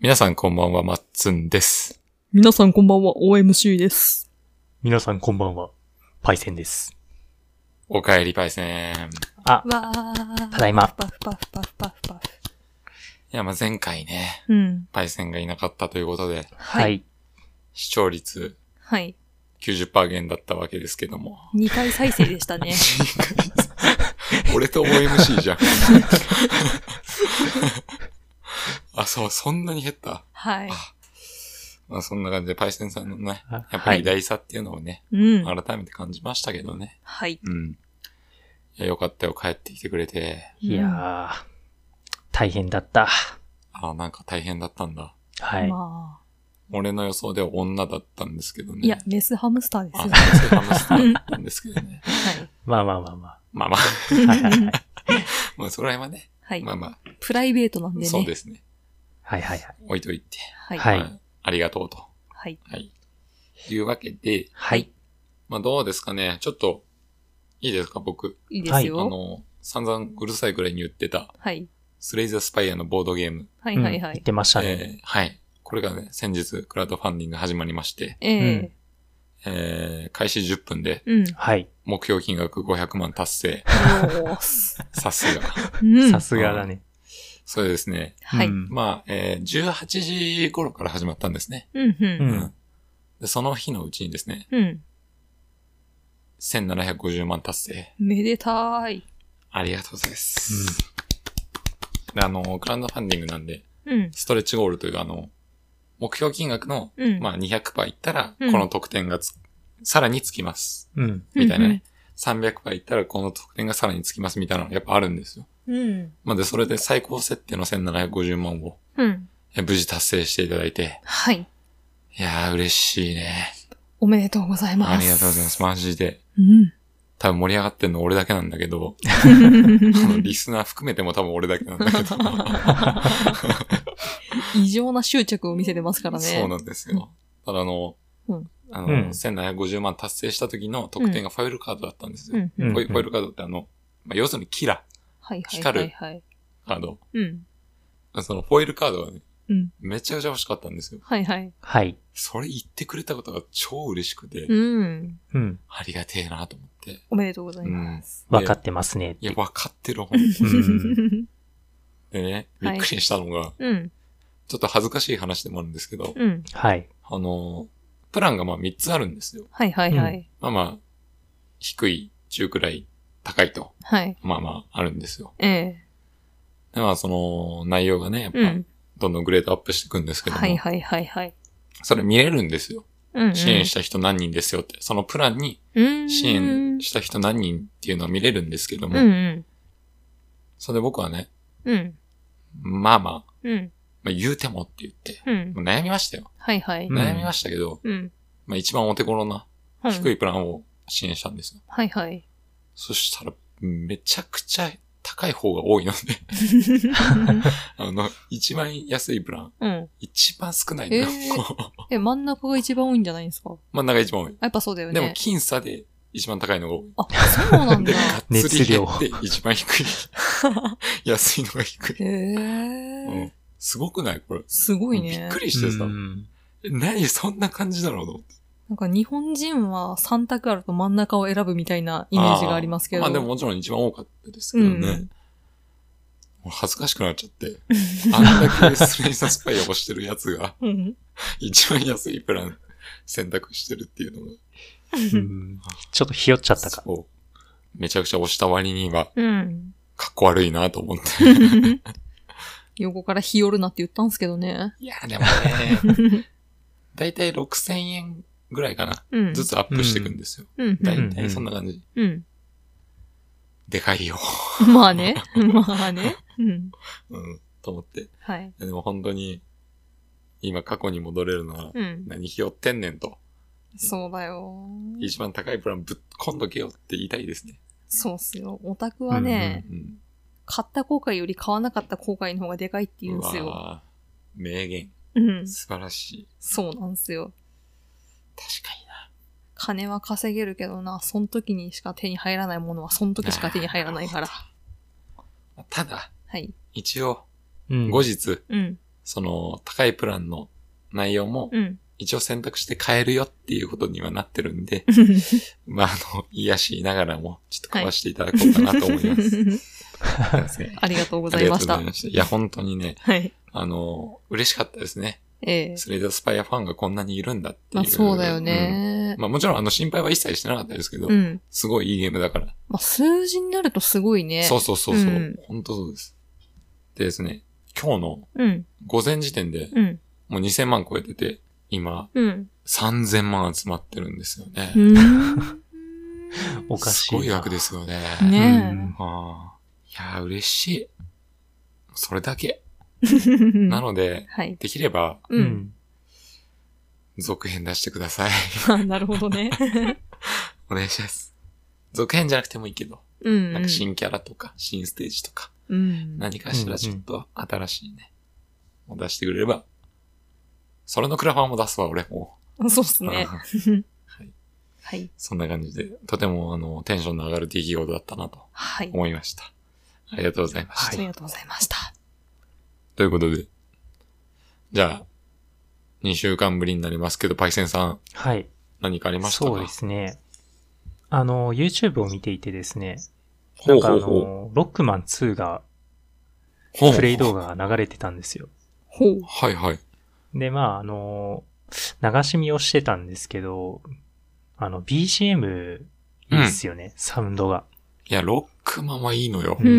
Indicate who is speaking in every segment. Speaker 1: 皆さんこんばんは、まっつんです。
Speaker 2: 皆さんこんばんは、OMC です。
Speaker 3: 皆さんこんばんは。パイセンです。
Speaker 1: おかえりパイセン。い
Speaker 3: あ、
Speaker 2: わー。
Speaker 3: ただいま
Speaker 2: パフパフパフパフパフ。
Speaker 1: や、まあ、前回ね、
Speaker 2: うん。
Speaker 1: パイセンがいなかったということで、
Speaker 2: は
Speaker 3: はいい。
Speaker 1: 視聴率
Speaker 2: はい。
Speaker 1: 90%減だったわけですけども。
Speaker 2: 2回再生でしたね。
Speaker 1: 俺と OMC じゃん。 あ、そう、そんなに減った。
Speaker 2: はい。
Speaker 1: まあ、そんな感じでパイセンさんのね、
Speaker 3: あ
Speaker 1: やっぱ
Speaker 3: は
Speaker 1: り偉
Speaker 3: い。
Speaker 1: 大さっていうのをね、
Speaker 2: うん。
Speaker 1: 改めて感じましたけどね。
Speaker 2: はい。
Speaker 1: うん。いや、よかったよ、帰ってきてくれて。
Speaker 3: いやー、大変だった。
Speaker 1: あ、なんか大変だったんだ。
Speaker 2: う
Speaker 3: は
Speaker 2: ん、
Speaker 3: い。
Speaker 2: まあ。
Speaker 1: 俺の予想では女だったんですけどね。
Speaker 2: いや、メスハムスターです
Speaker 1: あ、
Speaker 2: よ。
Speaker 1: 男性ハムスターだったんですけどね。
Speaker 3: まあまあまあま
Speaker 1: まあまあ、
Speaker 3: あ。はいはいはい。
Speaker 1: まあそこら辺はね、
Speaker 2: はい。
Speaker 1: ま
Speaker 2: は
Speaker 1: あ
Speaker 2: い。
Speaker 1: まあ、
Speaker 2: プライベートなんでね。
Speaker 1: そうですね。
Speaker 3: はいはいはい。
Speaker 1: 置いといて。
Speaker 2: はい。
Speaker 3: はい
Speaker 1: ありがとうと。
Speaker 2: はい。
Speaker 1: はい。いうわけで、
Speaker 3: はい。
Speaker 1: まあどうですかね。ちょっと、いいですか、僕。
Speaker 2: いいです
Speaker 1: あ
Speaker 2: よ。
Speaker 1: の、散々うるさいくらいに言ってた、
Speaker 2: はい。
Speaker 1: スレイザースパイアのボードゲーム。
Speaker 2: は
Speaker 3: はい
Speaker 2: はいは
Speaker 3: 言っ
Speaker 2: い。
Speaker 3: てましたね。
Speaker 1: えーはい。これがね、先日、クラウドファンディング始まりまして、
Speaker 2: ええ。
Speaker 1: えー、開始10分で、
Speaker 2: うん。
Speaker 3: はい。
Speaker 1: 目標金額500万達成。
Speaker 2: おー
Speaker 1: さす が。
Speaker 2: うん
Speaker 3: さ。すがだね。
Speaker 1: それですね。
Speaker 2: はい。
Speaker 3: う
Speaker 2: うん
Speaker 3: ん
Speaker 1: まあ、えー、18時頃から始まったんですね。
Speaker 2: う。
Speaker 3: うんん。
Speaker 1: で、その日のうちにですね、
Speaker 2: うん。
Speaker 1: 1750万達成。
Speaker 2: めでたーい。
Speaker 1: ありがとうございます。であの、クラウドファンディングなんで、
Speaker 2: うん。
Speaker 1: ストレッチゴールというあの、目標金額の、
Speaker 2: うん。
Speaker 1: まあ、200%いったら、こ
Speaker 2: うん
Speaker 1: の得点がつ、さらにつきます。
Speaker 3: うん。
Speaker 2: うん、
Speaker 1: みたいなね。300%いったら、この得点がさらにつきますみたいなのがやっぱあるんですよ。
Speaker 2: うん。
Speaker 1: まあ、で、それで最高設定の1750万を、
Speaker 2: うん。
Speaker 1: え無事達成していただいて、
Speaker 2: はい。
Speaker 1: いやー、嬉しいね。
Speaker 2: おめでとうございます。
Speaker 1: ありがとうございます。マジで。
Speaker 2: うん。
Speaker 1: 多分盛り上がってんの俺だけなんだけど、あ のリスナー含めても多分俺だけなん だけど。
Speaker 2: 異常な執着を見せてますからね。
Speaker 1: そうなんですよ。ただあの、
Speaker 2: うん
Speaker 1: あの、
Speaker 3: うん
Speaker 1: 1750万達成した時の得点がファイルカードだったんですよ。
Speaker 2: うんうん
Speaker 3: うん
Speaker 1: ファイファイルカードってあの、まあ、要するにキラ
Speaker 2: はいはいは
Speaker 1: 光
Speaker 2: い、
Speaker 1: る
Speaker 2: はい。
Speaker 1: ーカード。
Speaker 2: うん。
Speaker 1: そのフォイルカードがね、
Speaker 2: うん。
Speaker 1: めちゃくちゃ欲しかったんですよ。
Speaker 2: はいはい。
Speaker 3: はい。
Speaker 1: それ言ってくれたことが超嬉しくて、
Speaker 2: うん。
Speaker 3: うん。
Speaker 1: ありがてえなと思って。
Speaker 2: おめでとうございます。
Speaker 1: で
Speaker 3: わかってますね。
Speaker 1: いや、わかってる、ほんと
Speaker 3: うん。
Speaker 1: でね、び
Speaker 2: はい
Speaker 1: っくりしたのが、
Speaker 2: うん。
Speaker 1: ちょっと恥ずかしい話でもあるんですけど、
Speaker 2: うん。
Speaker 3: はい。
Speaker 1: あの、プランがまあ3つあるんですよ。
Speaker 2: はいはいはい。
Speaker 1: まあまあ、低い、中くらい、高いと、
Speaker 2: はい。
Speaker 1: まあまあ、あるんですよ。
Speaker 2: ええ。
Speaker 1: でまあ、その、内容がね、やっぱ
Speaker 2: う、ん。
Speaker 1: どんどんグレードアップしていくんですけども、
Speaker 2: はいはいはいはい。
Speaker 1: それ見れるんですよ。
Speaker 2: うん、うん。
Speaker 1: 支援した人何人ですよって、そのプランに
Speaker 2: うん。
Speaker 1: 支援した人何人っていうのは見れるんですけど
Speaker 2: うん
Speaker 1: も、
Speaker 2: うん。
Speaker 1: それで僕はね、
Speaker 2: うん。
Speaker 1: まあまあ、
Speaker 2: うん。
Speaker 1: まあ、言うてもって言って、
Speaker 2: うん。
Speaker 1: もう悩みましたよ。
Speaker 2: はいはい。
Speaker 3: うん
Speaker 1: 悩みましたけど、
Speaker 2: うん。
Speaker 1: まあ一番お手頃な低
Speaker 2: い。
Speaker 1: いプランを支援したんですよ。
Speaker 2: は いはい。
Speaker 1: そしたら、めちゃくちゃ高い方が多いので、 あの、一番安いプラン、
Speaker 2: うん。
Speaker 1: 一番少ないのよ。
Speaker 2: えーえ、真ん中が一番多いんじゃないですか
Speaker 1: 真ん中一番多い。
Speaker 2: やっぱそうだよ
Speaker 1: でも、
Speaker 2: ね。
Speaker 1: 僅差で一番高いのが多い。
Speaker 2: あ、そうな んだ。
Speaker 1: 釣り
Speaker 3: 熱量。
Speaker 1: で一番 低い。安いのが低い。
Speaker 2: へえ
Speaker 1: うん、すごくないこれ。
Speaker 2: すごいね。
Speaker 1: びっくりしてさ
Speaker 3: う。ん
Speaker 1: え何そんな感じだろうと思って。
Speaker 2: なんか日本人は3択あると真ん中を選ぶみたいなイメージがありますけど。
Speaker 1: まあでももちろん一番多かったですけどね。
Speaker 2: うん
Speaker 1: もう恥ずかしくなっちゃって。あんだけスレイサースパイを押してるやつが、
Speaker 2: うん。
Speaker 1: 一番安いプラン選択してるっていうのが。
Speaker 3: うんちょっとひよっちゃったか。
Speaker 1: そう。めちゃくちゃ押した割には、
Speaker 2: うん。
Speaker 1: かっこ悪いなと 思って。
Speaker 2: 横から日和るなって言ったんですけどね。
Speaker 1: いや、でもね、だいたい6000円ぐらいかな。
Speaker 2: うん。
Speaker 1: ずつアップしていくんですよ。
Speaker 2: うん。う
Speaker 1: だ
Speaker 2: ん
Speaker 1: いたいそんな感じ。
Speaker 2: うん。
Speaker 1: でかいよ。
Speaker 2: まあ ね。まあね。うん。
Speaker 1: うん。と思って。
Speaker 2: はい。
Speaker 1: でも本当に、今過去に戻れるのは、
Speaker 2: うん。
Speaker 1: 何ひよってんねんと。
Speaker 2: そうだよ。
Speaker 1: 一番高いプランぶっこんどけよって言いたいですね。
Speaker 2: そうっすよ。オタクはね、
Speaker 1: うん。
Speaker 2: 買った後悔より買わなかった後悔の方がでかいって言うんです
Speaker 1: う
Speaker 2: よ。
Speaker 1: わぁ名言。
Speaker 2: うん。
Speaker 1: 素晴らしい。
Speaker 2: そうなんですよ。
Speaker 1: 確かにな。
Speaker 2: 金は稼げるけどな、その時にしか手に入らないものは、その時しか手に入ら ないから。
Speaker 1: ただ、
Speaker 2: はい。
Speaker 1: 一応、
Speaker 3: うん
Speaker 1: 後日、
Speaker 2: うん。
Speaker 1: その、高いプランの内容も、
Speaker 2: うん。
Speaker 1: 一応選択して変えるよっていうことにはなってるんで、まあ、あの、癒やし言いながらも、ちょっと壊していただこうかなと思います。すいません
Speaker 2: ありがとうご
Speaker 1: あ
Speaker 2: ざ
Speaker 1: り
Speaker 2: い
Speaker 1: が
Speaker 2: ま
Speaker 1: とうご
Speaker 2: し
Speaker 1: ざ
Speaker 2: た
Speaker 1: い。ました。いや、本当にね、
Speaker 2: はい。
Speaker 1: あの、嬉しかったですね。
Speaker 2: ええ。
Speaker 1: スレイダースパイアファンがこんなにいるんだっていう。
Speaker 2: まあそうだよね
Speaker 1: うん。。まあもちろんあの心配は一切してなかったですけど、
Speaker 2: うん。
Speaker 1: すごいいいゲームだから。
Speaker 2: まあ数字になるとすごいね。
Speaker 1: そうそうそうそう。
Speaker 2: うん
Speaker 1: 本当そうです。でですね、今日の
Speaker 2: うん。
Speaker 1: 午前時点で
Speaker 2: うん。
Speaker 1: もう2000万超えてて、今
Speaker 2: うん。
Speaker 1: 3000万集まってるんですよね
Speaker 2: う。ーん
Speaker 3: おかしい
Speaker 1: す
Speaker 3: な。
Speaker 1: ごい額ですよね。
Speaker 2: ね
Speaker 1: ああいやー、嬉しい。それだけ。
Speaker 2: え。
Speaker 1: なので、
Speaker 2: はい。
Speaker 1: できれば
Speaker 3: う。
Speaker 2: うん。
Speaker 3: うんん。
Speaker 1: 続編出してください。
Speaker 2: あなるほどね。
Speaker 1: お願いします。続編じゃなくてもいいけど、
Speaker 2: うん。
Speaker 1: なんか新キャラとか、新ステージとか、
Speaker 2: うん。
Speaker 1: 何かしらちょっと新しいね、を出してくれれば、それのクラファンも出すわ、俺も
Speaker 2: そうっす
Speaker 1: う。
Speaker 2: ね。
Speaker 1: うんはい
Speaker 2: はい。
Speaker 1: そんな感じで、とてもあの、テンションの上がる出来事だったなと
Speaker 2: はい。
Speaker 1: 思いました。ありがとうございました。
Speaker 2: ありがとうございました。
Speaker 1: ということで、じゃあ、2週間ぶりになりますけど、パイセンさん、
Speaker 3: はい。
Speaker 1: 何かありましたか
Speaker 3: そうですね。あの、YouTube を見ていてですね、な
Speaker 1: ほ
Speaker 3: ん
Speaker 1: う
Speaker 3: かあ
Speaker 1: ほう
Speaker 3: の、
Speaker 1: ほ
Speaker 3: ロックマン2が、
Speaker 1: う。ほう
Speaker 3: プレイ動画が流れてたんですよ。
Speaker 2: ほう。
Speaker 1: はいはい。
Speaker 3: で、まあ、あの、流し見をしてたんですけど、あの、BGM、いいっすよね、サウンドが。
Speaker 1: いや、ロックマンはいいのよ。
Speaker 3: うん
Speaker 1: う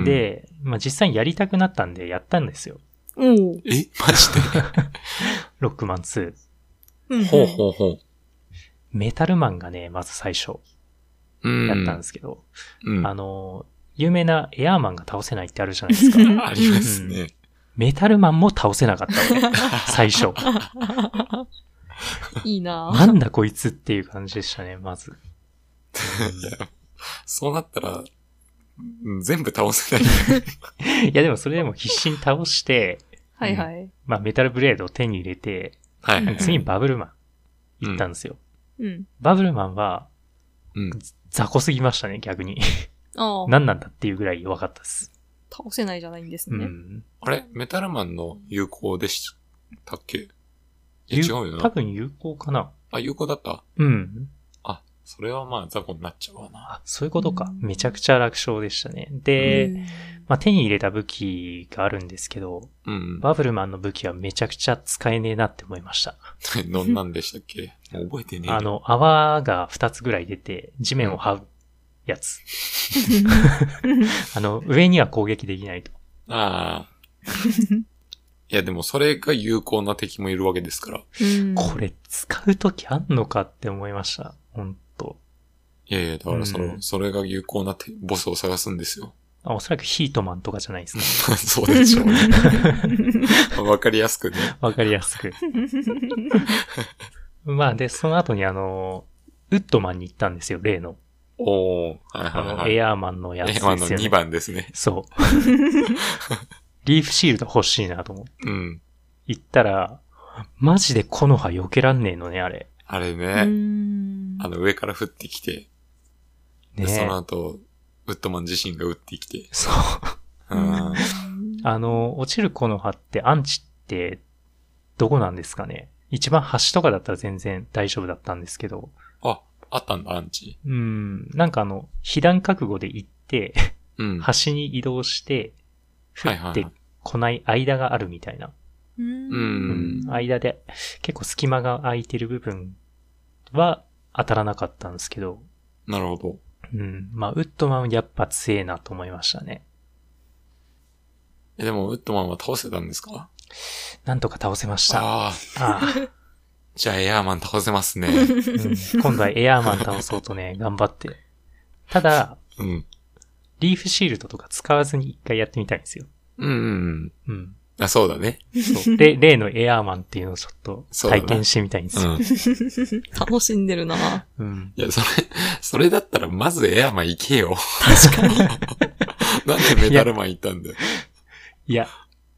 Speaker 1: ん
Speaker 3: で、まあ、実際にやりたくなったんで、やったんですよ。
Speaker 2: おう
Speaker 1: え マジで
Speaker 3: ロックマン2。
Speaker 2: うん。
Speaker 1: ほうほうほう。
Speaker 3: メタルマンがね、まず最初、
Speaker 1: うん。
Speaker 3: やったんですけど、
Speaker 1: うん。
Speaker 3: あ
Speaker 1: あ
Speaker 3: の、有名なエアーマンが倒せないってあるじ ゃないですか。
Speaker 1: りますね。
Speaker 3: メタルマンも倒せなかった のね、最初。
Speaker 2: いいなぁ
Speaker 3: なんだこいつっていう感じでした ね、まず。
Speaker 1: いやそうなったら、うん全部倒せ ない。
Speaker 3: いやでもそれでも必死に倒して、
Speaker 2: はいはい。
Speaker 3: まあメタルブレードを手に入れて、
Speaker 1: はいはい。
Speaker 3: 次にバブルマン行ったんですよ。
Speaker 2: うん。
Speaker 3: バブルマンは
Speaker 1: うん。
Speaker 3: 雑魚すぎましたね、逆に。
Speaker 2: ああ。
Speaker 3: 何なんだっていうぐらい弱かったです。
Speaker 2: 倒せないじゃないんです
Speaker 3: う
Speaker 2: ね。
Speaker 3: ん。
Speaker 1: あれメタルマンの有効でしたっけえ、
Speaker 3: 有
Speaker 1: 違うよ
Speaker 3: 多
Speaker 1: な。
Speaker 3: 分有効かな。
Speaker 1: あ、有効だった
Speaker 3: うん。
Speaker 1: あ、それはまあ、雑魚になっちゃうわな。
Speaker 3: あ、そういうことか。
Speaker 2: うん
Speaker 3: めちゃくちゃ楽勝でしたね。
Speaker 2: う
Speaker 3: で、
Speaker 2: ん
Speaker 3: まあ手に入れた武器があるんですけど、
Speaker 1: うん。
Speaker 3: バブルマンの武器はめちゃくちゃ使えねえなって思いました。
Speaker 1: どんなんでしたっけもう覚えてねえ。
Speaker 3: あ、の、泡が2つぐらい出て、地面を這うやつ。 あの、上には攻撃できないと。
Speaker 1: ああ。いや、でもそれが有効な敵もいるわけですから。
Speaker 2: うん
Speaker 3: これ使うときあんのかって思いました。ほんと。
Speaker 1: いやいや、だからその、
Speaker 3: うん
Speaker 1: それが有効なてボスを探すんです よ。
Speaker 3: あおそらくヒートマンとかじゃないです か。
Speaker 1: そうでしょうね。わかりやすくね。
Speaker 3: わかりやすく。まあで、その後にあの、ウッドマンに行ったんですよ、例の。
Speaker 1: おー、はい
Speaker 3: あ
Speaker 1: はい
Speaker 3: の、
Speaker 1: はい。
Speaker 3: エアーマンのやつで
Speaker 1: エ
Speaker 3: す
Speaker 1: アマ
Speaker 3: よ
Speaker 1: ンの
Speaker 3: ね。
Speaker 1: 2番ですね。
Speaker 3: そう。 リーフシールド欲しいなと思って。
Speaker 1: うん。
Speaker 3: 行ったら、マジで木の葉避けらんねえのね、あれ。
Speaker 1: あれ
Speaker 2: う
Speaker 1: ね、
Speaker 2: ん
Speaker 1: あの上から降ってきて、で
Speaker 3: ね
Speaker 1: その後、ウッドマン自身が撃ってきて。
Speaker 3: そう。
Speaker 1: うん。
Speaker 3: あの、落ちる木の葉ってアンチってどこなんですかね一番端とかだったら全然大丈夫だったんですけど、
Speaker 1: あ、あったんだ、アンチ。
Speaker 3: うん、なんかあの、被弾覚悟で行って、
Speaker 1: うん。は
Speaker 3: 端に移動して、降
Speaker 1: いは
Speaker 3: っ
Speaker 1: い
Speaker 3: て
Speaker 1: はい。
Speaker 3: こない間があるみたいな。
Speaker 1: うん
Speaker 3: 間で、結構隙間が空いてる部分は当たらなかったんですけど、
Speaker 1: なるほど。
Speaker 3: うん、まあ、ウッドマンやっぱ強えなと思いましたね。
Speaker 1: え、でも、ウッドマンは倒せたんですか
Speaker 3: なんとか倒せました。
Speaker 1: あ
Speaker 3: あ
Speaker 1: あー、
Speaker 3: あ、
Speaker 1: じゃあエアマン倒せますね。
Speaker 3: うん今度はエアーマン倒そうとね、頑張って。ただ、
Speaker 1: うん。
Speaker 3: リーフシールドとか使わずに一回やってみたいんですよ。
Speaker 1: うんうんうん。
Speaker 3: うん。
Speaker 1: あ、そうだね。
Speaker 3: そう。で、例のエアーマンっていうのをちょっと
Speaker 1: そうだな
Speaker 3: 体験してみたいんです
Speaker 1: う
Speaker 3: よ。
Speaker 1: ん。
Speaker 2: 楽しんでるな
Speaker 3: うん。
Speaker 1: いや、それ、 それだったらまずエアマン行けよ。確 かに。なんでメタルマン行ったんだよ。
Speaker 3: いや、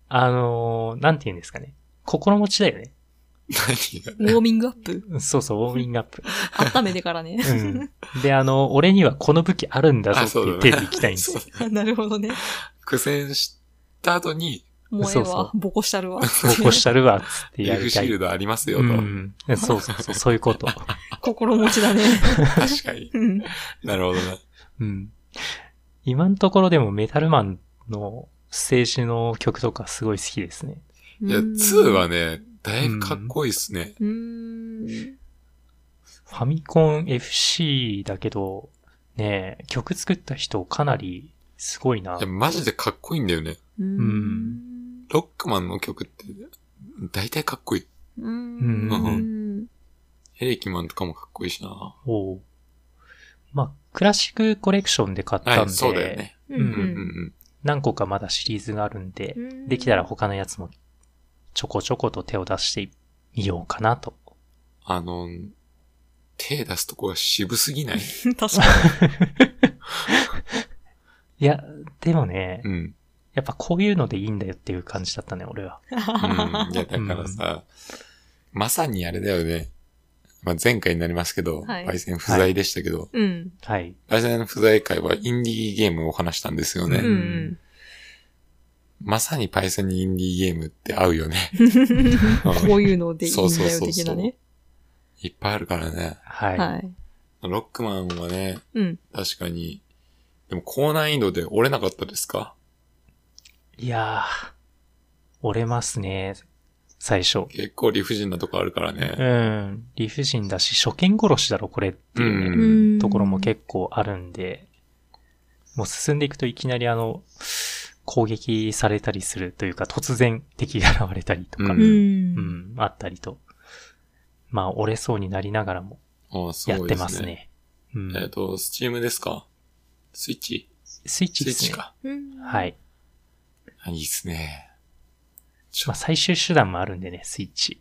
Speaker 3: あのー、なんて言うんですかね。心持ちだよね。
Speaker 1: 何が
Speaker 2: ウォーミングアップ
Speaker 3: そうそう、ウォーミングアップ。
Speaker 2: 温めてからね。
Speaker 3: うん。で、あの、俺にはこの武器あるんだぞ
Speaker 1: あ
Speaker 3: って
Speaker 1: そう
Speaker 3: い
Speaker 1: だ
Speaker 3: う
Speaker 1: ね
Speaker 3: 手で行きたいんです
Speaker 1: そう
Speaker 3: よ。
Speaker 1: だ
Speaker 2: なるほどね。
Speaker 1: 苦戦した後に、
Speaker 2: 萌え
Speaker 3: そうそ
Speaker 2: は、ボコしたるわ。
Speaker 3: 起こしたるわ、つって
Speaker 1: リ
Speaker 3: や
Speaker 1: ーフ
Speaker 3: り
Speaker 1: シ
Speaker 3: た
Speaker 1: ー
Speaker 3: い。
Speaker 1: ルドありますよ
Speaker 3: う
Speaker 1: と。
Speaker 3: ん。そうそうそう、そういうこと。
Speaker 2: 心持ちだね。
Speaker 1: 確かに。
Speaker 2: うん
Speaker 1: なるほどな。
Speaker 3: うん。今のところでもメタルマンのステージの曲とかすごい好きですね。
Speaker 1: いや、2は、ね、だいぶかっこいいっすね。
Speaker 2: うーん。
Speaker 3: ファミコン FC だけど、ねえ曲作った人かなりすごいな。
Speaker 1: いや、マジでかっこいいんだよね。
Speaker 2: うーん。
Speaker 1: ロックマンの曲って、だいたいかっこいい。
Speaker 2: うー
Speaker 3: うん
Speaker 2: ん。
Speaker 1: ヘレキマンとかもかっこいいしな。
Speaker 3: おうまあ、クラシックコレクションで買った
Speaker 1: は
Speaker 3: ん
Speaker 1: い、
Speaker 3: で、
Speaker 1: そうだよね。
Speaker 2: う
Speaker 1: うんうんうん。
Speaker 3: 何個かまだシリーズがあるんで、
Speaker 2: ん
Speaker 3: できたら、他のやつもちょこちょこと手を出してみようかなと。
Speaker 1: あの、手出すとこが渋すぎない
Speaker 2: 確か
Speaker 3: いや、でもね、
Speaker 1: うん。うん。
Speaker 3: やっぱこういうのでいいんだよっていう感じだったね、俺は。
Speaker 1: いや、だ からさ、まさにあれだよね。まあ、前回になりますけど、
Speaker 2: はい
Speaker 1: 焙煎不在でしたけど、
Speaker 2: に。うん。
Speaker 3: はい。
Speaker 1: 焙煎不在会はインディーゲームを話したんですよね。
Speaker 2: うんうん。
Speaker 1: まさに Python にインディーゲームって合うよね。
Speaker 2: こういうのでいい
Speaker 1: そうんそう
Speaker 2: だよ、
Speaker 1: そうそう
Speaker 2: 的なね。
Speaker 1: いっぱいあるからね。
Speaker 3: はい。
Speaker 2: はい。
Speaker 1: ロックマンはね、
Speaker 2: うん。
Speaker 1: 確かに、でも高難易度で折れなかったですか
Speaker 3: い、やー、折れますね、最初。
Speaker 1: 結構理不尽なとこあるから
Speaker 3: う
Speaker 1: ね。
Speaker 3: ん。理不尽だし、初見殺しだろ、これっていうね、
Speaker 1: うん
Speaker 2: うん
Speaker 3: ところも結構あるんで、もう進んでいくといきなりあの、攻撃されたりするというか、突然敵が現れたりとか、
Speaker 1: う
Speaker 2: うん。
Speaker 3: うんん、あったりと。まあ、折れそうになりながらも
Speaker 1: ああそう
Speaker 3: や
Speaker 1: ですね
Speaker 3: ってますね。う
Speaker 1: えっ、
Speaker 3: ん。
Speaker 1: と、スチームですかスイッチ
Speaker 3: スイッ
Speaker 1: ス
Speaker 3: チ
Speaker 1: イ
Speaker 3: で
Speaker 1: ッ
Speaker 3: す
Speaker 1: チ
Speaker 3: ね。
Speaker 1: か。
Speaker 2: うん
Speaker 3: はい。。
Speaker 1: あいいっすね。ちょ
Speaker 3: まあ、最終手段もあるんでね、スイッチ。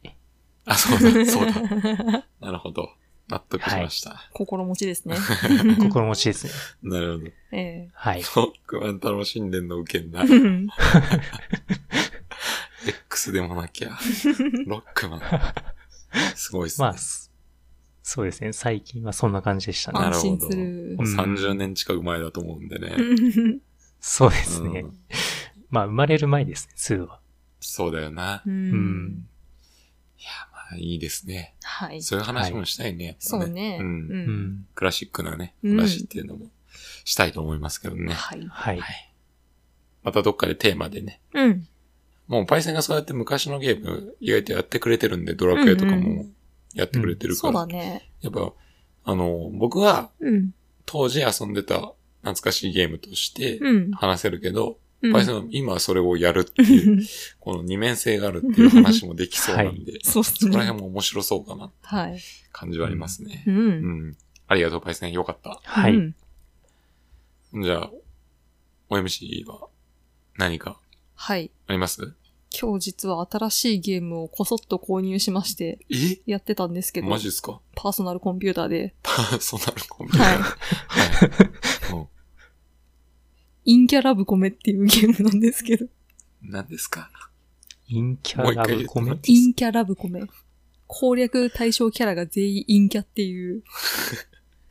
Speaker 1: あ、そうだ、そうだ。なるほど。納得しました。
Speaker 2: 心持ちですね。
Speaker 3: 心持ちですね。
Speaker 1: なるほど。
Speaker 2: え
Speaker 3: はい。
Speaker 1: ロックマン楽しんでんの受けんな
Speaker 2: え。うん
Speaker 1: X でもなき ゃ。ロックマン。すごいっすね。
Speaker 3: まあ、すそうですね。最近はそんな感じでしたね。
Speaker 1: なる
Speaker 2: 安
Speaker 1: ほ
Speaker 2: 心
Speaker 1: ど
Speaker 2: する
Speaker 1: もう。
Speaker 3: ん
Speaker 1: 30年近く前だと思うんでね。
Speaker 2: うん
Speaker 3: そうですね。
Speaker 1: うん
Speaker 3: まあ、生まれる前ですね、2は。
Speaker 1: そうだよな。
Speaker 2: う
Speaker 3: うんん。。
Speaker 1: まあ、いいですね。
Speaker 2: はい。
Speaker 1: そういう話もしたいね。やっぱ
Speaker 2: そうね。
Speaker 1: う。
Speaker 2: うん。
Speaker 3: うんん。
Speaker 1: クラシックなね、
Speaker 2: うん
Speaker 1: 話っていうのもしたいと思いますけどね。
Speaker 2: はい。
Speaker 3: はい。
Speaker 1: はい。またどっかでテーマでね。
Speaker 2: うん。
Speaker 1: もうパイセンがそうやって昔のゲーム意外とやってくれてるんで、ドラクエとか
Speaker 2: うんう
Speaker 1: もやってくれてるか
Speaker 2: そう
Speaker 1: ら。
Speaker 2: だね。
Speaker 1: やっぱ、あの、僕は
Speaker 2: うん。
Speaker 1: 当時遊んでた懐かしいゲームとして
Speaker 2: うん。
Speaker 1: 話せるけど、
Speaker 2: うん
Speaker 1: パイセンは今それをやるっていう、この二面性があるっていう話もできそうなんで、
Speaker 2: そうっす
Speaker 1: そこら
Speaker 2: ね。
Speaker 1: 辺も面白そうかなって
Speaker 2: はい。
Speaker 1: 感じはありますね
Speaker 2: う。。
Speaker 1: うんん。ありがとう、パイセン。よかった。
Speaker 3: はい。
Speaker 2: うん
Speaker 1: じゃあ、OMC は何か
Speaker 2: はい。
Speaker 1: あります
Speaker 2: 今日実は新しいゲームをこそっと購入しまして
Speaker 1: え
Speaker 2: やってたんですけど
Speaker 1: マ、ジですか
Speaker 2: パーソナルコンピューターで、
Speaker 1: パーソナルコンピュータ
Speaker 2: はい
Speaker 1: ー。はい。も
Speaker 2: インキャラブコメっていうゲームなんですけど、
Speaker 1: う、何ですか
Speaker 3: インキャラブコ
Speaker 1: もう
Speaker 3: メ
Speaker 1: 一回
Speaker 2: インキャラブコメ。攻略対象キャラが全員インキャっていう、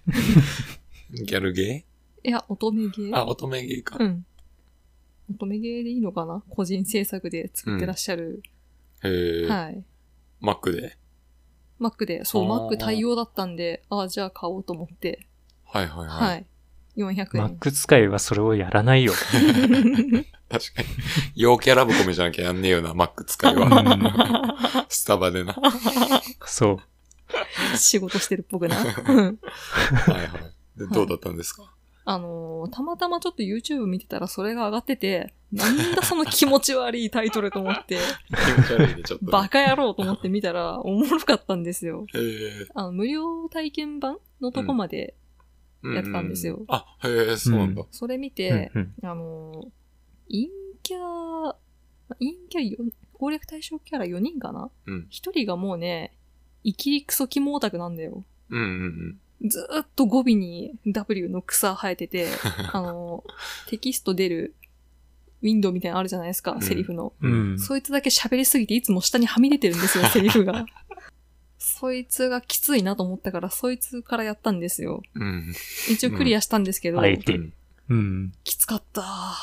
Speaker 1: ギャルゲ
Speaker 2: いや、乙女ゲ
Speaker 1: ー
Speaker 2: ー。
Speaker 1: あ、乙女ゲーか。
Speaker 2: う
Speaker 1: へ
Speaker 2: ん。乙女ゲーでいいのかな個人制作で作ってらっしゃる。
Speaker 1: え。
Speaker 2: はい。
Speaker 1: Mac で。
Speaker 2: Mac で、そう、
Speaker 1: あー
Speaker 2: Mac 対応だったんで、ああ、じゃあ買おうと思って、
Speaker 1: はいはいはい。
Speaker 2: はい。400
Speaker 3: マ
Speaker 2: 円
Speaker 3: ッ。ク使いはそれをやらないよ。
Speaker 1: 確かに。陽キャラブコメじゃなきゃやんねえよな、Mac 使いは。スタバでな。 は
Speaker 3: そう。
Speaker 2: 仕事してるっぽくな。うん
Speaker 1: いはい。で、どうだったんですか
Speaker 2: あのーたまたまちょっと YouTube 見てたらそれが上がってて、なんだその気持ち悪いタイトルと思 って、
Speaker 1: 気持ち悪いね、ちょっとね。
Speaker 2: バカ野郎と思って見たら、おもろかったんですよ。
Speaker 1: へえ。
Speaker 2: あの、無料体験版のとこまで、
Speaker 1: う
Speaker 2: やってたんですよ
Speaker 1: あ、へえ、そうなんだ。
Speaker 2: それ見
Speaker 3: う
Speaker 2: て
Speaker 3: ん、うん
Speaker 2: あのー陰キャ、陰キャよ、攻略対象キャラ4人かな
Speaker 1: うん。
Speaker 2: ?1 人がもうね、イキリクソキモオタクなんだよ。
Speaker 1: うんうんうん。
Speaker 2: ずーっと語尾に W の草生え てて、あの、テキスト出るウィンドウみたいなのあるじゃないですか
Speaker 1: う、ん
Speaker 2: セリフの。
Speaker 3: うん。
Speaker 2: そいつだけ喋りすぎていつも下にはみ出てるんです よ、セリフが。そいつがきついなと思ったから、そいつからやったんですよ。
Speaker 1: うん。
Speaker 2: 一応クリアしたんですけど、
Speaker 3: あえて。
Speaker 1: うん
Speaker 3: うん。
Speaker 2: きつかった。
Speaker 1: あ、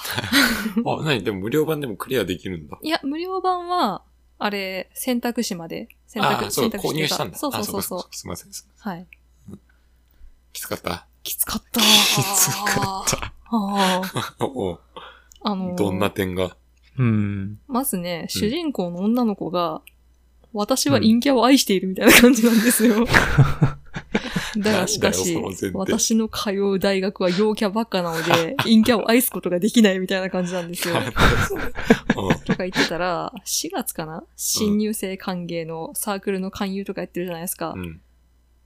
Speaker 1: なにでも無料版でもクリアできるんだ。
Speaker 2: いや、無料版は、あれ、選択肢まで。選
Speaker 1: あ
Speaker 2: 択
Speaker 1: あ、そう、
Speaker 2: 選択肢
Speaker 1: 購
Speaker 2: ってい
Speaker 1: 入
Speaker 2: うか
Speaker 1: したんだ。
Speaker 2: そうそうそうそう
Speaker 1: あ。すいません。
Speaker 2: はい。
Speaker 1: きつかった。
Speaker 2: きつかった。き
Speaker 1: きつかった。
Speaker 2: あ
Speaker 1: おう
Speaker 2: あ。あのー
Speaker 1: どんな点 が。
Speaker 3: うん。
Speaker 2: まずね、主人公の女の子が、私は陰キャを愛しているみたいな感じなんです よ。だがしかし
Speaker 1: なんだよその前提、
Speaker 2: 私の通う大学は陽キャばっかなの で、陰キャを愛すことができないみたいな感じなんですよ。
Speaker 1: うん
Speaker 2: とか言ってたら、4月かな新入生歓迎のサークルの勧誘とかやってるじゃないですか。
Speaker 1: うん。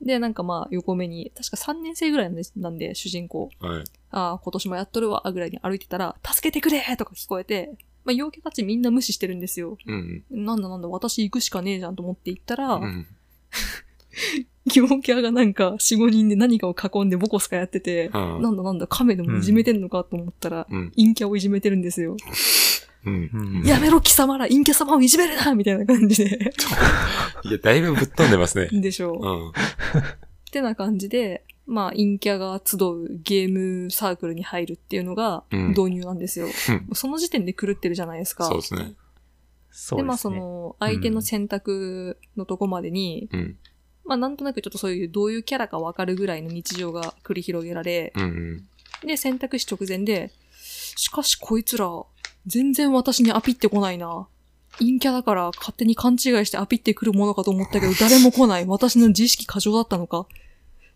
Speaker 2: で、なんかまあ横目に、確か3年生ぐらいなんですなんで、主人公。
Speaker 1: はい。
Speaker 2: ああ、今年もやっとるわ、ぐらいに歩いてたら、助けてくれとか聞こえて、まあ陽キャたちみんな無視してるんですよ。
Speaker 1: うん。
Speaker 2: なんだなんだ、私行くしかねえじゃんと思って行ったら、
Speaker 1: うん。
Speaker 2: 陽キャがなんか4、5人で何かを囲んでボコスカやってて、
Speaker 1: うん
Speaker 2: なんだなんだ、亀でもいじめてんのかと思ったら、
Speaker 1: うん。
Speaker 2: 陰キャをいじめてるんですよ。
Speaker 1: うん。
Speaker 3: うん
Speaker 2: やめろ、貴様ら、陰キャ様をいじめるなみたいな感じで。
Speaker 1: いや、だいぶぶっ飛んでますね。
Speaker 2: でしょう。
Speaker 1: うん。
Speaker 2: ってな感じで、まあ、陰キャが集うゲームサークルに入るっていうのが
Speaker 1: うん
Speaker 2: 導入なんですよ。
Speaker 1: うん
Speaker 2: その時点で狂ってるじゃないですか。
Speaker 1: そうですね。
Speaker 3: そうですね。
Speaker 2: で、まあ、その、相手の選択のとこまでに、
Speaker 1: うん。
Speaker 2: まあ、なんとなくちょっとそういう、どういうキャラかわかるぐらいの日常が繰り広げられ、
Speaker 1: うんうん。
Speaker 2: で、選択肢直前で、しかしこいつら、全然私にアピってこないな。陰キャだから勝手に勘違いしてアピってくるものかと思ったけど、誰も来ない。私の自意識過剰だったのか。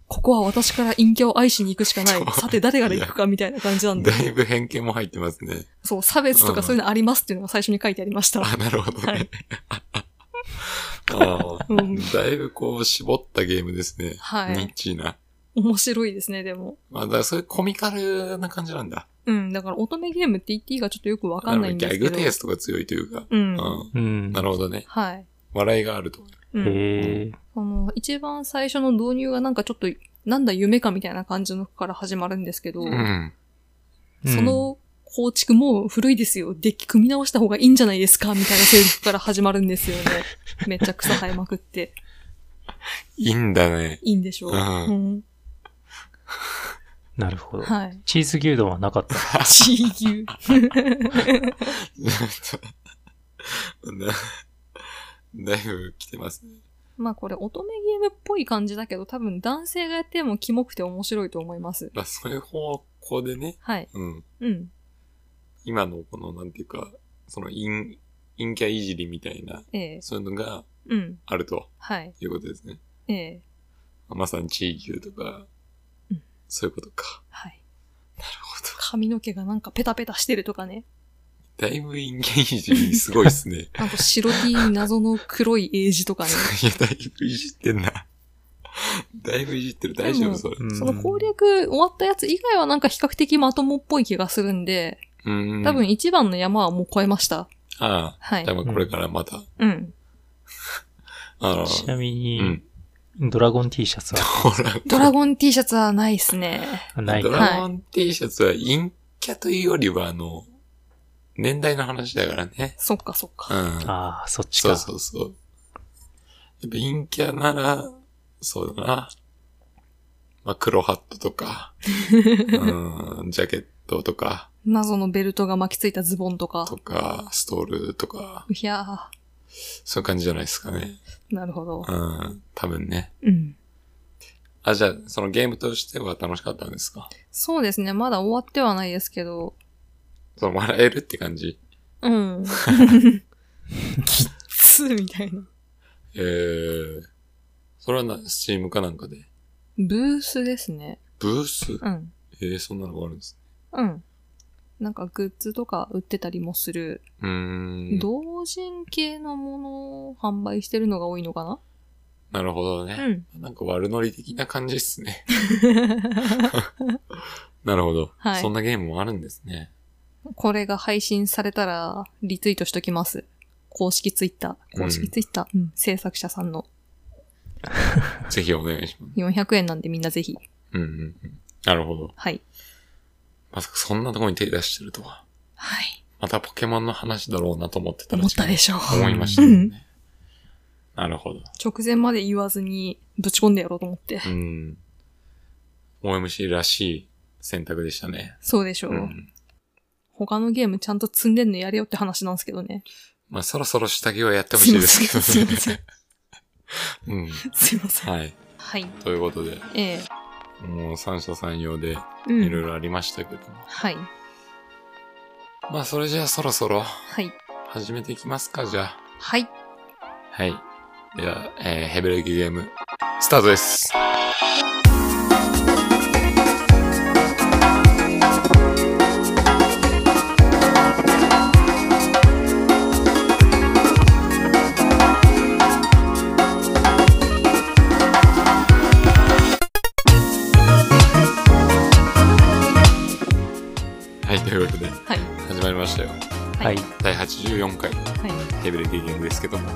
Speaker 2: ここは私から陰キャを愛しに行くしかない。さて、誰から行くかみたいな感じなんで。
Speaker 1: だいぶ偏見も入ってますね。
Speaker 2: そう、差別とかそういうのありますっていうのが最初に書いてありました。
Speaker 1: あ、なるほど
Speaker 2: は
Speaker 1: ね
Speaker 2: い。
Speaker 1: ああ
Speaker 2: うん。
Speaker 1: だいぶこう、絞ったゲームですね。
Speaker 2: は
Speaker 1: ニ
Speaker 2: い
Speaker 1: ッ。チーな。
Speaker 2: 面白いですね、でも。
Speaker 1: まあ、だからそういうコミカルな感じなんだ。
Speaker 2: うん、だから乙女ゲームって言っていいかちょっとよくわかんないんですけど。
Speaker 1: ギャグテイストが強いというか。
Speaker 2: う。
Speaker 1: うんん。
Speaker 3: うん。
Speaker 1: なるほどね。
Speaker 2: はい。
Speaker 1: 笑いがあると。
Speaker 2: うん
Speaker 3: へえ。
Speaker 2: その、一番最初の導入がなんかちょっと、なんだ夢かみたいな感じのから始まるんですけど、
Speaker 1: うん。
Speaker 2: その構築もう古いですよ。デッキ組み直した方がいいんじゃないですかみたいなセリフから始まるんです よね。めっちゃ草生えまくって。
Speaker 1: いいんだ ね。
Speaker 2: いいんでしょう。
Speaker 1: うん
Speaker 2: うん
Speaker 3: なるほど。
Speaker 2: はい。
Speaker 3: チーズ牛丼はなかった。
Speaker 2: 地域。
Speaker 1: なだいぶ来てますね。
Speaker 2: まあこれ乙女ゲームっぽい感じだけど、多分男性がやってもキモくて面白いと思います。
Speaker 1: まあ、そういう方向でね。
Speaker 2: はい。
Speaker 1: うん。
Speaker 2: うん。
Speaker 1: 今のこの、なんていうか、その陰、陰キャいじりみたいな、
Speaker 2: ええ
Speaker 1: そういうのが
Speaker 2: うん。
Speaker 1: あると
Speaker 2: はい。
Speaker 1: いうことですね。
Speaker 2: ええ
Speaker 1: まさに地域とか
Speaker 2: うん、
Speaker 1: そういうことか。
Speaker 2: はい。
Speaker 1: なるほど。
Speaker 2: 髪の毛がなんかペタペタしてるとかね。
Speaker 1: だいぶ陰キャいじりすごいっすね。
Speaker 2: あと白 T に謎の黒い英字とかね。
Speaker 1: いや、だいぶいじってんな。だいぶいじってる。大丈夫それ。
Speaker 3: うん
Speaker 2: その攻略終わったやつ以外はなんか比較的まともっぽい気がするんで、
Speaker 1: うん。
Speaker 2: 多分一番の山はもう越えました。
Speaker 1: あ
Speaker 2: は
Speaker 1: あ。
Speaker 2: い
Speaker 1: 多。分これからまた。
Speaker 2: うん。
Speaker 1: あの、
Speaker 3: ちなみ
Speaker 1: う
Speaker 3: に
Speaker 1: ん、。
Speaker 3: ドラゴン T シャツ は
Speaker 1: ほら、
Speaker 2: ドラゴン T シャツはないですね。
Speaker 3: ない
Speaker 1: ド
Speaker 3: な。
Speaker 1: ラゴン T シャツは陰キャというよりは、あの、年代の話だからね。
Speaker 2: そっかそっか。
Speaker 1: うん。
Speaker 3: ああ、そっち
Speaker 1: そう
Speaker 3: か。
Speaker 1: そうそう。やっぱ陰キャなら、そうだな。まあ、黒ハットとか、うん、ジャケットとか、
Speaker 2: 謎のベルトが巻きついたズボンとか
Speaker 1: と。か、ストールとか、
Speaker 2: いや
Speaker 1: そういう感じじゃないですかね。
Speaker 2: ー、なるほど。
Speaker 1: うん、多分ね。
Speaker 2: うん。
Speaker 1: あ、じゃあ、そのゲームとしては楽しかったんですか
Speaker 2: そうですね。まだ終わってはないですけど。
Speaker 1: その笑えるって感じ
Speaker 2: うん。きっつみたいな。
Speaker 1: えー、それはな、スチームかなんかで。
Speaker 2: ブースですね。
Speaker 1: ブース
Speaker 2: うん。
Speaker 1: えー、そんなのがあるんです
Speaker 2: うん。なんかグッズとか売ってたりもする、
Speaker 1: ね。うーん。
Speaker 2: 同人系のものを販売してるのが多いのか
Speaker 1: なるほど
Speaker 2: な
Speaker 1: ね。
Speaker 2: うん。
Speaker 1: なんか悪ノリ的な感じですね。なるほど、
Speaker 2: はい
Speaker 1: そんなゲームもあるんですね。
Speaker 2: これが配信されたらリツイートしときます。公式ツイッター。公式ツイッター。うん。制作者さんの
Speaker 1: ぜひお願いします。
Speaker 2: 400円なんでみんなぜひ。
Speaker 1: うんうんうん。なるほど。
Speaker 2: はい。
Speaker 1: まさかそんなとこに手出してるとは。
Speaker 2: はい。
Speaker 1: またポケモンの話だろうなと思ってたら
Speaker 2: 思った
Speaker 1: 違う
Speaker 2: でしょう。
Speaker 1: 思いましたよね。なるほど。
Speaker 2: 直前まで言わずにぶち込んでやろうと思って。
Speaker 1: うん。OMC らしい選択でしたね。
Speaker 2: そうでしょう。
Speaker 1: うん。
Speaker 2: 他のゲームちゃんと積んでんのやれよって話なんですけどね。
Speaker 1: まあ、そろそろ下着はやってほしいですけどね。
Speaker 2: すいません。
Speaker 1: うん。
Speaker 2: すいません。
Speaker 1: はい。
Speaker 2: はい。
Speaker 1: ということで、
Speaker 2: ええ
Speaker 1: もう三者三様で
Speaker 2: うん。
Speaker 1: いろいろありましたけど、
Speaker 2: はい。
Speaker 1: まあ、それじゃあそろそろ
Speaker 2: はい。
Speaker 1: 始めていきますか、じゃあ。
Speaker 2: はい。
Speaker 1: はい。では、えー、ヘベレキゲーム、スタートです。はい、ということで、
Speaker 2: はい。
Speaker 1: 始まりましたよ。
Speaker 2: は
Speaker 3: はいい。
Speaker 1: 第84回。
Speaker 2: はい。
Speaker 1: ヘブレゲームですけども、
Speaker 2: い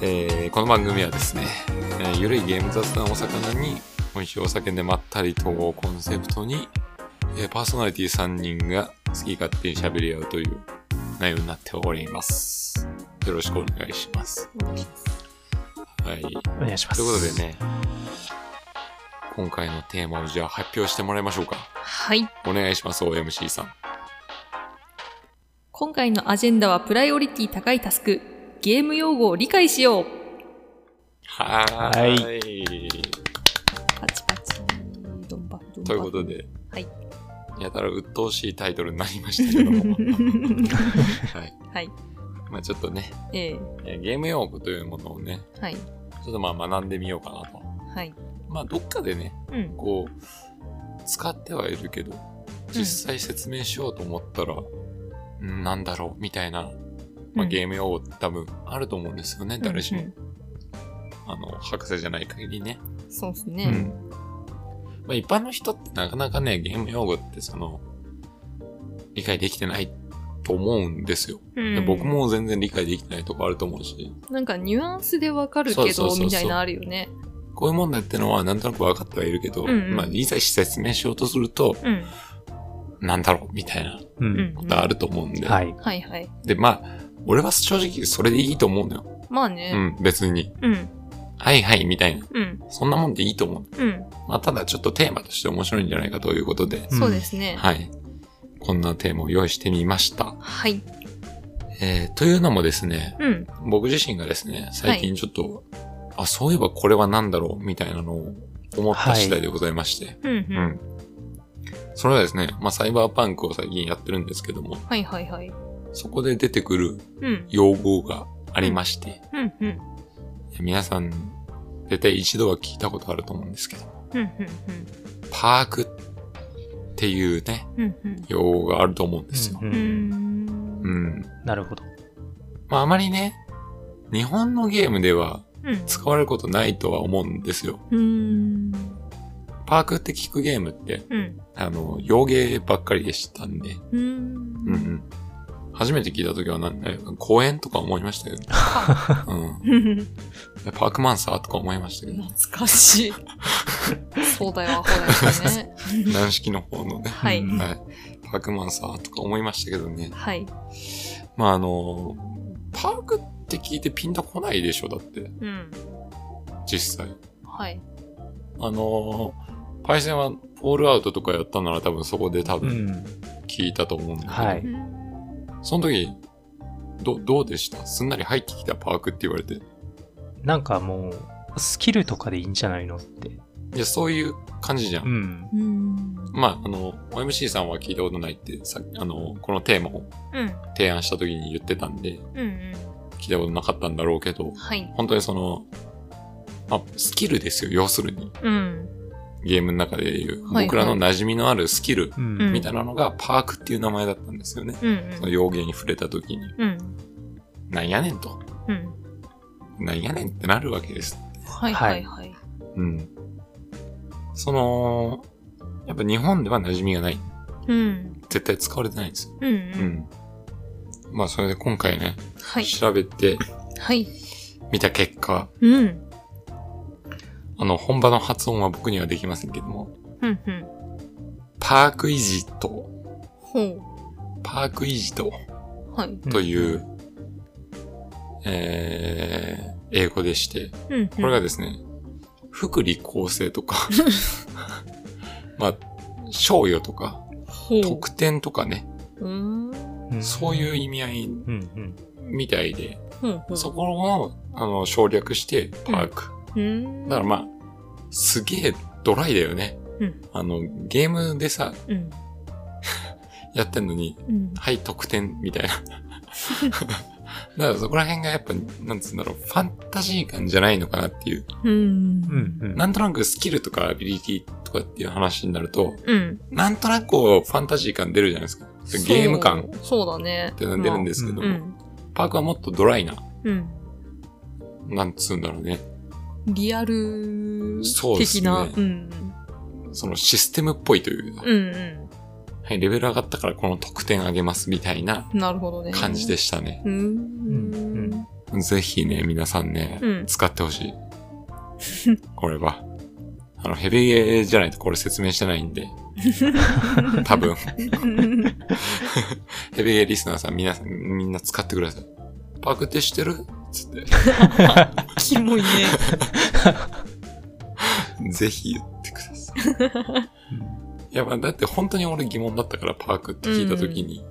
Speaker 1: えーこの番組はですね、えーゆるいゲーム雑談を魚に美味しいお酒でまったりとをコンセプトに、えーパーソナリティ3人が好き勝手に喋り合うという内容になっておりますよろしくお願いします
Speaker 2: お願いします
Speaker 1: はいという
Speaker 3: お願いします。
Speaker 1: ことで。ね今回のテーマをじゃあ発表してもらいましょうか
Speaker 2: はい。
Speaker 1: お願いします OMC さん
Speaker 2: 今回のアジェンダはプライオリティ高いタスク。ゲーム用語を理解しよう。
Speaker 1: は
Speaker 3: ー
Speaker 1: い
Speaker 2: パチパチ。ドンバドンバ
Speaker 1: ということで、
Speaker 2: はい
Speaker 1: やたら鬱陶しいタイトルになりましたけども、はい
Speaker 2: はい。
Speaker 1: まあ、ちょっとね、
Speaker 2: ええ
Speaker 1: えーゲーム用語というものをね、
Speaker 2: はい。
Speaker 1: ちょっとまあ学んでみようかなと。
Speaker 2: はい。
Speaker 1: まあ、どっかでね、
Speaker 2: うん。
Speaker 1: こう、使ってはいるけど、実際説明しようと思ったら、うんなんだろうみたいな、まあ、ゲーム用語って多分あると思うんですよね、誰しも。
Speaker 2: うん
Speaker 1: あの、博士じゃない限りね。
Speaker 2: うんそうです
Speaker 1: う
Speaker 2: ね。
Speaker 1: んまあ、一般の人ってなかなかね、ゲーム用語ってその、理解できてないと思うんですよ。で
Speaker 2: うん
Speaker 1: 僕。も全然理解できてないとこあると思うし、
Speaker 2: なんかニュアンスでわかる
Speaker 1: そう
Speaker 2: け
Speaker 1: そうそう
Speaker 2: ど、
Speaker 1: そう
Speaker 2: みたいなあるよね。
Speaker 1: こういうもんだってのはなんとなく分かってはいるけど、
Speaker 2: うんうん
Speaker 1: まあ、いざ説明しようとすると、
Speaker 2: うん。
Speaker 1: なんだろうみたいなこ
Speaker 3: う。
Speaker 2: うんん。
Speaker 1: とあると思うんで。
Speaker 3: はい。
Speaker 2: はいはい。
Speaker 1: で、まあ、俺は正直それでいいと思うのよ。
Speaker 2: まあ
Speaker 1: う
Speaker 2: ね。
Speaker 1: ん、別に。
Speaker 2: うん。
Speaker 1: はいはい、みたいな。
Speaker 2: うん。
Speaker 1: そんなもんでいいと思う。
Speaker 2: うん。
Speaker 1: まあ、ただちょっとテーマとして面白いんじゃないかということで、
Speaker 3: うん
Speaker 2: そうですね。
Speaker 1: はい。こんなテーマを用意してみました。
Speaker 2: はい。
Speaker 1: えーというのもですね、
Speaker 2: うん。
Speaker 1: 僕自身がですね、最近ちょっと、あ、そういえばこれは何だろうみたいなのを思った次第でございまして。
Speaker 2: うん。う。
Speaker 1: うんん。それはですね、まあ、サイバーパンクを最近やってるんですけども、
Speaker 2: はいはいはい。
Speaker 1: そこで出てくる
Speaker 2: うん。
Speaker 1: 用語がありまして、
Speaker 2: うん。うん。
Speaker 1: 皆さん、絶対一度は聞いたことあると思うんですけど、
Speaker 2: うん。うん。
Speaker 1: パークっていうね、
Speaker 2: うん。うん。
Speaker 1: 用語があると思うんですよ。
Speaker 3: う
Speaker 2: うんー
Speaker 3: うん
Speaker 2: ん。
Speaker 1: うん。
Speaker 3: なるほど。
Speaker 1: まあ、あまりね、日本のゲームでは
Speaker 2: うん。
Speaker 1: 使われることないとは思うんですよ。
Speaker 2: うーん。
Speaker 1: パークって聞くゲームって、
Speaker 2: うん。
Speaker 1: あの、洋芸ばっかりでしたんで、
Speaker 2: うー。
Speaker 1: うんうんん。初めて聞いた時はなんえ公園とか思いましたけど、うん。
Speaker 2: 懐
Speaker 1: パークマンサーとか思いましたけど、
Speaker 2: かしい。そうだよ、アホだよね。
Speaker 1: 軟式の方のね、
Speaker 2: はい
Speaker 3: うん
Speaker 1: はい。パークマンサーとか思いましたけどね。
Speaker 2: はい。
Speaker 1: まああの、パークって聞いてピンとこないでしょ、だって、
Speaker 2: うん。
Speaker 1: 実際。
Speaker 2: はい。
Speaker 1: あの、パイセンはフォールアウトとかやったなら多分そこで多
Speaker 3: う
Speaker 1: 分
Speaker 3: ん。
Speaker 1: 聞いたと思うんだけど、
Speaker 3: は
Speaker 2: う
Speaker 3: い。
Speaker 2: ん
Speaker 1: その時、ど、どうでしたすんなり入ってきたパークって言われて。
Speaker 3: なんかもう、スキルとかでいいんじゃないのって。
Speaker 1: いや、そういう感じじゃん。
Speaker 3: うん。
Speaker 2: うん。
Speaker 1: まあ、あの、OMC さんは聞いたことないって、さあの、このテーマを
Speaker 2: うん。
Speaker 1: 提案した時に言ってたんで、
Speaker 2: うん。うん。
Speaker 1: 聞いたことなかったんだろうけど、
Speaker 2: はい。
Speaker 1: 本当にその、まあ、スキルですよ、要するに。
Speaker 2: うん。
Speaker 1: ゲームの中でいう、
Speaker 2: はいはい
Speaker 1: 僕らの馴染みのあるスキル
Speaker 3: う
Speaker 2: うん
Speaker 3: ん
Speaker 1: み。たいなのが、パークっていう名前だったんですよね。
Speaker 2: うん。
Speaker 1: その用言に触れた時に、
Speaker 2: うん。
Speaker 1: なんやねんと。
Speaker 2: うん。
Speaker 1: なんやねんってなるわけです。
Speaker 2: はいはいはい。
Speaker 1: うん。その、やっぱ日本では馴染みがない。
Speaker 2: うん。
Speaker 1: 絶対使われてないんですよ。
Speaker 2: うん。う。
Speaker 1: うんん。まあ、それで今回ね、
Speaker 2: はい。
Speaker 1: 調べて
Speaker 2: はい。
Speaker 1: みた結果、
Speaker 2: うん。
Speaker 1: あの、本場の発音は僕にはできませんけども、
Speaker 2: うん。うん。
Speaker 1: パークイジット、
Speaker 2: ほ
Speaker 1: パークイジット
Speaker 2: う。はい。
Speaker 1: という、えー、英語でして、
Speaker 2: うん。
Speaker 1: これがですね、福利厚生とか、まあ、賞与とか、
Speaker 2: ほう。
Speaker 1: 特典とかね、
Speaker 2: うーん。
Speaker 3: うん
Speaker 1: そういう意味合い
Speaker 3: うんうん。
Speaker 1: みたいで、
Speaker 2: ほうほう。
Speaker 1: そこを、あの、省略して、パーク。
Speaker 2: うーん。
Speaker 1: だからまあ、すげえドライだよね。
Speaker 2: うん
Speaker 1: あの、ゲームでさ、
Speaker 2: うん。
Speaker 1: やってんのに、
Speaker 2: うん。
Speaker 1: はい、得点、みたいな。 だからそこら辺がやっぱ、なんつうんだろう、ファンタジー感じゃないのかなっていう。
Speaker 2: う。
Speaker 3: うんんうん。
Speaker 1: なんとなくスキルとかアビリティとかっていう話になると、
Speaker 2: うん。
Speaker 1: なんとなくこう、ファンタジー感出るじゃないですか。ゲーム感っ
Speaker 2: そう。そうだね。
Speaker 1: てのが出るんですけど、
Speaker 2: まあうん。
Speaker 1: パークはもっとドライな、
Speaker 2: うん。
Speaker 1: なんつうんだろうね。
Speaker 2: リアル
Speaker 1: そうですね
Speaker 2: 的な。うん。
Speaker 1: そのシステムっぽいというか、
Speaker 2: うんう。
Speaker 1: はい、レベル上がったからこの得点上げますみたいなん
Speaker 2: なるほどね。
Speaker 1: 感じでしたね。
Speaker 2: うーん。
Speaker 3: うん
Speaker 1: ぜひね、皆さんね、
Speaker 2: うん
Speaker 1: 使ってほしい。これは。あの、ヘビーゲーじゃないとこれ説明してないんで。多分、
Speaker 2: うん。
Speaker 1: ヘビーゲーリスナーさん、皆さん、みんな使ってください。パクってしてるつって、
Speaker 2: キモいね。
Speaker 1: ぜひ言ってください。いや、まあ、だって本当に俺疑問だったから、パークって聞いたときに。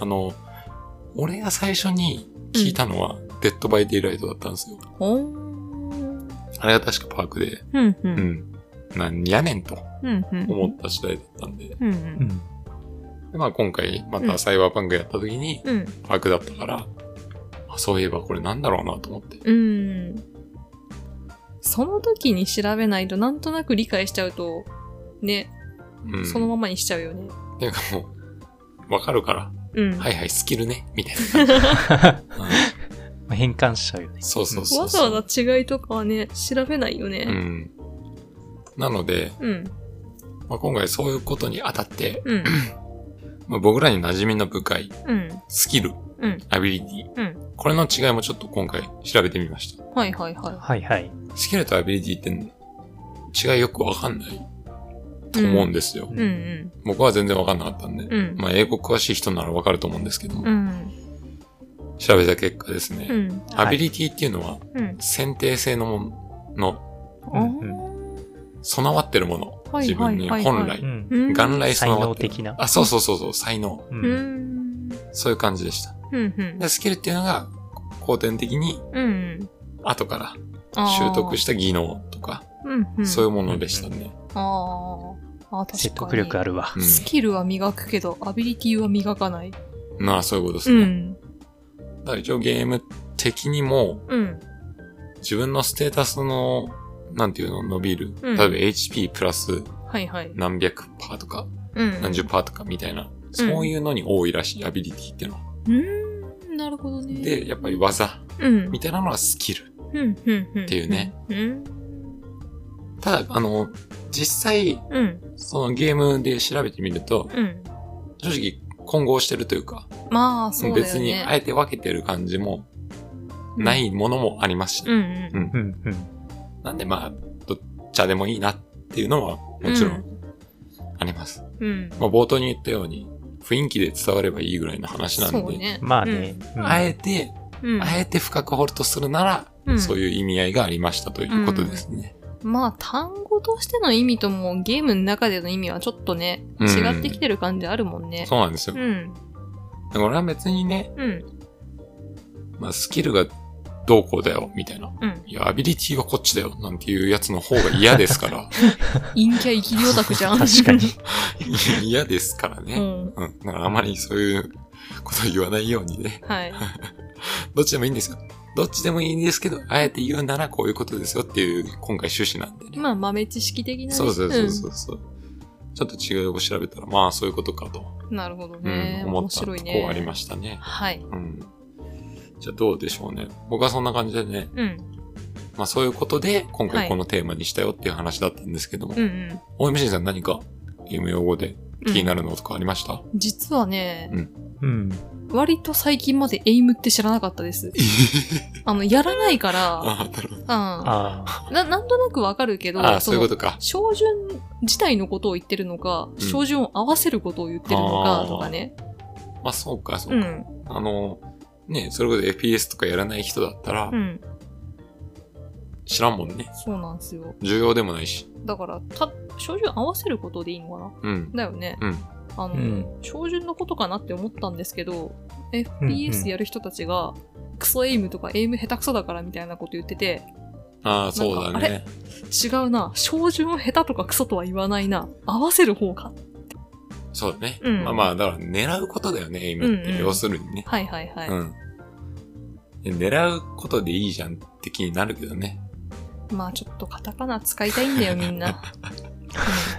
Speaker 1: あの、俺が最初に聞いたのは、デッドバイデイライトだったんですよ。
Speaker 2: ほん。
Speaker 1: あれが確かパークで、
Speaker 2: うんう。
Speaker 1: うんん。なんやねんと
Speaker 2: うんうん。
Speaker 1: 思った次第だったんで。
Speaker 2: うんう。
Speaker 3: うん ん。
Speaker 1: でまあ今回、またサイバーパンクやった時に、
Speaker 2: うん。
Speaker 1: パークだったから、あそういえばこれなんだろうなと思って。
Speaker 2: うん。その時に調べないとなんとなく理解しちゃうと、ね、
Speaker 1: うん。
Speaker 2: そのままにしちゃうよね。
Speaker 1: っていうかもう、わかるから、
Speaker 2: うん。
Speaker 1: はいはい、スキルね、みたいな感 じ。
Speaker 3: まあ変換しちゃうよね
Speaker 1: うん。そうそうそう
Speaker 2: わ
Speaker 1: そう。
Speaker 2: ざわざ違いとかはね、調べないよ
Speaker 1: う
Speaker 2: ね。
Speaker 1: ん。なので、
Speaker 2: うん。
Speaker 1: まあ、今回そういうことにあたって、
Speaker 2: うん。
Speaker 1: まあ、僕らに馴染みの部会、
Speaker 2: うん。
Speaker 1: スキル、
Speaker 2: うん
Speaker 1: アビリティ、
Speaker 2: うん
Speaker 1: これの違いもちょっと今回調べてみました。
Speaker 2: はいはいは
Speaker 3: はいはい。
Speaker 1: スキルとアビリティって、違いよくわかんないと思うんですよ。
Speaker 2: い。うん
Speaker 1: 僕は全然わかんなかったんで。
Speaker 2: うん。うん。
Speaker 1: まあ、英語詳しい人ならわかると思うんですけど、
Speaker 2: うん。
Speaker 1: 調べた結果ですね、
Speaker 2: うん。
Speaker 1: アビリティっていうのは、
Speaker 2: うん。
Speaker 1: 選定性のもの、
Speaker 3: うんうん
Speaker 1: 備わってるもの、
Speaker 2: はい
Speaker 1: 自分に
Speaker 2: はいはい
Speaker 1: 本
Speaker 2: は
Speaker 1: 来
Speaker 2: い、
Speaker 3: うん
Speaker 2: うん。うん。
Speaker 1: 元来
Speaker 3: 才
Speaker 1: 備わ
Speaker 3: 能
Speaker 1: ってる。
Speaker 3: 的な。
Speaker 1: あ、そうそうそうそう、才能。
Speaker 3: う。
Speaker 2: うんん。
Speaker 1: そういう感じでした。
Speaker 2: うん。
Speaker 1: で、スキルっていうのが、後天的に、
Speaker 2: うん。
Speaker 1: 後から習得した技能とか、
Speaker 2: うん。
Speaker 1: そういう
Speaker 2: う。
Speaker 1: ものでしたね。
Speaker 2: ああ。あ、確かに。
Speaker 3: 説得力あるわ。
Speaker 1: うん
Speaker 2: スキルは磨くけど、アビリティは磨かない。
Speaker 1: まあ、そういうことです
Speaker 2: う
Speaker 1: ね。
Speaker 2: ん。
Speaker 1: だから一応ゲーム的にも、
Speaker 2: うん。
Speaker 1: 自分のステータスの、なんていうの、伸びる。
Speaker 2: うん
Speaker 1: 例えば HP プラス
Speaker 2: はいはい。
Speaker 1: 何百パーとか、
Speaker 2: うん。
Speaker 1: 何十パーとかみたいな、そういうのに多いらしい、アビリティっていうのは。
Speaker 2: うーん。なるほどね。
Speaker 1: で、やっぱり技
Speaker 2: うん。
Speaker 1: みたいなのはスキル。
Speaker 2: うん。うん。
Speaker 1: ていうね。
Speaker 2: うん。
Speaker 1: ただ、あの、実際、
Speaker 2: うん。
Speaker 1: そのゲームで調べてみると、
Speaker 2: うん。
Speaker 1: 正直混合してるというか、
Speaker 2: まあ、そうだよね。
Speaker 1: 別にあえて分けてる感じもな。いものもありますし、
Speaker 2: うんうん。
Speaker 3: うんうん。
Speaker 1: なんでまあ、どっちでもいいなっていうのはもちろんあります。
Speaker 2: うん。
Speaker 1: まあ冒頭に言ったように、雰囲気で伝わればいいぐらいの話なんで、
Speaker 2: そうね。
Speaker 3: まあね。うん
Speaker 1: あえて、
Speaker 2: うん。うん
Speaker 1: あえて深く掘るとするなら、
Speaker 2: うん
Speaker 1: そういう意味合いがありましたということですね。
Speaker 2: まあ、単語としての意味とも、ゲームの中での意味はちょっとね、
Speaker 1: うん
Speaker 2: 違ってきてる感じあるもんね。
Speaker 1: そうなんですよ。
Speaker 2: うん。
Speaker 1: だから俺は別にね、
Speaker 2: うん。
Speaker 1: まあ、スキルがどうこうだよ、みたいな。
Speaker 2: うん。
Speaker 1: いや、アビリティはこっちだよ、なんていうやつの方が嫌です から。
Speaker 2: 陰キャ生きりオタクじゃん。
Speaker 3: 確かに。
Speaker 1: 嫌ですから
Speaker 2: う
Speaker 1: ね。
Speaker 2: ん。
Speaker 1: うん。だからあまりそういうことを言わないようにね。
Speaker 2: はい。
Speaker 1: どっちでもいいんですよ。どっちでもいいんですけど、あえて言うならこういうことですよっていう今回趣旨なんでね。
Speaker 2: まあ、豆知識的なね。
Speaker 1: そうそうそうそうそう。ちょっと違いを調べたら、まあそういうことかと、
Speaker 2: うん。なるほど
Speaker 1: うん
Speaker 2: ね。
Speaker 1: 思
Speaker 2: 面
Speaker 1: ったと
Speaker 2: 白いね。
Speaker 1: こありましたね。
Speaker 2: はい。
Speaker 1: うん。じゃあどうでしょうね。僕はそんな感じでね、
Speaker 2: うん。
Speaker 1: まあそういうことで今
Speaker 2: は
Speaker 1: 回
Speaker 2: い
Speaker 1: このテーマにしたよっていう話だったんですけども、
Speaker 2: うんうん。
Speaker 1: OMC さん何かゲーム用語で気にな
Speaker 2: る。
Speaker 1: るのとかありました、
Speaker 2: 実はね、
Speaker 3: うん。
Speaker 2: 割と最近までエイムって知らなかったです。あの、やらないか ら、
Speaker 1: あ、なるほど。
Speaker 2: うん。
Speaker 3: ああ。
Speaker 2: な、なんとなくわかるけど、
Speaker 1: あ、そういう
Speaker 2: の
Speaker 1: ことか。
Speaker 2: 照準自体のことを言ってるのか、
Speaker 1: ん
Speaker 2: 照準を合わせることを言ってるの
Speaker 1: あ
Speaker 2: か、
Speaker 1: ー
Speaker 2: とかね。
Speaker 1: まあそうか、そう
Speaker 2: う
Speaker 1: か。
Speaker 2: ん。
Speaker 1: あの、ね、それこそ FPS とかやらない人だったら、
Speaker 2: うん。
Speaker 1: 知らんもんね。
Speaker 2: そうなんですよ。
Speaker 1: 重要でもないし。
Speaker 2: だから、た、照準合わせることでいいのかな
Speaker 1: うん。
Speaker 2: だよね。
Speaker 1: うん
Speaker 2: あの、
Speaker 3: うん
Speaker 2: 照準のことかなって思ったんですけど、
Speaker 3: うんう
Speaker 2: FPS
Speaker 3: ん
Speaker 2: やる人たちが、クソエイムとかエイム下手くそだからみたいなこと言ってて、
Speaker 1: ああ、そうだ
Speaker 2: なんかあ
Speaker 1: ね。
Speaker 2: 違うな、照準下手とかクソとは言わないな、合わせる方か。
Speaker 1: そうだね。
Speaker 2: うん
Speaker 1: まあまあ、だから狙うことだよね、エイムって。
Speaker 2: うんうん
Speaker 1: 要するにね。
Speaker 2: はいはいはい。
Speaker 1: うん。狙うことでいいじゃんって気になるけどね。
Speaker 2: まあちょっとカタカナ使いたいんだよみん な。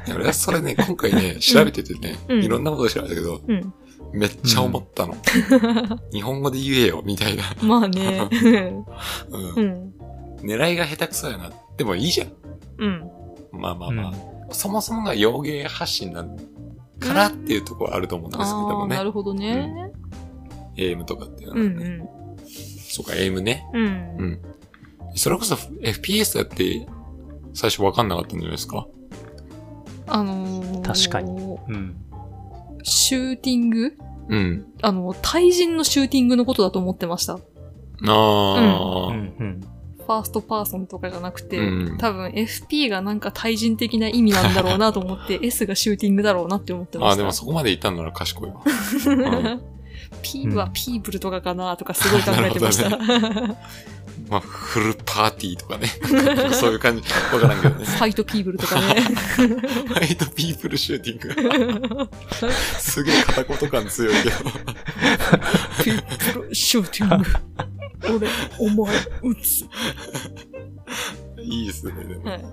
Speaker 1: いや俺はそれね、今回ね、調べててね、
Speaker 2: うん
Speaker 1: いろんなこと調べたけど、
Speaker 2: うん。うん
Speaker 1: めっちゃ思ったの。日本語で言えよ、みたいな。
Speaker 2: まあ ね。
Speaker 1: うん
Speaker 2: うん。
Speaker 1: 狙いが下手くそやな。でもいいじゃん。
Speaker 2: うん。
Speaker 1: まあまあまあ。そもそもが洋芸発信なんからっていうところあると思うんですけど
Speaker 2: あ
Speaker 1: も
Speaker 2: あ、な
Speaker 1: ね。
Speaker 2: るほどね。
Speaker 1: エイムとかっていう
Speaker 2: う
Speaker 1: のは
Speaker 2: ん
Speaker 1: ね。そうか、エイムね。
Speaker 2: うん。うん。
Speaker 1: うんそれこそ FPS だって最初わかんなかったんじゃないですか。
Speaker 2: あのー、
Speaker 3: 確かに。うん。
Speaker 2: シューティング
Speaker 1: うん。
Speaker 2: あの、対人のシューティングのことだと思ってました。フ
Speaker 1: あ
Speaker 3: う
Speaker 1: あ、
Speaker 3: ん。うん。
Speaker 2: ァーストパーソンとかじゃなくて、
Speaker 1: うん
Speaker 2: 多分 FP がなんか対人的な意味なんだろうなと 思って、S がシューティングだろうなって思って
Speaker 1: あ
Speaker 2: ま
Speaker 1: あ、
Speaker 2: した。
Speaker 1: でもそこまでいったんなら賢いわ。ん
Speaker 2: P はピープルとかかなとかすごい考えてました。
Speaker 1: なまあ、フルパーティーとかね。 そういう感じ。わからんけどね。
Speaker 2: ファイトピーブルと かね。
Speaker 1: ファイトピープルシューティング。 すげえ片言感強いけど。
Speaker 2: ピープルシューティング。俺、お前、撃つ。
Speaker 1: いいですね、でも。
Speaker 2: はい。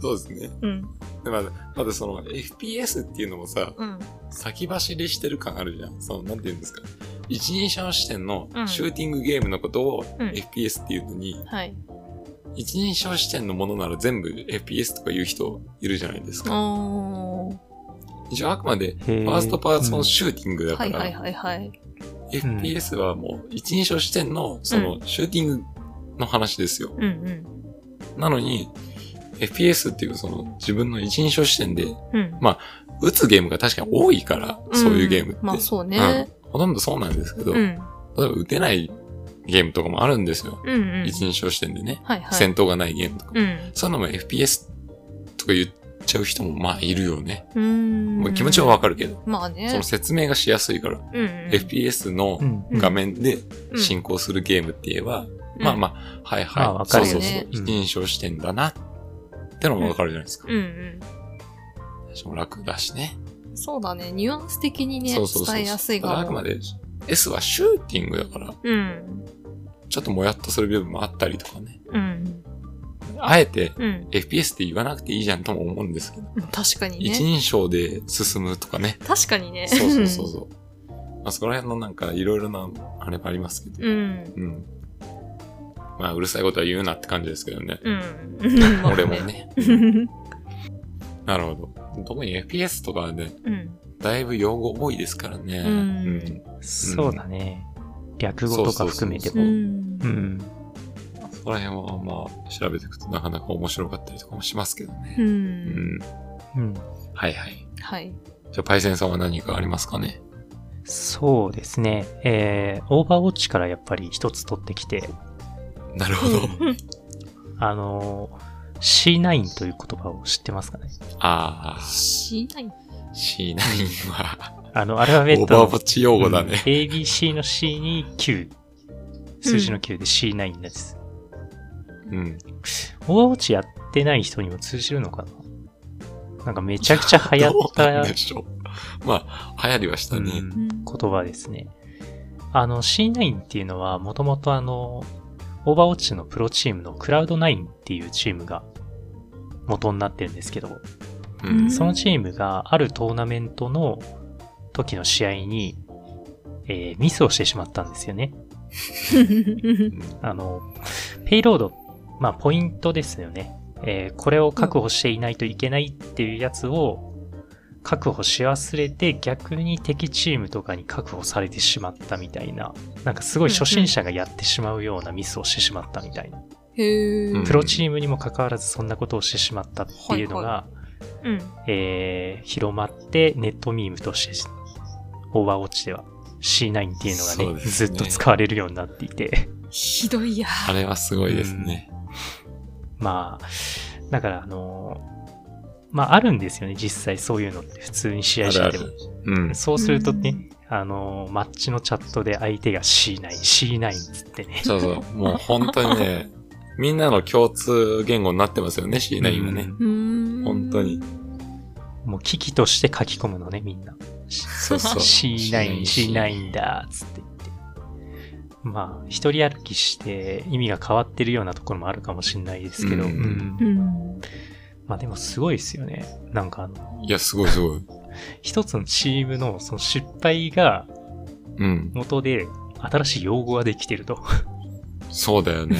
Speaker 1: そうですね。
Speaker 2: うん。
Speaker 1: でまだ、まだその FPS っていうのもさ、
Speaker 2: うん。
Speaker 1: 先走りしてる感あるじゃん。その、なんて言うんですか。一人称視点の
Speaker 2: うん
Speaker 1: シューティングゲームのことを
Speaker 2: うん
Speaker 1: FPS っていうのに、
Speaker 2: はい。
Speaker 1: 一人称視点のものなら全部 FPS とか言う人いるじゃないですか。
Speaker 2: おー。
Speaker 1: 一応あくまで、フ
Speaker 3: へ
Speaker 1: ァーストパーソンシューティングだ
Speaker 2: は
Speaker 1: か
Speaker 2: いはい
Speaker 1: ら、
Speaker 2: はいはい。
Speaker 1: FPS はもう一人称視点のそのシューティングの話ですよ。
Speaker 2: うん
Speaker 1: なのに、FPS っていうその自分の一人称視点で
Speaker 2: うん。うん。
Speaker 1: ま打つゲームが確かに多いから、そういうゲームって。
Speaker 2: んまあそう
Speaker 1: うん
Speaker 2: ね。
Speaker 1: ほとんどそうなんですけど、
Speaker 2: う
Speaker 1: 例え
Speaker 2: ん。
Speaker 1: ば打てないゲームとかもあるんですよ。
Speaker 2: うんうん。
Speaker 1: 一人称視点でね。
Speaker 2: はいはい。
Speaker 1: 戦闘がないゲームとか。
Speaker 2: うん。
Speaker 1: そういうのも FPS とか言っちゃう人もまあいるよね。
Speaker 2: うー
Speaker 1: まあ
Speaker 2: ん。
Speaker 1: 気持ちはわかるけど、
Speaker 2: まあ
Speaker 1: そ
Speaker 2: ね
Speaker 1: の。説明がしやすいから、
Speaker 2: うんうん。
Speaker 1: FPS の
Speaker 3: うん。
Speaker 1: 画面で
Speaker 2: うん
Speaker 1: 進行するゲームって言えば、
Speaker 2: うん
Speaker 1: まあまあ、はいはい。
Speaker 3: まあわか
Speaker 2: る
Speaker 1: そ
Speaker 2: よ
Speaker 1: う
Speaker 2: ね
Speaker 1: そうそう。
Speaker 3: う
Speaker 1: 一
Speaker 3: ん
Speaker 1: 人称視点だな。ってのもわかるじゃないですか。
Speaker 2: うんうん。
Speaker 1: 私も楽だしね。
Speaker 2: そうだね。ニュアンス的にね、伝えやすい
Speaker 1: た
Speaker 2: か
Speaker 1: だ
Speaker 2: も。
Speaker 1: あくまで S はシューティングだから、
Speaker 2: うん。
Speaker 1: ちょっともやっとする部分もあったりとかね。
Speaker 2: うん。
Speaker 1: あえて
Speaker 2: うん。
Speaker 1: FPS って言わなくていいじゃんとも思うんですけど。
Speaker 2: 確かに
Speaker 1: 一
Speaker 2: ね。
Speaker 1: 人称で進むとかね。
Speaker 2: 確かにね。
Speaker 1: そうそうそうそう。 まあそこら辺のなんかいろいろなあれもありますけど。
Speaker 2: うん。
Speaker 1: うん。まあうるさいことは言うなって感じですけどね。
Speaker 2: うん。
Speaker 1: 俺も。ね。
Speaker 2: うん。
Speaker 1: なるほど。特に FPS とかはね、
Speaker 2: うん。
Speaker 1: だいぶ用語多いですからね。
Speaker 2: うん
Speaker 3: そうだね。略語とか含めて
Speaker 1: う
Speaker 2: う
Speaker 3: も。
Speaker 2: ん
Speaker 3: う。ん。
Speaker 1: そこら辺はまあ調べていくとなかなか面白かったりとかもしますけどね。
Speaker 2: う。
Speaker 1: うんん。
Speaker 3: うん。
Speaker 1: はいはい。
Speaker 2: はい。
Speaker 1: じゃあパイセンさんは何かありますかね
Speaker 3: そうですね。えー、オーバーウォッチからやっぱり一つ取ってきて、
Speaker 1: なるほど。
Speaker 3: あのー、C9 という言葉を知ってますかね
Speaker 1: ああ、
Speaker 2: しない。
Speaker 1: C9 は、
Speaker 3: あの、アルファベ
Speaker 1: オ
Speaker 3: ッ
Speaker 1: ーバー
Speaker 3: ト
Speaker 1: ウォッチ用語だね。
Speaker 3: ABC の C に9。数字の9で C9 です。
Speaker 1: うん。
Speaker 3: オーバーウォッチやってない人にも通じるのかななんかめちゃくちゃ流行っ
Speaker 1: どうな
Speaker 3: た
Speaker 1: んでしょう。まあ、流行りはしたね。
Speaker 3: う
Speaker 2: うんん。
Speaker 3: 言葉ですね。あの C9 っていうのはもともとあの、オーバーウォッチのプロチームのクラウド9っていうチームが元になってるんですけど、
Speaker 1: うん。
Speaker 3: そのチームがあるトーナメントの時の試合に、えーミスをしてしまったんですよね。あの、ペイロード、まあ、ポイントですよね。えーこれを確保していないといけないっていうやつを、確保し忘れて逆に敵チームとかに確保されてしまったみたいな、なんかすごい初心者がやってしまうようなミスをしてしまったみたいな。
Speaker 2: へえ。
Speaker 1: うん
Speaker 3: プロチームにもかかわらずそんなことをしてしまったっていうの
Speaker 2: はい
Speaker 3: が、
Speaker 2: うん。
Speaker 3: えー広まってネットミームとして、オーバーウォッチでは C9 っていうのが
Speaker 1: そう
Speaker 3: ね
Speaker 1: ですね
Speaker 3: ずっと使われるようになっていて、
Speaker 2: ひどいや。
Speaker 1: あれはすごいですね。
Speaker 3: まあ、だから、あの、まあ、あるんですよね、実際そういうのって、普通に試合してても
Speaker 1: ある。うん。
Speaker 3: そうするとね
Speaker 2: うん、
Speaker 3: あの、マッチのチャットで相手が C9、C9 っつってね。
Speaker 1: そうそう。もう本当にね、みんなの共通言語になってますよね、C9 はね。
Speaker 3: うん
Speaker 2: うーん。
Speaker 1: 本当に。
Speaker 3: もう機器として書き込むのね、みんな。
Speaker 1: そう そう。C9。
Speaker 3: C9、C9 だ、つって言って。まあ、一人歩きして意味が変わってるようなところもあるかもしれないですけど、
Speaker 1: うん
Speaker 3: うん
Speaker 2: うん。
Speaker 3: まあでもすごいですよね。なんかあの、
Speaker 1: いや、すごいすごい。
Speaker 3: 一つのチームのその失敗が
Speaker 1: うん。
Speaker 3: 元で新しい用語ができてると。
Speaker 1: そうだよ ね。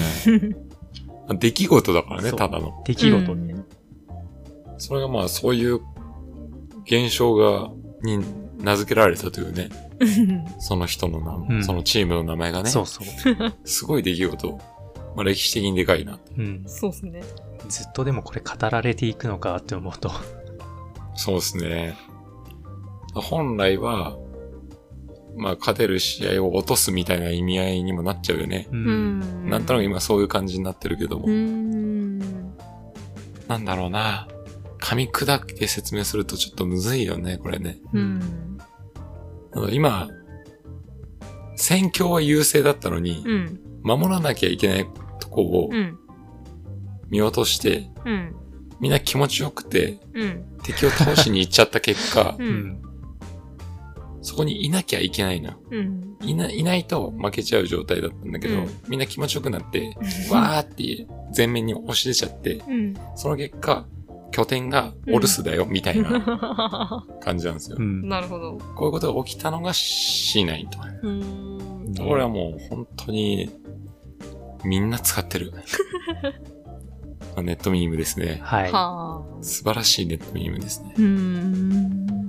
Speaker 1: 出来事だからね、
Speaker 3: そう
Speaker 1: ただの。
Speaker 3: 出来事で。
Speaker 1: それがまあ、そういう現象が、に名付けられたというね、その人の名前、
Speaker 3: うん
Speaker 1: そのチームの名前がね、
Speaker 3: そうそう。
Speaker 1: すごい出来事。まあ、歴史的にでかいな。
Speaker 3: うん。
Speaker 2: そうですね。
Speaker 3: ずっとでもこれ語られていくのかって思うと。
Speaker 1: そうですね。本来は、まあ、勝てる試合を落とすみたいな意味合いにもなっちゃうよね。
Speaker 3: う。
Speaker 2: うんん。
Speaker 1: なんとなく今そういう感じになってるけども。
Speaker 2: うーん。
Speaker 1: なんだろうな。噛み砕けて説明するとちょっとむずいよね、これね。
Speaker 2: うん。
Speaker 1: あの今、戦況は優勢だったのに、
Speaker 2: うん。
Speaker 1: 守らなきゃいけないとこを
Speaker 2: うん。
Speaker 1: 見落として、
Speaker 2: うん。
Speaker 1: みんな気持ちよくて
Speaker 2: うん。
Speaker 1: 敵を倒しに行っちゃった結果
Speaker 2: う、。
Speaker 3: うんん。
Speaker 1: そこにいなきゃいけないな。
Speaker 2: うん。
Speaker 1: いな、いないと負けちゃう状態だったんだけど、
Speaker 2: うん
Speaker 1: みんな気持ちよくなって、わーって前面に押し出ちゃって、
Speaker 2: うん。
Speaker 1: その結果、拠点がオルスだよ、みたいな感じなんですよ。
Speaker 3: うん
Speaker 2: なるほど。
Speaker 1: こういうことが起きたのが C9 と。
Speaker 2: うーん。
Speaker 1: これはもう本当に、みんな使って る。まあネットミームですね。
Speaker 3: はい。
Speaker 2: はあ。
Speaker 1: 素晴らしいネットミームですね。
Speaker 2: うーん。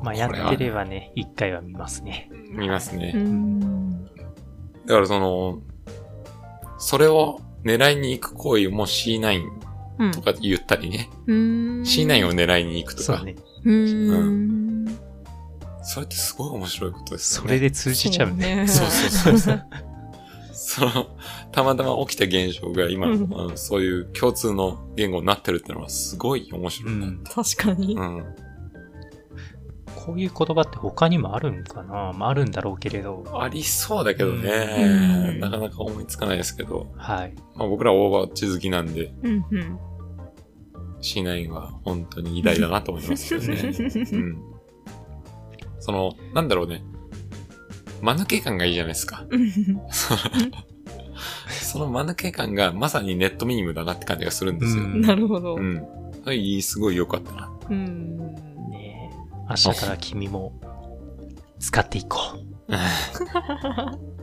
Speaker 3: まあ、やってればね、一回は見ますね。
Speaker 1: 見ます
Speaker 2: うー
Speaker 1: ね。
Speaker 2: ん。
Speaker 1: だからその、それを狙いに行く行為も C9
Speaker 2: うん
Speaker 1: とか言ったりね。
Speaker 2: うーん。
Speaker 1: C9 を狙いに行くと
Speaker 3: そ
Speaker 1: か
Speaker 3: う。ね。
Speaker 2: うーん。
Speaker 1: それってすごい面白いことですよ
Speaker 3: そ
Speaker 1: ね。
Speaker 3: れで通じちゃうね。
Speaker 1: そうそうそう
Speaker 2: そ
Speaker 1: その、たまたま起きた現象が今、
Speaker 2: うん
Speaker 1: あのそういう共通の言語になってるってのはすごい面白
Speaker 3: う
Speaker 1: いな。
Speaker 3: ん。
Speaker 2: 確かに
Speaker 1: う。ん。
Speaker 3: こういう言葉って他にもあるんかなまあ、あるんだろうけれど。
Speaker 1: ありそうだけどね、
Speaker 2: うん
Speaker 1: なかなか思いつかないですけど、
Speaker 3: はい。
Speaker 1: まあ、僕らオーバーウォッチ好きなんで、
Speaker 2: うんうん。
Speaker 1: C9 は本当に偉大だなと思いますけど ね。うん。その、なんだろうね。間抜け感がいいじゃないですか。 その間抜け感がまさにネットミニムだなって感じがするんですよ。
Speaker 3: うん
Speaker 2: なるほど
Speaker 1: う。ん。はい、すごい良かったな。
Speaker 2: うん。
Speaker 3: ねえ明日から君も使っていこ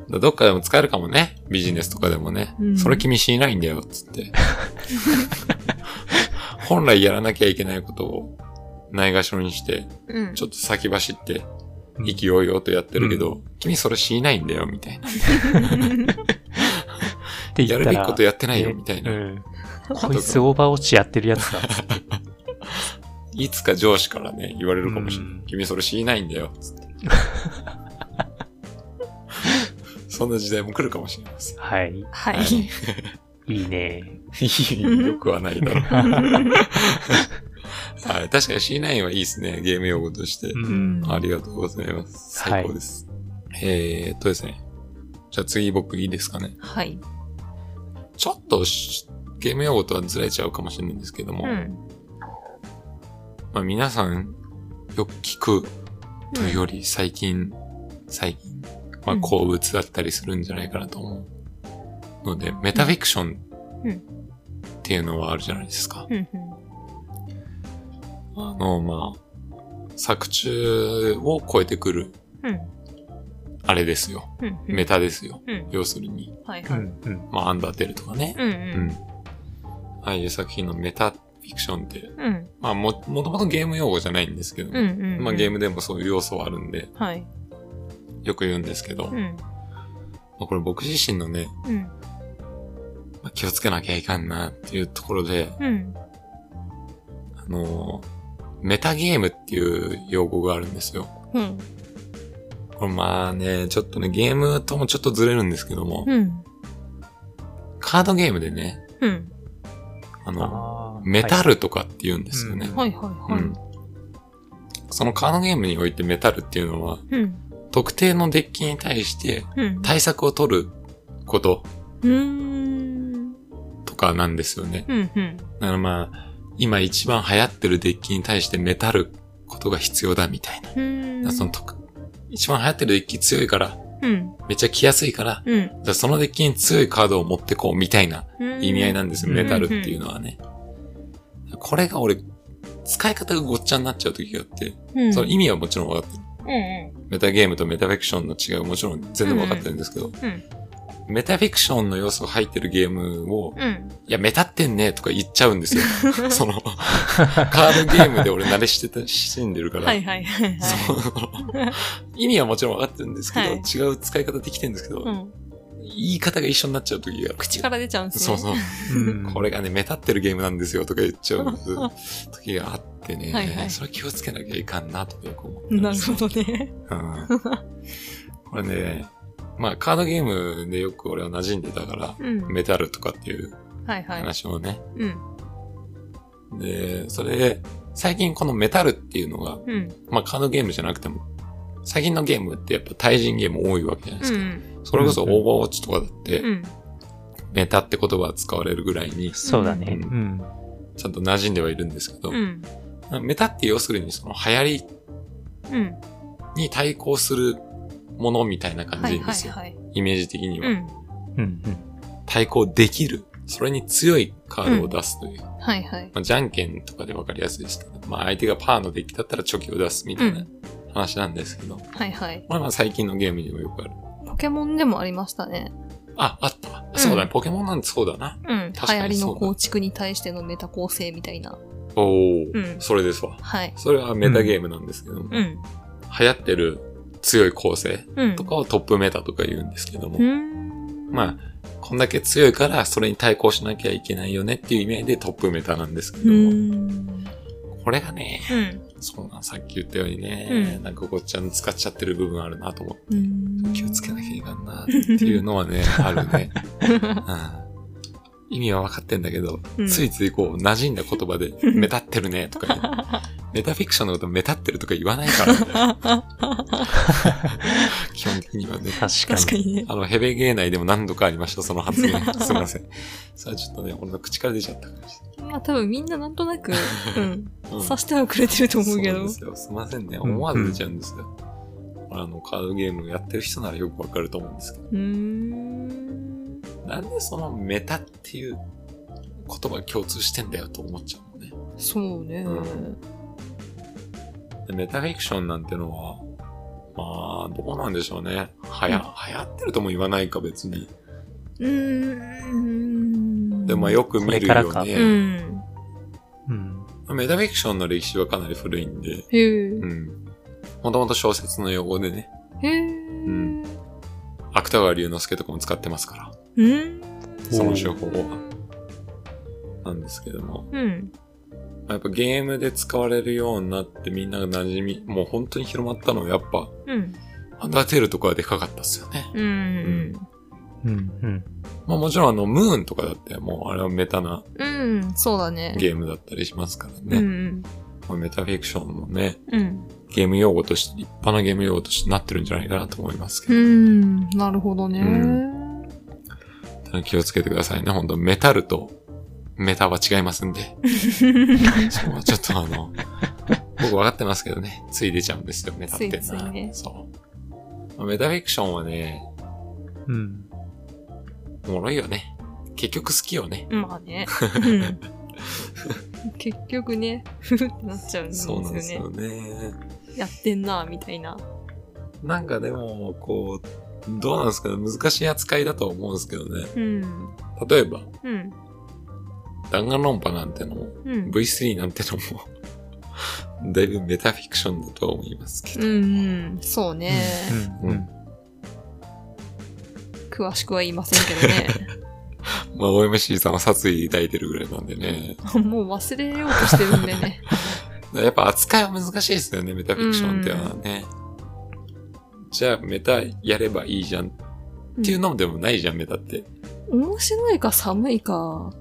Speaker 1: どっかでも使えるかもね。ビジネスとかでもね。
Speaker 2: うん
Speaker 1: それ君しないんだよ、つって。本来やらなきゃいけないことを、ないがしろにして、
Speaker 2: うん。
Speaker 1: ちょっと先走って、
Speaker 3: う。
Speaker 1: 勢いよとやってるけど、君それしないんだよ、みたいな。
Speaker 3: って言
Speaker 1: や
Speaker 3: った
Speaker 1: る
Speaker 3: ら
Speaker 1: べきことやってないよ、
Speaker 3: ね
Speaker 1: みたいうな。
Speaker 3: ん。 こいつオーバーウォッチやってるやつだ。
Speaker 1: いつか上司からね、言われるかもしれない。
Speaker 3: うん
Speaker 1: 君それしないんだよ、つ って。そんな時代も来るかもしれません。
Speaker 3: はい。
Speaker 2: はい。
Speaker 3: いいね。
Speaker 1: よくはないだろう。 はい、確かに C9 はいいですね。ゲーム用語として。
Speaker 3: うん。
Speaker 1: ありがとうございます。
Speaker 3: はい
Speaker 1: 最高です。えーっとですね。じゃあ次僕いいですかね。
Speaker 2: はい。
Speaker 1: ちょっとしゲーム用語とはずれちゃうかもしれないんですけども、
Speaker 2: うん。
Speaker 1: まあ、皆さんよく聞くというより最近、最近、まあ、
Speaker 2: うん
Speaker 1: 好物だったりするんじゃないかなと思う。ので、メタフィクション
Speaker 2: うん
Speaker 1: っていうのはあるじゃないですか。
Speaker 2: うん。
Speaker 1: あの、まあ、作中を超えてくる、
Speaker 2: うん。
Speaker 1: あれですよ。
Speaker 2: うん。
Speaker 1: メタですよ。
Speaker 2: うん。
Speaker 1: 要するに、
Speaker 2: はいうはい。
Speaker 3: ん。うん。
Speaker 1: まあ、アンダーテールとかね。
Speaker 2: うん。
Speaker 1: うん。ああいう作品のメタフィクションって、
Speaker 2: うん。うん。
Speaker 1: まあ、も、もともとゲーム用語じゃないんですけど、
Speaker 2: うん。うん。
Speaker 1: まあ、ゲー
Speaker 2: ム。
Speaker 1: ムでもそういう要素はあるんで、
Speaker 2: はい。
Speaker 1: よく言うんですけど、
Speaker 2: う
Speaker 1: ま
Speaker 2: ん。
Speaker 1: あ、これ僕自身のね、
Speaker 2: うん。
Speaker 1: まあ、気をつけなきゃいかんなっていうところで、
Speaker 2: うん。
Speaker 1: あのーメタゲームっていう用語があるんですよ。
Speaker 2: うん。
Speaker 1: これまあね、ちょっとね、ゲームともちょっとずれるんですけども、
Speaker 2: うん。
Speaker 1: カードゲームでね、
Speaker 2: うん。
Speaker 1: あの、
Speaker 3: あー
Speaker 1: メタ
Speaker 3: はい
Speaker 1: ルとかって言うんですよね。
Speaker 3: うん
Speaker 2: はいはいはい。
Speaker 1: うんそのカードゲームにおいてメタルっていうのは、
Speaker 2: うん。
Speaker 1: 特定のデッキに対して
Speaker 2: うん。
Speaker 1: 対策を取ること
Speaker 2: うーん。
Speaker 1: とかなんですよね。
Speaker 2: うん。うん。
Speaker 1: だからまあ、今一番流行ってるデッキに対してメタルことが必要だみたいな。だか
Speaker 2: う
Speaker 1: ら
Speaker 2: ん。
Speaker 1: その特一番流行ってるデッキ強いから、
Speaker 2: うん。
Speaker 1: めっちゃ来やすいから、
Speaker 2: うん。
Speaker 1: じゃあそのデッキに強いカードを持ってこうみたいな
Speaker 2: うん。
Speaker 1: 意味合いなんですよ、メタルっていう
Speaker 2: の。
Speaker 1: のはね。これが俺、使い方がごっちゃになっちゃう時があって、
Speaker 2: うん。
Speaker 1: その意味はもちろん分かってる。
Speaker 2: うんう
Speaker 1: メタゲームとメタフィクションの違いはもちろん全部分かってるんですけど、
Speaker 2: ん。うん。
Speaker 1: メタフィクションの要素が入ってるゲームを、
Speaker 2: うん。
Speaker 1: いや、メタってんねとか言っちゃうん ですよ。その、カードゲームで俺慣れしてた、死んでるから。
Speaker 2: はいはいはいはい。
Speaker 1: そ の意味はもちろん分かってるんですけど、
Speaker 2: はい
Speaker 1: 違う使い方できてるんですけど、
Speaker 2: うん。
Speaker 1: 言い方が一緒になっちゃう時がある。
Speaker 2: 口から出ちゃうんです
Speaker 1: そう
Speaker 2: ね。
Speaker 1: そう。
Speaker 3: うん
Speaker 1: これがね、目立ってるゲームなんですよとか言っちゃう時があってね、
Speaker 2: はいはい
Speaker 1: それ気をつけなきゃいかんなとかよく思って
Speaker 2: な
Speaker 1: ま
Speaker 2: る
Speaker 1: す
Speaker 2: ほどね。
Speaker 1: うんこれね、まあカードゲームでよく俺は馴染んでたから、
Speaker 2: うん。
Speaker 1: メタルとかっていう
Speaker 2: はいはい。
Speaker 1: 話をね。
Speaker 2: うん。
Speaker 1: で、それで、最近このメタルっていうのが、
Speaker 2: うん。
Speaker 1: まあカードゲームじゃなくても、最近のゲームってやっぱ対人ゲーム多いわけじゃないで
Speaker 2: う
Speaker 1: すか。
Speaker 2: ん。
Speaker 1: それこそオーバーウォッチとかだって、
Speaker 2: うん。
Speaker 1: メタって言葉は使われるぐらいに、
Speaker 3: そうだね。
Speaker 1: う
Speaker 3: うん。
Speaker 1: ちゃんと馴染んではいるんですけど、
Speaker 2: うん。
Speaker 1: メタって要するにその流行り
Speaker 2: うん。
Speaker 1: に対抗するものみたいな感
Speaker 2: は
Speaker 1: じ
Speaker 2: い
Speaker 1: で
Speaker 2: はい
Speaker 1: すよ。
Speaker 2: はい。
Speaker 1: イメージ的には、
Speaker 2: うん。
Speaker 3: うん
Speaker 1: 対抗できる。それに強いカードを出すという。ま
Speaker 2: はいはい。
Speaker 1: あ、じゃんけんとかで分かりやすいですけど、まあ相手がパーのデッキだったらチョキを出すみ
Speaker 2: う。
Speaker 1: たいなん話なんですけど、
Speaker 2: はいはい。
Speaker 1: まあまあ最近のゲームにもよくある。
Speaker 2: ポケモンでもありましたね。
Speaker 1: あ、あった。そうだね。ポケモンなんてそうだな。
Speaker 2: うん。
Speaker 1: 確か
Speaker 2: 流
Speaker 1: に
Speaker 2: 行り
Speaker 1: そう
Speaker 2: の
Speaker 1: だ
Speaker 2: 構築に対してのメタ構成みたいな。
Speaker 1: おお、
Speaker 2: うん
Speaker 1: それですわ。
Speaker 2: はい。
Speaker 1: それはメタゲームなんですけども、
Speaker 2: う
Speaker 1: 流
Speaker 2: ん。
Speaker 1: 行ってる強い構成
Speaker 2: うん。
Speaker 1: とかをトップメタとか言うんですけども、
Speaker 2: うん。
Speaker 1: まあ、こんだけ強いから、それに対抗しなきゃいけないよねっていう意味合いでトップメタなんですけ
Speaker 2: う
Speaker 1: ども、
Speaker 2: ん。
Speaker 1: これがね、
Speaker 2: うん。
Speaker 1: そうなん、さっき言ったようにね、
Speaker 2: うん
Speaker 1: なんかごっちゃに使っちゃってる部分あるなと思って、
Speaker 2: うん。
Speaker 1: 気をつけなきゃいかんなっていうの はね、あるね。うん、意味は分かってんだけど、
Speaker 2: うん
Speaker 1: ついついこう、馴染んだ言葉で、目立ってるねとか言う、メタフィクションのこと目立ってるとか言わないから、基本的にはね。
Speaker 3: 確か
Speaker 2: 確か
Speaker 3: に。
Speaker 2: にね。
Speaker 1: あの、ヘベゲー内でも何度かありました、その発言。すみません。それはちょっとね、俺の口から出ちゃった感じ。
Speaker 2: まあ多分みんななんとなく、うん。
Speaker 1: うん
Speaker 2: 察してはくれてると思うけ
Speaker 1: そうなん
Speaker 2: ど
Speaker 1: で。すよ。すみませんね。思わず出ちゃうんですよ。あの、カードゲームやってる人ならよくわかると思うんですけど。
Speaker 2: うーん。
Speaker 1: なんでそのメタっていう言葉が共通してんだよと思っちゃうのね。
Speaker 2: そうね。
Speaker 1: うんでメタフィクションなんてのは、まあ、どうなんでしょうね。はや、流行ってるとも言わないか別に。
Speaker 2: うーん。
Speaker 1: でもまあよく見るよ
Speaker 3: これからか
Speaker 2: う
Speaker 1: ね。
Speaker 2: ん。
Speaker 3: うん。
Speaker 1: メタフィクションの歴史はかなり古いんで、
Speaker 2: へえ。
Speaker 1: うん。もともと小説の用語でね、
Speaker 2: へえ。
Speaker 1: ん芥川龍之介とかも使ってますから、
Speaker 2: うん。
Speaker 1: その手法は。なんですけども。
Speaker 2: うん。
Speaker 1: まあやっぱゲームで使われるようになってみんなが馴染み、もう本当に広まったのはやっぱ、
Speaker 2: うん。
Speaker 1: アンダーテールとかはでかかったっすよね。
Speaker 2: うん。
Speaker 3: うん。
Speaker 1: まあもちろんあの、ムーンとかだってもうあれはメタな
Speaker 2: うん。そうだね。
Speaker 1: ゲームだったりしますから
Speaker 2: う
Speaker 1: ね。
Speaker 2: ん。
Speaker 1: まあメタフィクションもね、
Speaker 2: うん。
Speaker 1: ゲーム用語として、立派なゲーム用語としてなってるんじゃないかなと思いますけ
Speaker 2: う
Speaker 1: ど。
Speaker 2: ん。なるほどね。
Speaker 1: うんただ気をつけてくださいね。本当メタルとメタは違いますん で。そこはちょっとあの、僕分かってますけどね、つい出ちゃうんですよ、メタってな。
Speaker 2: ついついね
Speaker 1: そう。まあメタフィクションはね、
Speaker 3: うん。
Speaker 1: おもろいよね。結局好きよね。
Speaker 2: まあね。うん結局ね、ふふってなっちゃうんです
Speaker 1: そう
Speaker 2: よ
Speaker 1: なんです
Speaker 2: ね。
Speaker 1: よね。
Speaker 2: やってんな、みたいな。
Speaker 1: なんかでも、こう、どうなんですかね、難しい扱いだと思うんですけどね。
Speaker 2: うん。
Speaker 1: 例えば、
Speaker 2: うん。
Speaker 1: 弾丸論破なんてのも、
Speaker 2: うん。
Speaker 1: V3 なんてのも、だいぶメタフィクションだとは思いますけ
Speaker 2: う
Speaker 1: ど。
Speaker 2: んうん。そうね。
Speaker 3: うん。うん。
Speaker 2: 詳しくは言いませんけどね。
Speaker 1: まあ、OMC さんは殺意抱いてるぐらいなんでね。
Speaker 2: もう忘れようとしてるんで ね。
Speaker 1: やっぱ扱いは難しいですよね、メタフィクションってはね。じゃあ、メタやればいいじゃんっていうのでもないじゃん、メタって。
Speaker 2: 面白いか寒いか。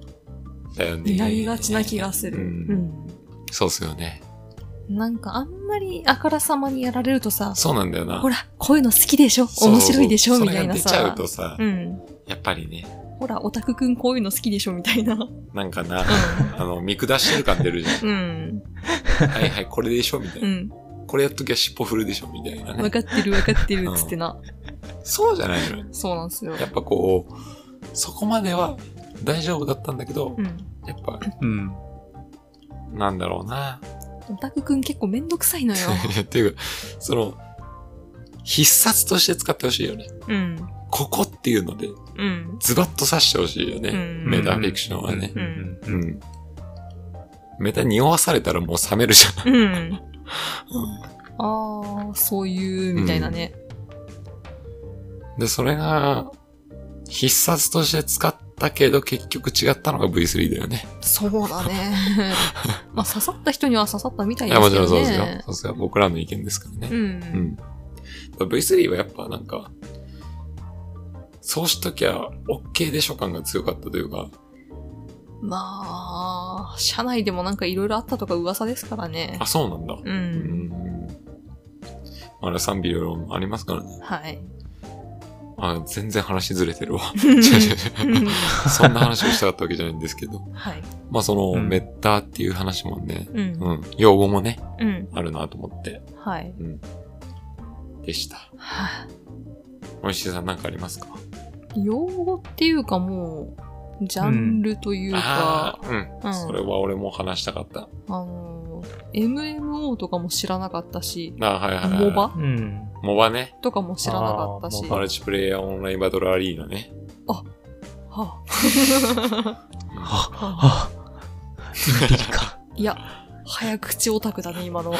Speaker 1: ったよね。
Speaker 2: になりがちな気がする。
Speaker 1: う
Speaker 2: うんん。
Speaker 1: そうっすよね。
Speaker 2: なんかあんまりあからさまにやられるとさ、
Speaker 1: そうなんだよな。
Speaker 2: ほら、こういうの好きでしょ
Speaker 1: そう
Speaker 2: 面白いでしょみたいな
Speaker 1: それが出ちゃう。
Speaker 2: さ
Speaker 1: とさ、
Speaker 2: うん。
Speaker 1: やっぱりね、
Speaker 2: ほら、オタクくんこういうの好きでしょみた いな。
Speaker 1: なんかな、あの、見下してる感出るじゃん。
Speaker 2: うん。
Speaker 1: はいはい、これでしょみたいうな。
Speaker 2: ん。
Speaker 1: これやっときゃ尻尾振るでしょみたいな
Speaker 2: 分
Speaker 1: ね。
Speaker 2: かってる分かってるっつってな。
Speaker 1: そうじゃないのよ。
Speaker 2: そうなんですよ。
Speaker 1: やっぱこう、そこまでは大丈夫だったんだけど
Speaker 2: う、ん。
Speaker 1: やっぱ、
Speaker 3: うん。
Speaker 1: なんだろうな。
Speaker 2: オタクくん結構めんどくさいのよ。
Speaker 1: いや っていうか、その、必殺として使ってほしいよね。
Speaker 2: うん。
Speaker 1: ここっていうので、
Speaker 2: うん。
Speaker 1: ズバッと刺してほしいよね。
Speaker 2: うん
Speaker 1: メタフィクションはね。
Speaker 3: う。
Speaker 1: うんん。メタ匂わされたらもう冷めるじゃん。
Speaker 2: うん。ああ、そういう、みたいなね。
Speaker 1: で、それが、必殺として使ったけど、結局違ったのが V3 だよね。
Speaker 2: そうだ ね。まあ、刺さった人には刺さったみたい
Speaker 1: い
Speaker 2: です
Speaker 1: や、
Speaker 2: け
Speaker 1: も
Speaker 2: どね。
Speaker 1: ちろんそうですよ。そうですよ。僕らの意見ですからね。
Speaker 2: うん。
Speaker 1: うん。V3 はやっぱなんか、そうしときゃ OK でしょ感が強かったというか、
Speaker 2: まあ、社内でもなんかいろいろあったとか噂ですからね
Speaker 1: あ、。そうなんだ。
Speaker 2: う。
Speaker 1: うんん。あれ賛否両論ありますからね。
Speaker 2: はい。
Speaker 1: あ、全然話ずれてるわ。違う違 う違うそんな話をしたかったわけじゃないんですけど。
Speaker 2: はい。
Speaker 1: まあその、
Speaker 3: うん
Speaker 1: メッターっていう話もね、
Speaker 2: うん。
Speaker 1: うん、用語もね、
Speaker 2: うん。
Speaker 1: あるなと思って、
Speaker 2: はい。
Speaker 1: うん。でした。
Speaker 2: はあ
Speaker 1: おいしいさんなんかありますか
Speaker 2: 用語っていうかもう、ジャンルという
Speaker 1: ああ
Speaker 2: か、
Speaker 1: ー、
Speaker 2: う
Speaker 1: うんん。それは俺も話したかった。
Speaker 2: あのー、MMO とかも知らなかったし、
Speaker 1: あーはいはいはい。
Speaker 2: モバ
Speaker 3: うん。
Speaker 1: モバね。
Speaker 2: とかも知らなかったし
Speaker 3: あー。モ
Speaker 1: マ
Speaker 3: バ
Speaker 1: ルチプレイヤーオンラインバトルアリーナね。
Speaker 2: はあ
Speaker 3: は、
Speaker 2: はあ
Speaker 3: は、インテリか。
Speaker 2: いや、早口オタクだね、今のは。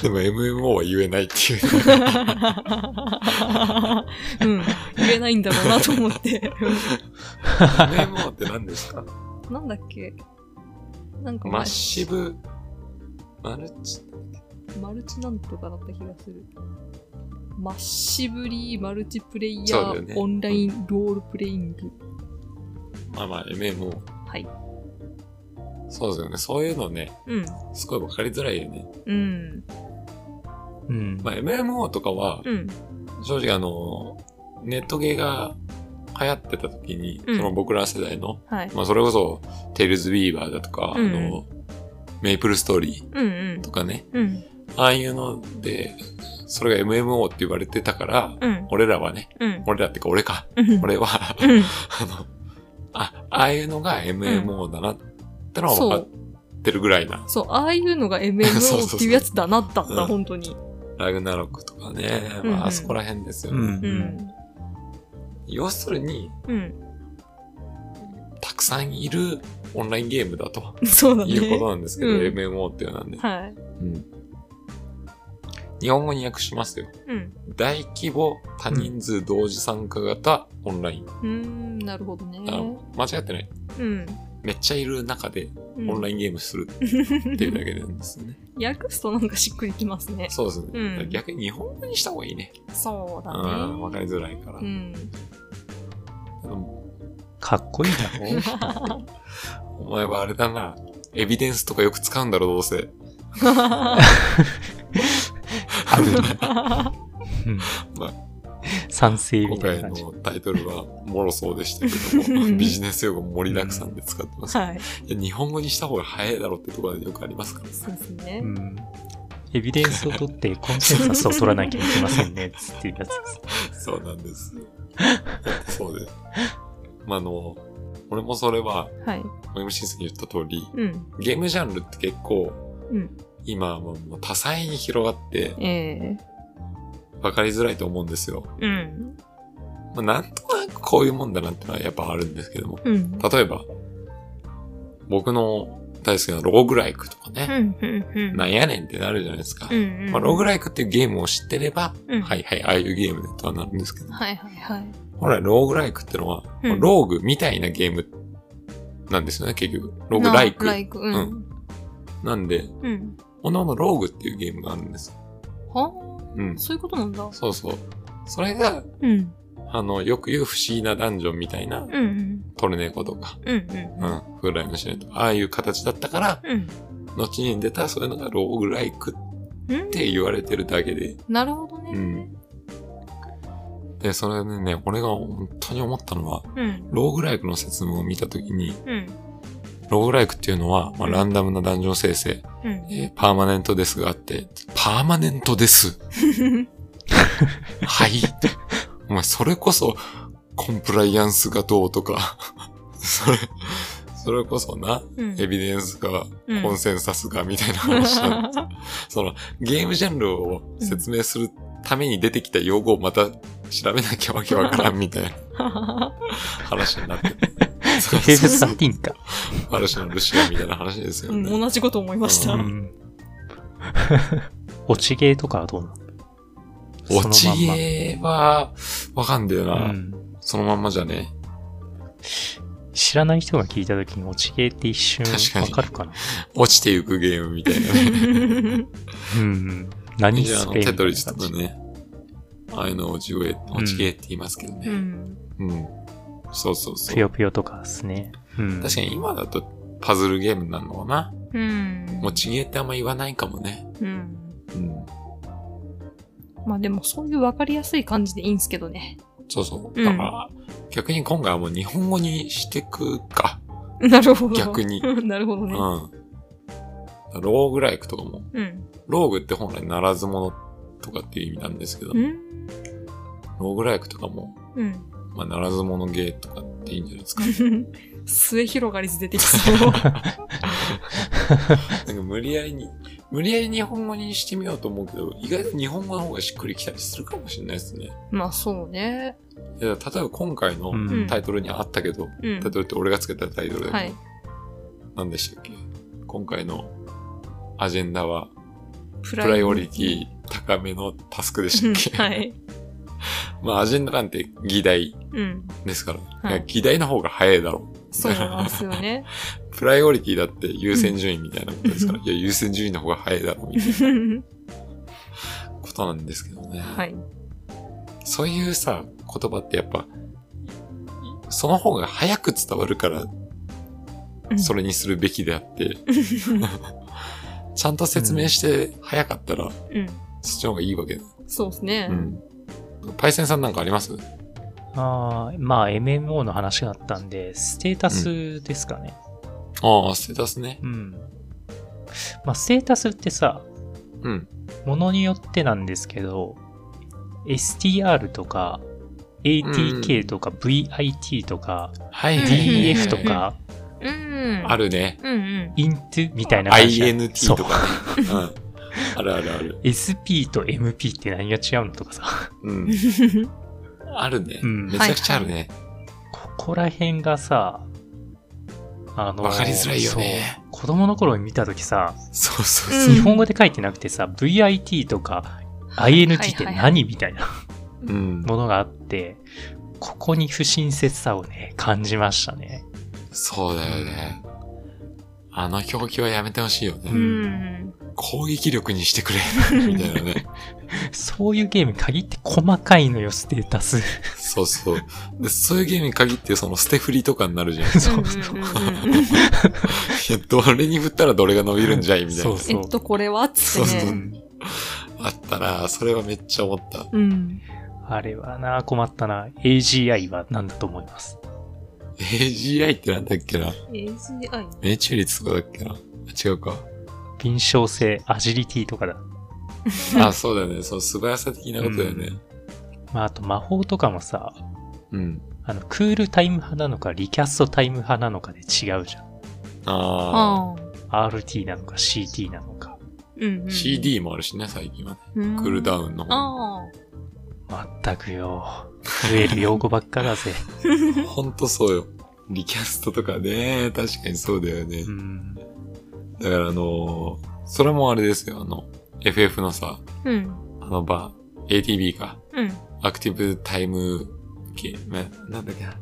Speaker 1: でも MMO は言えないっていう。
Speaker 2: うん。言えないんだろうなと思って。
Speaker 1: MMO って何ですか
Speaker 2: なんだっけなんか
Speaker 1: マ
Speaker 2: マ
Speaker 1: ッシブ、マルチ、
Speaker 2: マルチなんとかだった気がする。マッシブリーマルチプレイヤ
Speaker 1: そうだよ
Speaker 2: ー、
Speaker 1: ね
Speaker 2: オンラインロールプレイング。
Speaker 1: まあまあ MMO。
Speaker 2: はい。
Speaker 1: そうですよね。そういうのね、
Speaker 2: うん。
Speaker 1: すごいわかりづらいよね。
Speaker 2: うん。
Speaker 3: うん。
Speaker 1: まあ MMO とかは、
Speaker 2: うん。
Speaker 1: 正直あの、ネットゲーが流行ってた時に、
Speaker 2: うん
Speaker 1: その僕ら世代の、
Speaker 2: はい。
Speaker 1: まあそれこそ、テイルズ・ビーバーだとか、
Speaker 2: うん
Speaker 1: あの、メイプル・ストーリ
Speaker 2: うん
Speaker 1: ーとかね、
Speaker 2: うん。うん。
Speaker 1: ああいうので、それが MMO って言われてたから、
Speaker 2: うん。
Speaker 1: 俺らはね、
Speaker 2: うん。
Speaker 1: 俺らってか俺か、
Speaker 2: うん。
Speaker 1: 俺は、
Speaker 2: うん。
Speaker 1: あの、あ、ああいうのが MMO だなってのは分かってるぐらいな。
Speaker 2: そう、ああいうのが
Speaker 1: そうそうそ
Speaker 2: MMO
Speaker 1: う
Speaker 2: っていうやつだな、だっ
Speaker 1: うん
Speaker 2: た、本当に。
Speaker 1: ラグナロクとかね、
Speaker 2: うんうん
Speaker 1: まああそこら辺ですよ
Speaker 3: う
Speaker 1: ね。
Speaker 3: ん。
Speaker 2: う
Speaker 3: うん。
Speaker 2: ん。
Speaker 1: 要するに、
Speaker 2: うん。
Speaker 1: たくさんいるオンラインゲームだと
Speaker 2: そうだね。
Speaker 1: いうことなんですけど、
Speaker 2: うん
Speaker 1: MMO っていうのはね、
Speaker 2: はい。
Speaker 1: うん日本語に訳しますよ。
Speaker 2: うん。
Speaker 1: 大規模多人数同時参加型オンライン。
Speaker 2: うーん、なるほどね。
Speaker 1: あの間違ってない。
Speaker 2: うん。
Speaker 1: めっちゃいる中でオンラ
Speaker 2: イ
Speaker 1: インゲームする
Speaker 2: ン
Speaker 1: っていうだけなんですよね。
Speaker 2: 訳すとなんかしっくりきますね。
Speaker 1: そうですね。
Speaker 2: うん
Speaker 1: 逆に日本語にした方がいいね。
Speaker 2: そうだ
Speaker 1: あ
Speaker 2: ね。
Speaker 1: わかりづらいから。
Speaker 2: うん。
Speaker 3: かっこいいな。
Speaker 1: お前はあれだな。エビデンスとかよく使うんだろ、どうせ。
Speaker 3: ある。うん
Speaker 1: まあ
Speaker 3: 賛成
Speaker 1: 今
Speaker 3: みたい
Speaker 1: 回
Speaker 3: な感じ。
Speaker 1: のタイトルは もろそうでしたけ ども、ビジネス用語盛りだくさんで使ってます。
Speaker 2: はい。
Speaker 1: いや日本語にした方が早いだろうってところでよくありますから。
Speaker 2: そうですね
Speaker 3: う。ん。エビデンスを取ってコンセンサスを取らなきゃいけませんね、つっていうやつです。
Speaker 1: そうなんです。そうです。まあ、あの、俺もそれは、
Speaker 2: はい。
Speaker 1: MC さんに言った通り、
Speaker 2: うん。
Speaker 1: ゲームジャンルって結構、
Speaker 2: うん。
Speaker 1: 今はもう多彩に広がって、
Speaker 2: ええ
Speaker 1: 分かりづらいと思うんですよ。
Speaker 2: うん。
Speaker 1: まあ、なんとなくこういうもんだなってのはやっぱあるんですけども。
Speaker 2: うん。
Speaker 1: 例えば、僕の大好きなローグライクとか
Speaker 2: う
Speaker 1: ね、
Speaker 2: ん。うん。
Speaker 1: なん
Speaker 2: い。
Speaker 1: やねんってなるじゃないですか
Speaker 2: う。ん。
Speaker 1: まあ、ローグライクっていうゲームを知ってれば、
Speaker 2: うん
Speaker 1: はいはい、ああいうゲームでとはなるんですけど、
Speaker 2: はいはいはい。
Speaker 1: ほら、ローグライクってのは、
Speaker 2: うん
Speaker 1: ローグみたいなゲームなんですよね、結局。ローグライク。
Speaker 2: ライク。うん。
Speaker 1: なんで、
Speaker 2: うん。
Speaker 1: おのおのローグっていうゲームがあるんです。
Speaker 2: は
Speaker 1: うん。
Speaker 2: そういうことなんだ。
Speaker 1: そうそう。それが、
Speaker 2: うん。
Speaker 1: あの、よく言う不思議なダンジョンみたいな
Speaker 2: うん。
Speaker 1: トルネコとか、
Speaker 2: うん
Speaker 1: う、
Speaker 2: うん
Speaker 1: フライのシネとか、ああいう形だったから、
Speaker 2: ん。
Speaker 1: 後に出たそういうのがローグライクっ
Speaker 2: うん。うん。
Speaker 1: て言われてるだけで、
Speaker 2: なるほどね。
Speaker 1: うんで、それでね、俺が本当に思ったのは、
Speaker 2: うん。
Speaker 1: ローグライクの説明を見たときに、
Speaker 2: うん。
Speaker 1: ローグライクっていうのは、まあ、ランダムなダンジョン生成、
Speaker 2: うん。
Speaker 1: えーパーマネントですがあって、パーマネントです。はい。お前、それこそ、コンプライアンスがどうとか、それ、それこそな、
Speaker 2: うん。
Speaker 1: エビデンスが、
Speaker 2: うん
Speaker 1: コンセンサスが、みたいな話なんですよその、ゲームジャンルを説明するために出てきた用語をまた調べなきゃわけわからんみたいな話になってる。そう
Speaker 3: ヘイブ
Speaker 1: そう
Speaker 3: 13か。
Speaker 1: ある種のルシアみたいな話ですよ
Speaker 2: うん
Speaker 1: ね。
Speaker 2: 同じこと思いました。
Speaker 1: う
Speaker 3: うんん。落ちゲーとかはどうなの
Speaker 1: 落ち
Speaker 3: そのまんま
Speaker 1: ゲーは、わかんだよな、
Speaker 3: うん
Speaker 1: そのまんまじゃね。
Speaker 3: 知らない人が聞いた時に落ちゲーって一瞬
Speaker 1: 確かに
Speaker 3: わかるかな
Speaker 1: 落ちていくゲームみたいなね。
Speaker 3: うん。何
Speaker 1: じゃあ、あ
Speaker 3: ス
Speaker 1: の、
Speaker 3: ペイン
Speaker 1: テトリスとかね。ああいうのを落ちゲー、落ちゲーって言いますけど
Speaker 2: う
Speaker 1: ね。
Speaker 2: ん。
Speaker 1: うん。そうそうそう。
Speaker 3: ぷよぷよとかですね。うん。
Speaker 1: 確かに今だとパズルゲームなのかな。
Speaker 2: うん。
Speaker 1: 落ちゲーってあんま言わないかもね。
Speaker 2: うん。
Speaker 1: うん。
Speaker 2: まあでもそういうわかりやすい感じでいいんすけどね。
Speaker 1: そうそう。
Speaker 2: うん
Speaker 1: だから、逆に今回はもう日本語にしてくか。
Speaker 2: なるほど。
Speaker 1: 逆に
Speaker 2: なるほど
Speaker 1: うん。
Speaker 2: ね。
Speaker 1: ローグライクとかも、
Speaker 2: うん。
Speaker 1: ローグって本来ならず者とかっていう意味なんですけど、
Speaker 2: う
Speaker 1: ロ
Speaker 2: ん。
Speaker 1: ーグライクとかも、
Speaker 2: うん。
Speaker 1: まあ、ならず者ゲーとかっていいんじゃないですか。
Speaker 2: 末広がりず出て きそ
Speaker 1: な
Speaker 2: う。
Speaker 1: んか無理やりに、無理やり日本語にしてみようと思うけど、意外と日本語の方がしっくりきたりするかもしれないですね。
Speaker 2: まあそうね。
Speaker 1: いや例えば今回の
Speaker 3: うん
Speaker 1: タイトルにあったけど、
Speaker 2: うん
Speaker 1: タイ。トルって俺がつけたタイトルで、
Speaker 2: はい。
Speaker 1: 何でしたっけ今回のアジェンダは、
Speaker 2: プ
Speaker 1: プライオリティ高めのタスクでしたっけ、
Speaker 2: はい。
Speaker 1: まあ、アジェンダなんて議題
Speaker 2: うん。
Speaker 1: ですから、
Speaker 2: はい
Speaker 1: いや議題の方が早いだろう。
Speaker 2: そうなんです よね。
Speaker 1: プライオリティだって優先順位みたいなことですから、いや、優先順位の方が早いだろうみたいなことなんですけどね。
Speaker 2: はい。
Speaker 1: そういうさ、言葉ってやっぱ、その方が早く伝わるから、
Speaker 2: うん
Speaker 1: それにするべきであって、ちゃんと説明して早かったら、
Speaker 2: うん。
Speaker 1: そっちの方がいいわけだ。
Speaker 2: そうですね
Speaker 1: う。ん。パイセンさんなんかあります
Speaker 3: あーまあ、MMO の話があったんで、ステータスですかね。
Speaker 1: ああ、ステータスね。
Speaker 3: うん。まあ、ステータスってさ、
Speaker 1: うん。
Speaker 3: ものによってなんですけど、STR とか、ATK とか、VIT とか、
Speaker 1: はい。
Speaker 2: うん
Speaker 3: DF とか、
Speaker 2: うん。
Speaker 1: あ
Speaker 2: る。
Speaker 1: るね。
Speaker 2: うんうん。
Speaker 3: INT みたいな感じ。
Speaker 1: INT と
Speaker 3: そう。
Speaker 1: かね。うん。あるあるある。
Speaker 3: SP と MP って何が違うのとかさ、
Speaker 1: うん。あるね。
Speaker 3: うん
Speaker 1: めちゃくちゃあるね。
Speaker 3: ここら辺がさ、あの、
Speaker 1: わかりづらいよね
Speaker 3: そう。子供の頃に見たときさ、
Speaker 1: そうそう
Speaker 2: うん
Speaker 1: そう。
Speaker 3: 日本語で書いてなくてさ、VIT とか INT って
Speaker 2: はいはいは
Speaker 3: 何みたいな
Speaker 1: うん。
Speaker 3: ものがあって、ここに不親切さをね、感じましたね。
Speaker 1: そうだよね。あの表記はやめてほしいよね。
Speaker 2: うん。
Speaker 1: 攻撃力に してくれ。みたいなね。
Speaker 3: そういうゲームに限って細かいのよ、ステータス。
Speaker 1: そうそう。で、そういうゲームに限って、その捨て振りとかになるじゃん。い
Speaker 3: そうそう。
Speaker 2: うんうんうん
Speaker 1: や、どれに振ったらどれが伸びるんじゃいみたい
Speaker 3: そ
Speaker 1: な
Speaker 3: う。そ
Speaker 2: え
Speaker 3: う
Speaker 2: っ。と、これはっつ
Speaker 1: そ
Speaker 2: っ
Speaker 1: う
Speaker 2: て
Speaker 1: そう
Speaker 2: ね。
Speaker 1: あったなそれはめっちゃ思った。
Speaker 2: うん。
Speaker 3: あれはな、困ったな。AGI は何だと思います
Speaker 1: AGI ってなんだっけな
Speaker 2: AGI?
Speaker 1: 命中率とかだっけな違うか。
Speaker 3: 敏捷性、アジリティとかだ。
Speaker 1: あ、そうだよね。その素早さ的なことだよね。
Speaker 3: まあ、あと魔法とかもさ、
Speaker 1: うん。
Speaker 3: あの、クールタイム派なのか、リキャストタイム派なのかで違うじゃん。
Speaker 1: ああ。
Speaker 2: ああ。
Speaker 3: RT なのか CT なのか。
Speaker 2: うんうん。
Speaker 1: CD もあるしね、最近は。ク
Speaker 2: ク
Speaker 1: ールダウンの方。
Speaker 2: あ
Speaker 3: まったくよ。増える用語ばっか だぜ。
Speaker 1: ほんとそうよ。リキャストとかね、確かにそうだよね
Speaker 3: う。ん。
Speaker 1: だからあのーそれもあれですよ、あの、FF のさ、
Speaker 2: あ。うん。
Speaker 1: あのバー、ATB か。
Speaker 2: うん。
Speaker 1: アクティブタイムゲーム、なんだっけな。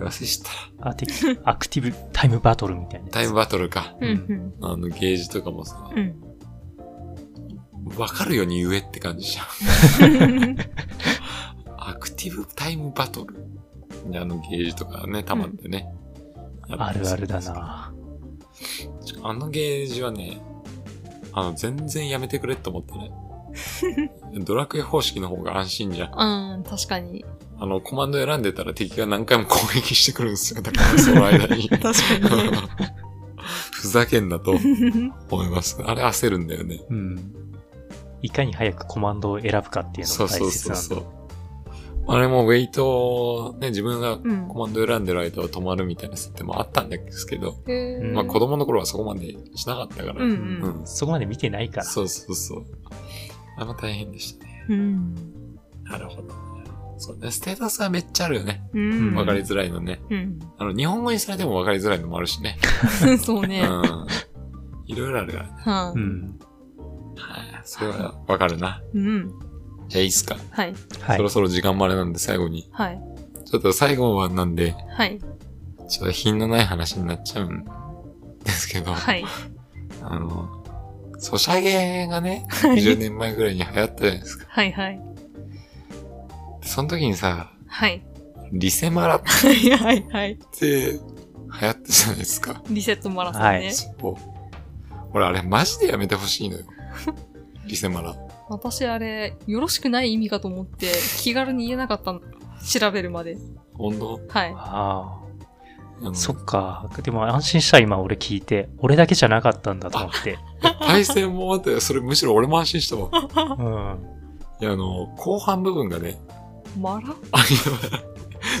Speaker 1: 忘れした。
Speaker 3: あ、てアクティブタイムバトルみたいなやつ。
Speaker 1: タイムバトルか。
Speaker 2: うん。うん
Speaker 1: あの、ゲージとかもさ、
Speaker 2: うん。
Speaker 1: わかるように言えって感じじゃん。アクティブタイムバトルで、あのゲージとかね、溜まってね。や
Speaker 3: あ
Speaker 1: ったり
Speaker 3: る
Speaker 1: す
Speaker 3: あ
Speaker 1: ん
Speaker 3: る
Speaker 1: で
Speaker 3: だ
Speaker 1: すけど
Speaker 3: な
Speaker 1: あのゲージはね、あの、全然やめてくれって思 ってね。ドラクエ方式の方が安心じゃん。
Speaker 2: うん、確かに。
Speaker 1: あの、コマンド選んでたら敵が何回も攻撃してくるんですよ。だから、その間 に。
Speaker 2: 確かにね。
Speaker 1: ふざけんなと思います。あれ焦るんだよね。
Speaker 3: うん。いかに早くコマンドを選ぶかっていうの
Speaker 1: そ
Speaker 3: が
Speaker 1: うそ
Speaker 3: 大
Speaker 1: う
Speaker 3: 切
Speaker 1: そう
Speaker 3: なん
Speaker 1: そ
Speaker 3: だ。
Speaker 1: う。あれもウェイトをね、自分が
Speaker 2: うん
Speaker 1: コマンド選んでる間は止まるみたいな設定もあったんですけど、
Speaker 2: へー
Speaker 3: うん
Speaker 1: まあ子供の頃はそこまでしなかったから、
Speaker 2: うん
Speaker 1: うん
Speaker 3: そこまで見てないから。
Speaker 1: そうそうそう。あんま大変でしたね。
Speaker 2: うん。
Speaker 1: なるほど。そうね、ステータスはめっちゃあるよね。
Speaker 2: うん。
Speaker 1: わかりづらいのね。
Speaker 2: うん。
Speaker 1: あの、日本語にされてもわかりづらいのもあるしね。
Speaker 2: そ う
Speaker 1: う
Speaker 2: ね。はい
Speaker 1: ん。いろいろあるからね。
Speaker 3: う
Speaker 2: うん
Speaker 3: ん。
Speaker 1: はい。それはわかるな。。
Speaker 2: うん
Speaker 1: じゃあいいっすか。
Speaker 2: はい。
Speaker 3: はい
Speaker 1: そろ。そろ時間までなんで最後に。
Speaker 2: はい。
Speaker 1: ちょっと最後はなんで、
Speaker 2: はい。
Speaker 1: ちょっと品のない話になっちゃうんですけど、
Speaker 2: はい。
Speaker 1: あの、ソシャゲがね、
Speaker 2: はい
Speaker 1: 20年前ぐらいに流行ったじゃないですか。
Speaker 2: はい。はい。
Speaker 1: その時にさ、
Speaker 2: はい。
Speaker 1: リセマラっ
Speaker 2: はい。はい。はい。
Speaker 1: て流行ったじゃないですか。
Speaker 2: リセットマラソン
Speaker 3: は
Speaker 2: ね
Speaker 3: い。
Speaker 1: そう。俺あれマジでやめてほしい のよ。リセマラ。
Speaker 2: 私あれ、よろしくない意味かと思って、気軽に言えなかったの。調べるまで。
Speaker 1: 本当
Speaker 2: はい。
Speaker 3: あ
Speaker 1: あの
Speaker 3: あ。そっか。でも安心した今俺聞いて。俺だけじゃなかったんだと思って。
Speaker 1: 対戦もあって、それむしろ俺も安心した わ。
Speaker 3: うん。
Speaker 1: いや、あの、後半部分がね、
Speaker 2: マラ
Speaker 1: あ、やばい。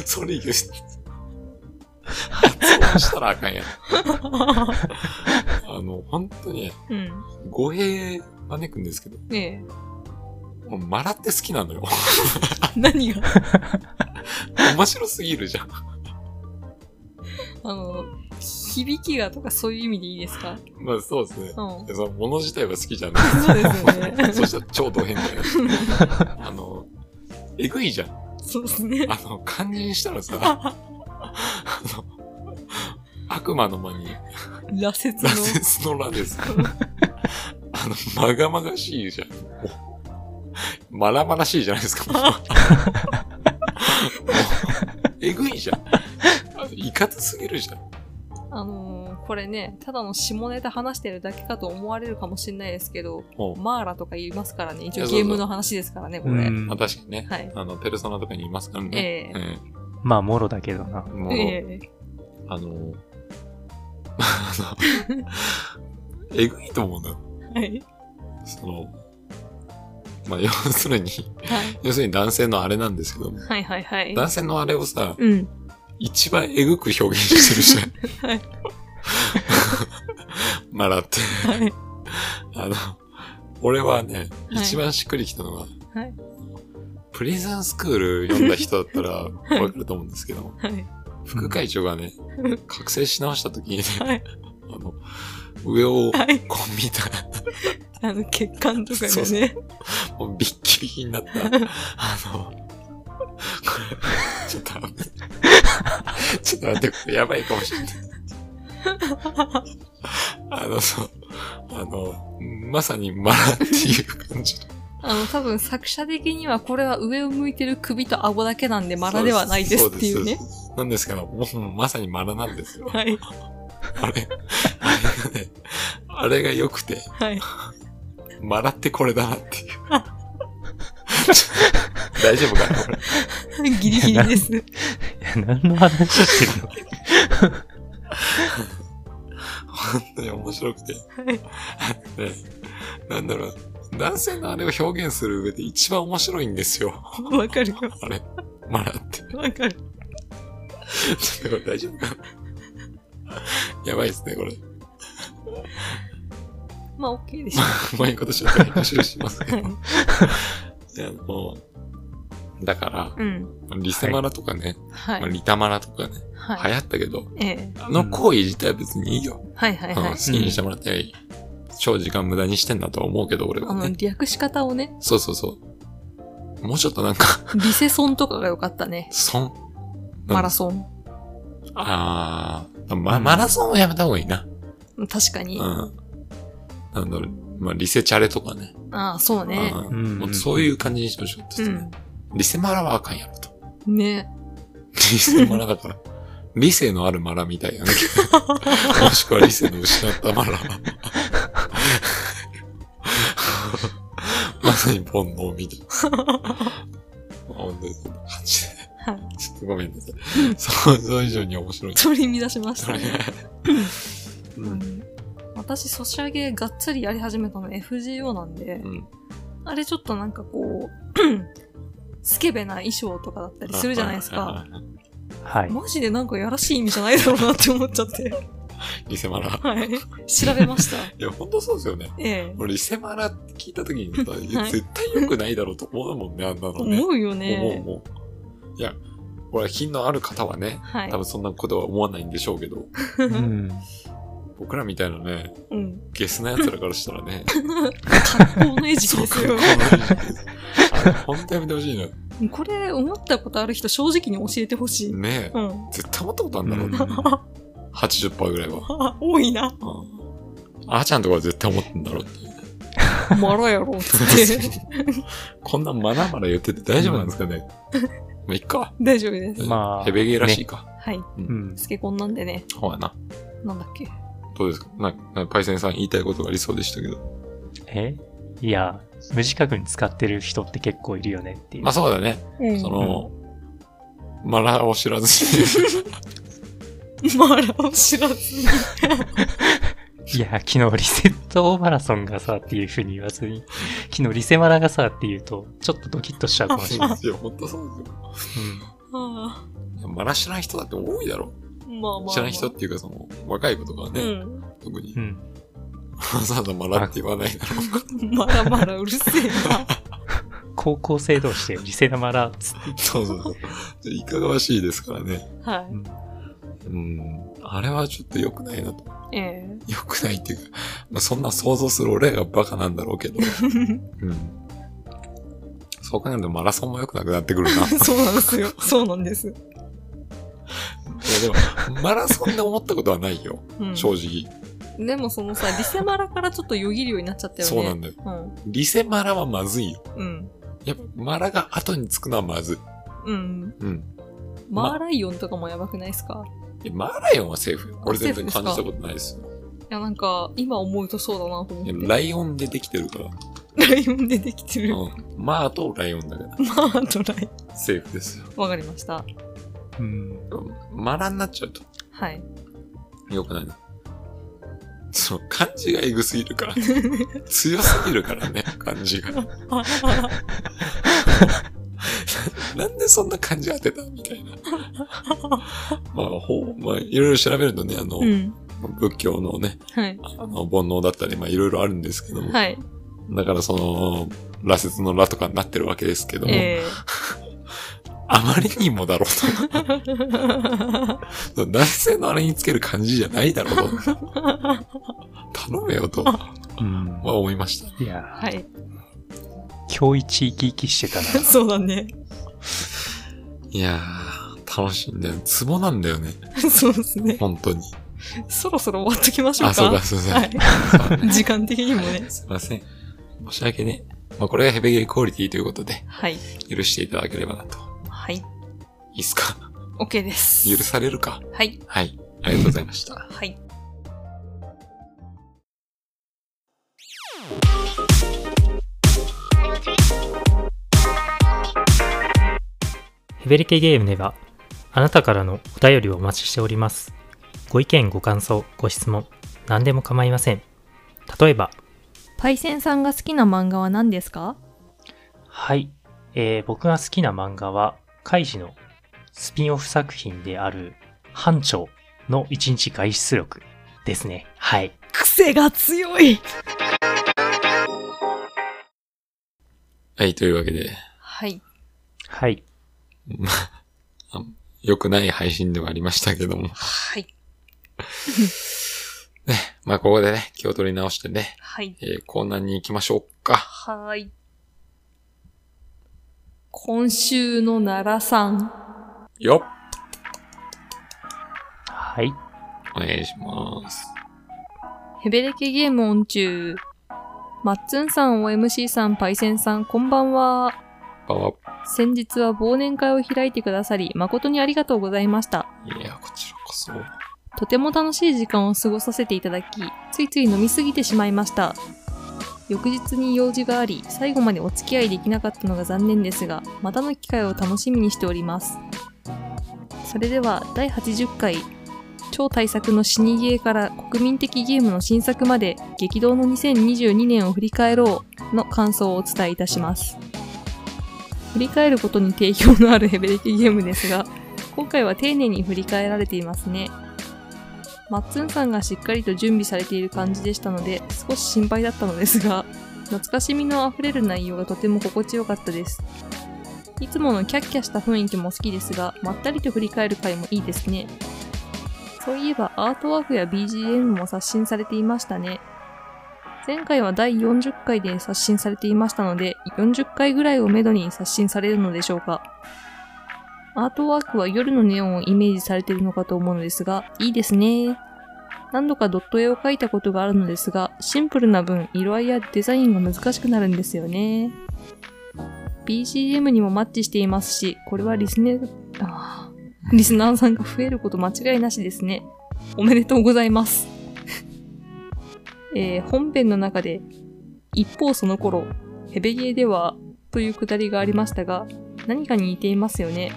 Speaker 1: それ言う。発音したらあか んやん。あの、本当にね、
Speaker 2: うん。
Speaker 1: 語弊招くんですけど、
Speaker 2: ええ。
Speaker 1: もうマラって好きなのよ。
Speaker 2: 何が
Speaker 1: 面白すぎるじゃん。
Speaker 2: あの、響きがとかそういう意味でいいですか
Speaker 1: まあそうですね。
Speaker 2: うん。
Speaker 1: でその物自体は好きじゃない。
Speaker 2: そうですよね
Speaker 1: そしたら超ド変だよ。あの、えぐい じゃん。
Speaker 2: そうですね。
Speaker 1: あの、漢字にしたらさ、あの、悪魔の間に、
Speaker 2: 羅刹
Speaker 1: ラ
Speaker 2: の。
Speaker 1: セスのラです。あの、まがまがしいじゃん。まらまらしいじゃないですか。もうもうえぐいじゃん。あのいかつすぎるじゃん。
Speaker 2: あのーこれね、ただの下ネタ話してるだけかと思われるかもしれないですけど、
Speaker 1: もう、
Speaker 2: マーラとか言いますからね。一
Speaker 1: いや
Speaker 2: 応
Speaker 1: そうそ
Speaker 2: ゲ
Speaker 1: う
Speaker 2: ームの話ですからね、こ
Speaker 3: う
Speaker 2: れ。
Speaker 3: ん
Speaker 1: まあ、確かにね、
Speaker 2: はい
Speaker 1: あの、ペルソナとかにいますからね。
Speaker 2: え
Speaker 3: まあ、もろだけどな
Speaker 1: え。もう、
Speaker 2: ええ
Speaker 1: あの、 あの、えぐいと思うんだよ。
Speaker 2: はい。
Speaker 1: その、まあ、 要するに、
Speaker 2: はい。
Speaker 1: 要するに男性のあれなんですけども、
Speaker 2: はいはいはい。
Speaker 1: 男性のあれをさ、
Speaker 2: うん。
Speaker 1: 一番えぐく表現してるじゃん。
Speaker 2: はい
Speaker 1: マラって。
Speaker 2: はい。
Speaker 1: あの、俺はね、
Speaker 2: はい
Speaker 1: 一番しっくりきたのは、
Speaker 2: はい
Speaker 1: プリズンスクール読んだ人だ ったらわかると思うんですけど、
Speaker 2: はい。
Speaker 1: 副会長がね、覚醒し直した時にね、
Speaker 2: はい
Speaker 1: あの、上を、
Speaker 2: はい。
Speaker 1: こう見たら、
Speaker 2: あの、血管とか
Speaker 1: そう
Speaker 2: が
Speaker 1: そ
Speaker 2: ね。
Speaker 1: もうビッキビキになった、 あの、これ、ちょっと危ない、ちょっと待って、これやばいかもしれない。あの、そう、あの、まさにマラっていう感じ。
Speaker 2: あの、多分作者的にはこれは上を向いてる首と顎だけなん でマラではないですっていうね
Speaker 1: そ。です。そうですなんですけど、もうまさにマラなんですよ。
Speaker 2: はい。
Speaker 1: あれ、あれがね、あれが良くて、
Speaker 2: はい。
Speaker 1: マラってこれだなって いう。ちょ大丈夫かなこれ。
Speaker 2: ギリギリです。
Speaker 3: いや、何の話してるの
Speaker 1: 本当に面白くて。
Speaker 2: はい。
Speaker 1: ね、なんだろう、男性のあれを表現する上で一番面白いんですよ。
Speaker 2: わかるよ。
Speaker 1: あれ、マラって。
Speaker 2: わかる。
Speaker 1: ちょっとこれ大丈夫かな やばいですね、これ。
Speaker 2: まあ、OK でしょ。
Speaker 1: まあ、いうことしちゃったら編集しますけ
Speaker 2: は
Speaker 1: ど。
Speaker 2: い。
Speaker 1: であのだか
Speaker 2: うん。
Speaker 1: ら、リセマラとかね、
Speaker 2: は
Speaker 1: まあ、
Speaker 2: い。
Speaker 1: リタマラとかね、
Speaker 2: は
Speaker 1: 流
Speaker 2: い。
Speaker 1: 行ったけど、
Speaker 2: ええ。
Speaker 1: あの行為自体は別にいいよ。
Speaker 2: はいはい
Speaker 1: うん
Speaker 2: は
Speaker 1: 好
Speaker 2: い。
Speaker 1: きにしてもらったり、超時間無駄にしてんだとは思うけど、俺
Speaker 2: あ
Speaker 1: は
Speaker 2: の、
Speaker 1: ね。
Speaker 2: 略し方をね、
Speaker 1: そうそうそう。もうちょっとなんか、
Speaker 2: リセソンとかが良かったね。
Speaker 1: 損。
Speaker 2: マラソン。
Speaker 1: ああ、ま、マラソンはやめた方がいいな。
Speaker 2: 確かに
Speaker 1: うん。。なんだろう、まあ、リセチャレとかね。
Speaker 2: ああ、そうね。
Speaker 1: う
Speaker 3: うんん
Speaker 1: もうそういう感じにしてほしいですね。リセマラはあかんやろと。
Speaker 2: うん。ね。
Speaker 1: 理性マラだ から。理性のあるマラみたいやね。もしくは理性の失った マラ。まさに煩悩みたいな。本当にそんな感じで。
Speaker 2: はい。
Speaker 1: ちょっとごめんなさい。そう、それ以上に面白い。
Speaker 2: 取り乱しまし
Speaker 1: そ
Speaker 2: た
Speaker 1: れ
Speaker 2: ね。
Speaker 1: う。
Speaker 2: うんん私、ソシャゲがっつりやり始めたの FGO なんで、
Speaker 1: うん。
Speaker 2: あれちょっとなんかこう、 スケベな衣装とかだったりするじゃないです
Speaker 1: はい
Speaker 2: か
Speaker 1: は。いはい。
Speaker 3: はい。
Speaker 2: マジでなんかやらしい意味じゃないだろうなって思っちゃって。
Speaker 1: リセマラ。
Speaker 2: はい。調べました。
Speaker 1: いや、ほんとそうですよね。
Speaker 2: ええ。
Speaker 1: 俺、リセマラって聞いた時にさ、いや
Speaker 2: はい
Speaker 1: 絶対良くないだろうと思うもんね、あんなのね。
Speaker 2: 思うよ
Speaker 1: 思う
Speaker 2: ね。
Speaker 1: 思う。いや、これ品のある方はね、
Speaker 2: はい
Speaker 1: 多。分そんなことは思わないんでしょうけど、
Speaker 3: うん。
Speaker 1: 僕らみたいなね、
Speaker 2: うん。
Speaker 1: ゲスな奴らからしたらね、
Speaker 2: 格好の餌食
Speaker 1: そう
Speaker 2: で
Speaker 1: か
Speaker 2: す、よ。
Speaker 1: ほんとやめてほしいな。
Speaker 2: これ、思ったことある人正直に教えてほしい。
Speaker 1: ねえ
Speaker 2: う、ん。
Speaker 1: 絶対思ったことあるんだろうね。80%ぐらいは。
Speaker 2: 多いな。
Speaker 1: うんあーちゃんとかは絶対思ってんだろうっていう。
Speaker 2: マラやろ、つって。
Speaker 1: こんなマナマラ言ってて大丈夫なんですかね。まあ、いっか。
Speaker 2: 大丈夫です。
Speaker 3: まあ
Speaker 1: ヘベゲーらしいか。
Speaker 2: はい。
Speaker 3: うん。
Speaker 2: スケコンなんでね。
Speaker 1: ほうやな。
Speaker 2: なんだっけ。
Speaker 1: どうですかななパイセンさん言いたいことがありそうでしたけど。
Speaker 3: えいや、無自覚に使ってる人って結構いるよねっていう。
Speaker 1: まあそうだね。
Speaker 2: う
Speaker 1: その、マラを知らずに。
Speaker 2: マラを知らずに。
Speaker 3: いや、昨日リセットマラソンがさっていうふうに言わずに、昨日リセマラがさって言うと、ちょっとドキッとしちゃうかもしれない。
Speaker 1: いや、ほんとそうですよ。
Speaker 2: あ
Speaker 1: いやマラ知らん人だって多いだろ。
Speaker 2: あまあまあまあ。
Speaker 1: 知らん人っていうか、その、若い子とかは
Speaker 2: う
Speaker 1: ね、
Speaker 2: ん。
Speaker 1: 特に
Speaker 3: う、ん。
Speaker 1: わざわざマラって言わないだろうか。
Speaker 2: マラマラうるせえな。
Speaker 3: 高校生同士でリセマラっつって。
Speaker 1: そうそうそう。でいかがわしいですからね。
Speaker 2: は
Speaker 1: うん。あれはちょっと良くないなと。
Speaker 2: い。え
Speaker 1: 良くないっていうか、まあ、そんな想像する俺らがバカなんだろうけど。うん。そう考えるとマラソンも良くなくなってくるな。
Speaker 2: え そうなんですよ。そうなんです。
Speaker 1: いやでも、マラソンで思ったことはないよ。
Speaker 2: うん
Speaker 1: 正直。
Speaker 2: でもそのさ、リセマラからちょっとよぎるようになっちゃったよね。
Speaker 1: そうなんだよ。リセマラはまずいよ。
Speaker 2: うん。
Speaker 1: やっぱ、マラが後につくのはまずい。
Speaker 2: うん。うん。
Speaker 1: うん。
Speaker 2: マーライオンとかもやばくないですか
Speaker 1: いやマーライオンはセーフよ。俺全然
Speaker 2: セ
Speaker 1: 感
Speaker 2: ーフで
Speaker 1: じ
Speaker 2: すか
Speaker 1: たことないですよ。
Speaker 2: いや、なんか、今思うとそうだなと思っ
Speaker 1: い
Speaker 2: て
Speaker 1: や。ライオンでできてる から。
Speaker 2: ライオンでできてる。
Speaker 1: うん。マーとライオンだか
Speaker 2: マーとライ
Speaker 1: ら。セーフですよ。
Speaker 2: オン。わかりました。
Speaker 3: うん。
Speaker 1: うんマラになっちゃうと。
Speaker 2: はい。
Speaker 1: よくないな。その、漢字がエグすぎる から。強すぎるからね、漢字が。なんでそんな漢字当てたみた いな。まあ、ほう、まあ、いろいろ調べるとね、あの、
Speaker 2: うん。
Speaker 1: 仏教のね、
Speaker 2: はい。
Speaker 1: あの、煩悩だったり、まあ、いろいろあるんですけども。
Speaker 2: はい。
Speaker 1: だからその、羅刹の羅とかになってるわけですけども、
Speaker 2: え
Speaker 1: あまりにもだろう
Speaker 2: え
Speaker 1: と。 男性のあれにつける感じじゃないだろうと。頼めよと、ま
Speaker 3: うん
Speaker 1: あ、思いました。
Speaker 3: いや、
Speaker 2: はい。
Speaker 3: 今日一生き生きしてたな。
Speaker 2: そうだね。
Speaker 1: いやー、楽しいんだよ。ツボなんだよね。
Speaker 2: そうですね。
Speaker 1: 本当に。
Speaker 2: そろそろ終わっときましょ
Speaker 1: あ、
Speaker 2: うか。
Speaker 1: そうだ、すいま
Speaker 2: は
Speaker 1: せん。
Speaker 2: い。
Speaker 1: そうね
Speaker 2: 時間的にもね。
Speaker 1: すいません。申し訳ね。まあ、これがヘベゲークオリティということで、
Speaker 2: はい。
Speaker 1: 許していただければなと。
Speaker 2: はい。
Speaker 1: いいっすか
Speaker 2: OK です。
Speaker 1: 許されるか
Speaker 2: はい。
Speaker 1: はい。ありがとうございました。
Speaker 2: はい。
Speaker 3: ヘベレケゲームではあなたからのお便りをお待ちしております。ご意見、ご感想、ご質問、何でも構いません。例えば、
Speaker 2: パイセンさんが好きな漫画は何ですか
Speaker 3: はい、えー僕が好きな漫画は、カイジのスピンオフ作品である、班長の一日外出力ですね。はい。
Speaker 2: 癖が強い
Speaker 1: はい、というわけで、
Speaker 2: はい。
Speaker 3: はい。
Speaker 1: まあ、あ良くない配信ではありましたけども。
Speaker 2: はい。
Speaker 1: まあ、ここでね、気を取り直してね、
Speaker 2: はい。
Speaker 1: えーコーナーに行きましょうか。
Speaker 2: はい。今週の奈良さん。
Speaker 1: よっ
Speaker 3: はい。
Speaker 1: お願いします。
Speaker 2: ヘベレケゲームオン中。マッツンさん、OMC さん、パイセンさん、こんばんは。
Speaker 1: パワー。
Speaker 2: 先日は忘年会を開いてくださり、誠にありがとうございました。
Speaker 1: いや、こちらこそ。
Speaker 2: とても楽しい時間を過ごさせていただき、ついつい飲みすぎてしまいました。翌日に用事があり、最後までお付き合いできなかったのが残念ですが、またの機会を楽しみにしております。それでは、第80回、超大作の死にゲーから国民的ゲームの新作まで、激動の2022年を振り返ろうの感想をお伝えいたします。振り返ることに定評のあるヘベレキゲームですが、今回は丁寧に振り返られていますね。マッツンさんがしっかりと準備されている感じでしたので、少し心配だったのですが、 懐かしみのあふれる内容がとても心地よかったです。いつものキャッキャした雰囲気も好きですが、まったりと振り返る回もいいですね。そういえば、アートワークや BGM も刷新されていましたね。前回は第40回で刷新されていましたので、40回ぐらいをめどに刷新されるのでしょうか。アートワークは夜のネオンをイメージされているのかと思うのですが、いいですね。何度かドット絵を描いたことがあるのですが、シンプルな分、色合いやデザインが難しくなるんですよね。BGM にもマッチしていますし、これはリスネ、あーリスナーさんが増えること間違いなしですね。おめでとうございます。えー本編の中で、一方その頃、ヘベゲーでは、というくだりがありましたが、何かに似ていますよね。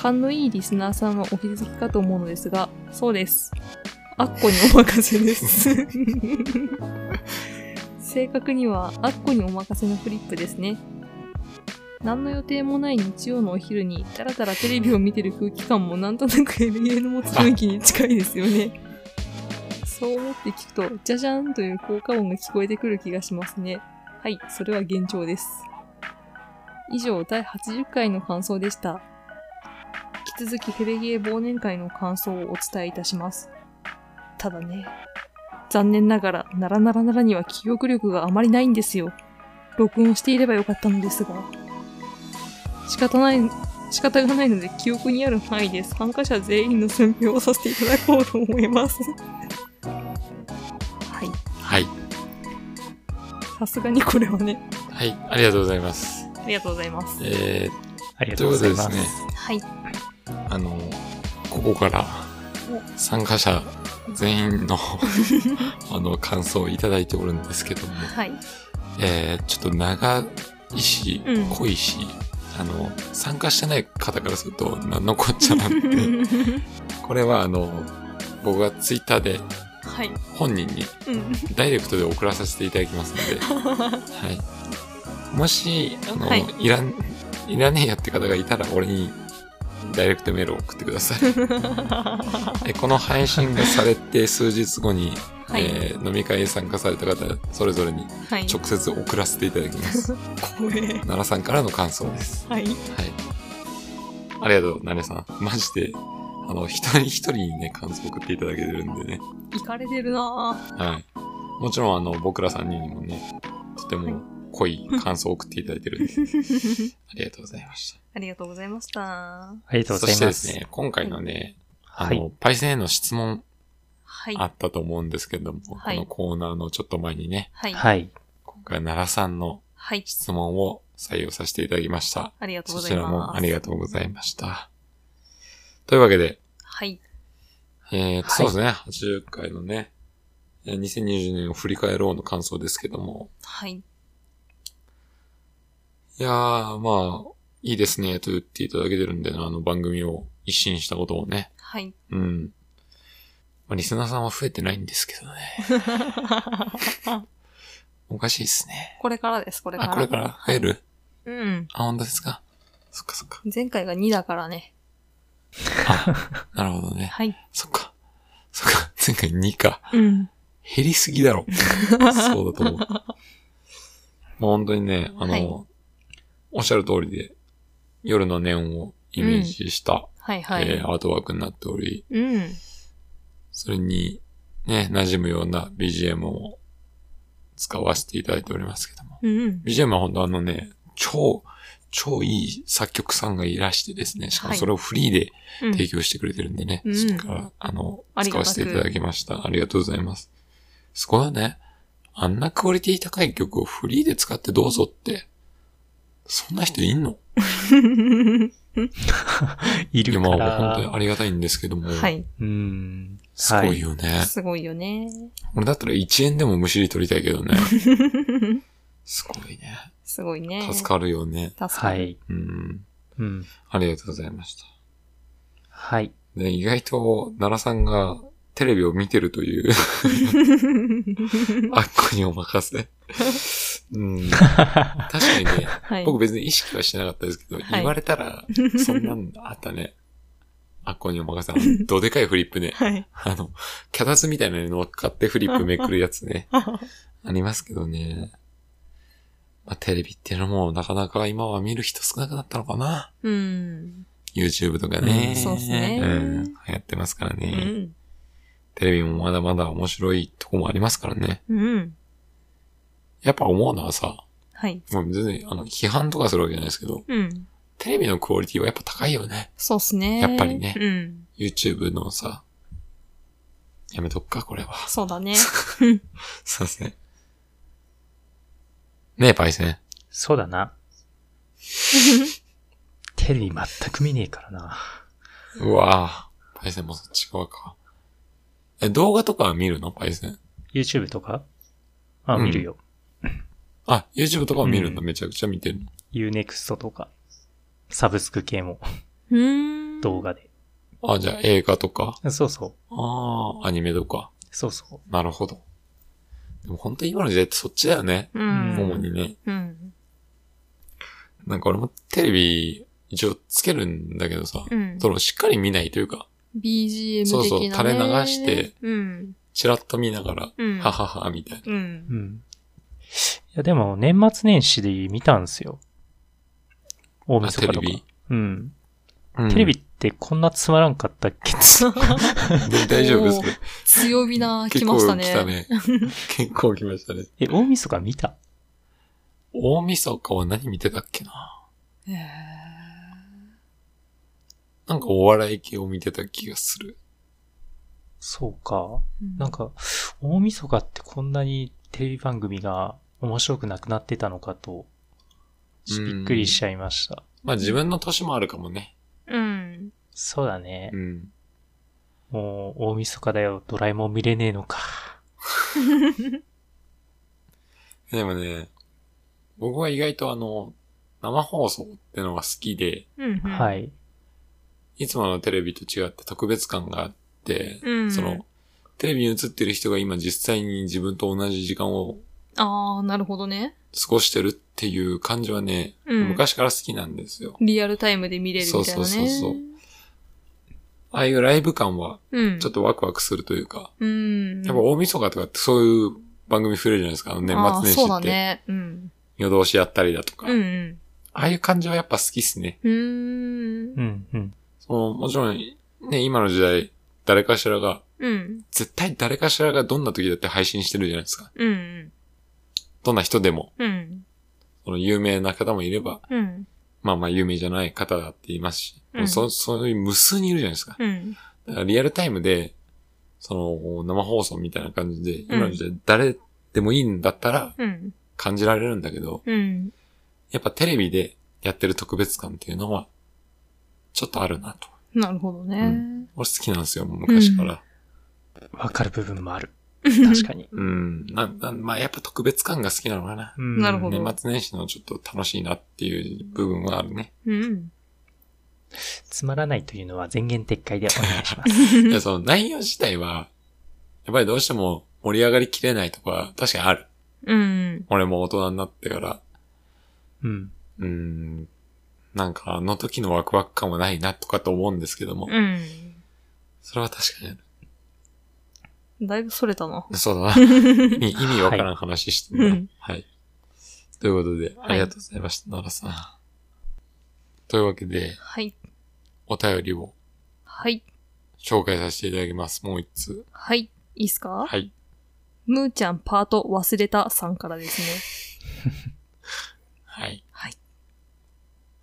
Speaker 2: 勘のいいリスナーさんはお気づきかと思うのですが、そうです。アッコにお任せです。正確には、アッコにお任せのフリップですね。何の予定もない日曜のお昼に、だらだらテレビを見てる空気感もなんとなく LA の持つ雰囲気に近いですよね。そう思って聞くと、じゃじゃーんという効果音が聞こえてくる気がしますね。はい、それは幻聴です。以上、第80回の感想でした。引き続きヘベゲー忘年会の感想をお伝えいたします。ただね、残念ながら、ならならならには記憶力があまりないんですよ。録音していればよかったのですが。仕方ない、仕方がないので記憶にある範囲で参加者全員の選評をさせていただこうと思います。はい。
Speaker 1: はい。
Speaker 2: さすがにこれはね、
Speaker 1: はい。ありがとうございます。
Speaker 2: ありがとうございます。
Speaker 1: え
Speaker 3: あり
Speaker 1: ー、
Speaker 3: が
Speaker 1: と
Speaker 3: と
Speaker 1: いう
Speaker 3: う
Speaker 1: こ
Speaker 3: ご
Speaker 1: と
Speaker 3: ざい
Speaker 1: でで
Speaker 3: ますす。
Speaker 1: ね、
Speaker 2: はい。
Speaker 1: あの、ここから参加者全員 のあの感想をいただいておるんですけども、
Speaker 2: はい。
Speaker 1: えー、ちょっと長いし
Speaker 2: うん、
Speaker 1: 濃いし、あの、参加してない方からすると、な残っちゃなん で、これはあの、僕がツイッターで
Speaker 2: はい。
Speaker 1: 本人に
Speaker 2: うん。
Speaker 1: ダイレクトで送らさせていただきますの で、はい。もし、あの、
Speaker 2: はい
Speaker 1: い、らん、いらねえやって方がいたら、俺にダイレクトメールを送ってください。 えこの配信がされて数日後に、
Speaker 2: はい。
Speaker 1: えー飲み会に参加された方、それぞれに
Speaker 2: はい。
Speaker 1: 直接送らせていただき ます。
Speaker 2: 怖え。
Speaker 1: 奈良さんからの感想です。
Speaker 2: はい。
Speaker 1: はい。ありがとう、奈良さん。マジで、あの、一人一人にね、感想送っていただけてるんでね。
Speaker 2: 行かれてるな
Speaker 1: はい。もちろん、あの、僕ら3人にもね、とても濃い感想を送っていただいて るんで、
Speaker 2: ぁ
Speaker 1: ありがとうございました。
Speaker 2: ありがとうございました。
Speaker 3: ありがとう
Speaker 1: そ
Speaker 3: ござ
Speaker 1: し
Speaker 3: い
Speaker 1: て
Speaker 3: ま
Speaker 1: です
Speaker 3: す。
Speaker 1: ね、今回のね、あ
Speaker 3: は
Speaker 1: の、
Speaker 3: い。
Speaker 1: パイセンへの質問
Speaker 2: はい。
Speaker 1: あったと思うんですけども、
Speaker 2: はい
Speaker 1: このコーナーのちょっと前にね、
Speaker 2: はい。
Speaker 3: はい。
Speaker 1: 今回は奈良さんの
Speaker 2: はい。
Speaker 1: 質問を採用させていただきました。
Speaker 2: ありがとうご
Speaker 1: そち
Speaker 2: ざい
Speaker 1: ら
Speaker 2: ま
Speaker 1: も
Speaker 2: す。
Speaker 1: ありがとうございました。というわけで、
Speaker 2: はい。
Speaker 1: えーと
Speaker 3: はい
Speaker 1: そうですね、80回のね、えー2020年を振り返ろうの感想ですけども、
Speaker 2: はい。
Speaker 1: いやー、まあ、いいですね、と言っていただけてるんでね、あの番組を一新したことをね。
Speaker 2: はい。
Speaker 1: うん。まあ、リスナーさんは増えてないんですけどね。 おかしいですね。
Speaker 2: これからです、これか
Speaker 1: あ、
Speaker 2: ら。
Speaker 1: これから増える、
Speaker 2: うん。
Speaker 1: あ、本当ですかそっかそっか。
Speaker 2: 前回が2だからね。
Speaker 1: なるほどね。
Speaker 2: はい。
Speaker 1: そっか。そっか。 前回2か。
Speaker 2: うん。
Speaker 1: 減りすぎ だろ。そうだと思う。まあ本当にね、あの、
Speaker 2: はい
Speaker 1: おっしゃる通りで、夜のネオンをイメージした、
Speaker 2: はいはい。
Speaker 1: えーアートワークになっており、
Speaker 2: うん。
Speaker 1: それに、ね、馴染むような BGM を使わせていただいておりますけども。
Speaker 2: うん。
Speaker 1: BGM は本当あのね、超、超いい作曲さんがいらしてですね、しかも
Speaker 2: はい
Speaker 1: それをフリーで
Speaker 2: うん。
Speaker 1: 提供してくれてるんでね、
Speaker 2: うん
Speaker 1: そっから、あの、
Speaker 2: あり
Speaker 1: 使
Speaker 2: がた
Speaker 1: わ
Speaker 2: く
Speaker 1: せていただきました。ありがとうございます。すごいよね。あんなクオリティ高い曲をフリーで使ってどうぞって、そんな人いんの
Speaker 3: い
Speaker 1: いや、
Speaker 3: る
Speaker 1: ま
Speaker 3: か
Speaker 1: あ、本当に
Speaker 3: ら。
Speaker 1: ありがたいんですけども。
Speaker 2: はい。
Speaker 3: うん。
Speaker 1: すごいよね。
Speaker 2: すごいよね。
Speaker 1: 俺だったら1円でもむしり取りたいけどね。すごいね。
Speaker 2: すごいね。
Speaker 1: 助かるよね。
Speaker 2: る。助か
Speaker 3: は
Speaker 2: る。
Speaker 3: い。
Speaker 1: うん。
Speaker 3: うん。
Speaker 1: ありがとうございました。
Speaker 3: はい。
Speaker 1: で意外と、奈良さんがテレビを見てると いう、あっこにお任せ。 うん。確かにね、
Speaker 2: はい。
Speaker 1: 僕別に意識はしてなかったですけど、
Speaker 2: い
Speaker 1: 言われたら、そんなんあったね。あっこにお任せ。あのどでかいフリップね。
Speaker 2: はい。
Speaker 1: あの、脚立みたいなのに乗っかってフリップめくるやつね。ありますけどね。まあ、テレビっていうのもなかなか今は見る人少なくなったのかな。
Speaker 2: うん。
Speaker 1: YouTube とかね。
Speaker 3: うん
Speaker 2: そうっすね
Speaker 1: うん。流行ってますから
Speaker 2: う
Speaker 1: ね。
Speaker 2: ん。
Speaker 1: テレビもまだまだ面白いとこもありますからね。
Speaker 2: うん。
Speaker 1: やっぱ思うのはさ、
Speaker 2: はい。
Speaker 1: もう全然、あの、批判とかするわけじゃないですけど、
Speaker 2: うん。
Speaker 1: テレビのクオリティはやっぱ高いよね。
Speaker 2: そうっすね。
Speaker 1: やっぱりね
Speaker 2: うん。
Speaker 1: YouTube のさ、やめとくか、これは。
Speaker 2: そうだね。
Speaker 1: そうですね。ねえ、パイセン。
Speaker 3: そうだな。テレビ全く見ねえからな。
Speaker 1: うわぁ。パイセンもそっち側か。え、動画とかは見るのパイセン。
Speaker 3: YouTube とかあ、
Speaker 1: うん
Speaker 3: 見るよ。
Speaker 1: あ、YouTube とかは見るの、
Speaker 3: う
Speaker 1: めちゃくちゃ見てるの。
Speaker 3: Unext とか。サブスク系も
Speaker 2: うん。
Speaker 3: 動画で。
Speaker 1: あ、じゃあ映画とか、
Speaker 3: そうそう。
Speaker 1: ああ、アニメとか。
Speaker 3: そうそ
Speaker 1: なるほど。でも本当に今の時代ってそっちだよね。
Speaker 2: う
Speaker 1: 主
Speaker 2: ん。
Speaker 1: にね。
Speaker 2: うん。
Speaker 1: なんか俺もテレビ、一応つけるんだけどさ、
Speaker 2: うん。
Speaker 1: そのしっかり見ないというか、
Speaker 2: BGM 的なね。
Speaker 1: そうそう垂れ流して。
Speaker 2: うん。
Speaker 1: ちらっと見ながら、
Speaker 2: うん。
Speaker 1: ははは、みたいな。
Speaker 2: うん。
Speaker 3: う。うん。いや、でも年末年始で見たんすよ。大
Speaker 1: あ、
Speaker 3: 晦
Speaker 1: テ
Speaker 3: 日と
Speaker 1: レ
Speaker 3: か。
Speaker 1: ビ。
Speaker 3: うん。テレビってこんなつまらんかったっ け、
Speaker 1: うん大丈夫です
Speaker 2: お
Speaker 1: か
Speaker 2: ー強火な、来
Speaker 1: 結
Speaker 2: ま
Speaker 1: 構
Speaker 2: したね。
Speaker 1: 来たね。結構来ましたね。
Speaker 3: え、大晦日見た
Speaker 1: 大晦日は何見てたっけな
Speaker 2: へー。
Speaker 1: なんかお笑い系を見てた気がする。
Speaker 3: そうか。
Speaker 2: うん
Speaker 3: なんか、大晦日ってこんなにテレビ番組が面白くなくなってたのかと、
Speaker 1: うん
Speaker 3: びっくりしちゃいました。
Speaker 1: まあ自分の年もあるかもね。
Speaker 2: うん。
Speaker 3: そうだね
Speaker 1: う。ん。
Speaker 3: もう、大晦日だよ、ドラえもん見れねえのか。
Speaker 1: でもね、僕は意外とあの、生放送ってのが好きで、
Speaker 2: うん。。
Speaker 3: はいい。
Speaker 1: いつものテレビと違って特別感があって、
Speaker 2: うん。
Speaker 1: その、テレビに映ってる人が今実際に自分と同じ時間を
Speaker 2: あー、なるほどね。
Speaker 1: 過ごしてるっていう感じはね、
Speaker 2: うん。
Speaker 1: 昔から好きなんですよ。
Speaker 2: リアルタイムで見れるみたいなね。
Speaker 1: そうそうそうそうああいうライブ感は
Speaker 2: うん。
Speaker 1: ちょっとワクワクするというか、
Speaker 2: うん。
Speaker 1: やっぱ大晦日とかってそういう番組増えるじゃないですか、あの年
Speaker 2: あー
Speaker 1: 末年
Speaker 2: そう
Speaker 1: 始
Speaker 2: だ
Speaker 1: って。
Speaker 2: ね。うん。
Speaker 1: 夜通しやったりだとか、
Speaker 2: うんうん。
Speaker 1: ああいう感じはやっぱ好きっすね。
Speaker 2: うーん
Speaker 3: う。ん、うん。
Speaker 1: その、もちろん、ね、今の時代、誰かしらが、
Speaker 2: うん。
Speaker 1: 絶対誰かしらがどんな時だって配信してるじゃないですか。
Speaker 2: うん。
Speaker 1: どんな人でも、
Speaker 2: うん。
Speaker 1: その有名な方もいれば、
Speaker 2: うん。
Speaker 1: まあまあ有名じゃない方だって言いますし、
Speaker 2: うん
Speaker 1: そそういう無数にいるじゃないですか。
Speaker 2: うん。
Speaker 1: だからリアルタイムで、その、生放送みたいな感じで、今の時代誰でもいいんだったら
Speaker 2: うん。
Speaker 1: 感じられるんだけど、
Speaker 2: うん。
Speaker 1: やっぱテレビでやってる特別感っていうのは、ちょっとあるなと。
Speaker 2: なるほど
Speaker 1: う
Speaker 2: ね。
Speaker 1: 俺好きなんですよ、昔から。
Speaker 3: わかる部分もある。確かに。
Speaker 1: うん、なん、なん、まあやっぱ特別感が好きなのかな。
Speaker 3: うん
Speaker 2: なるほど
Speaker 1: 年末年始のちょっと楽しいなっていう部分はあるね。
Speaker 2: うん。
Speaker 3: つまらないというのは前言撤回でお願いし ます。
Speaker 1: いや、その内容自体は、やっぱりどうしても盛り上がりきれないとかは確かにある。
Speaker 2: うん。
Speaker 1: 俺も大人になってから、
Speaker 3: うん。
Speaker 1: うん、なんかあの時のワクワク感はないなとかと思うんですけども、
Speaker 2: うん。
Speaker 1: それは確かにある。
Speaker 2: だいぶそれたな。
Speaker 1: そう だな。意味意味わからん話してるな。
Speaker 2: は
Speaker 1: はいい、ということで、ありがとうございました、奈良さん。というわけで、
Speaker 2: はい。
Speaker 1: お便りを
Speaker 2: はい。
Speaker 1: 紹介させていただきます。もう一通。
Speaker 2: はい。いいっすか
Speaker 1: はい。
Speaker 2: むーちゃんパート忘れたさんからですね。
Speaker 1: はい。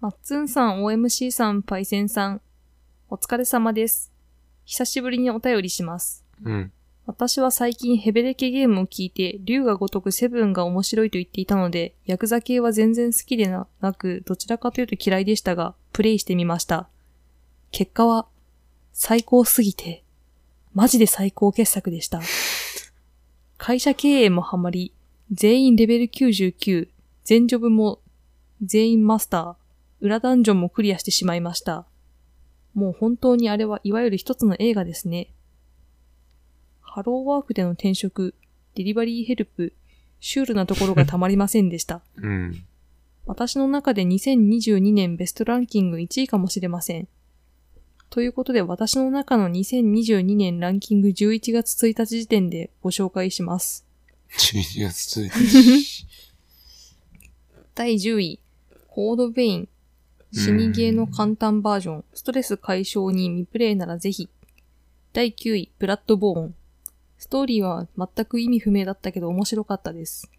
Speaker 2: まっつんさん、OMC さん、パイセンさん、お疲れ様です。久しぶりにお便りします。
Speaker 1: うん。
Speaker 2: 私は最近ヘベレケゲームを聞いて、竜が如くセブンが面白いと言っていたので、ヤクザ系は全然好きでななく、どちらかというと嫌いでしたが、プレイしてみました。結果は、最高すぎて、マジで最高傑作でした。会社経営もハマり、全員レベル99、全ジョブも全員マスター、裏ダンジョンもクリアしてしまいました。もう本当にあれはいわゆる一つの映画ですね。ハローワークでの転職、デリバリーヘルプ、シュールなところがたまりませんでした。
Speaker 1: うん。
Speaker 2: 私の中で2022年ベストランキング1位かもしれません。ということで私の中の2022年ランキング11月1日時点でご紹介します。
Speaker 1: 11月1日。
Speaker 2: 第10位、コードベイン。死にゲーの簡単バージョン。ストレス解消に未プレイならぜひ。第9位、ブラッドボーン。ストーリーは全く意味不明だったけど面白かったです。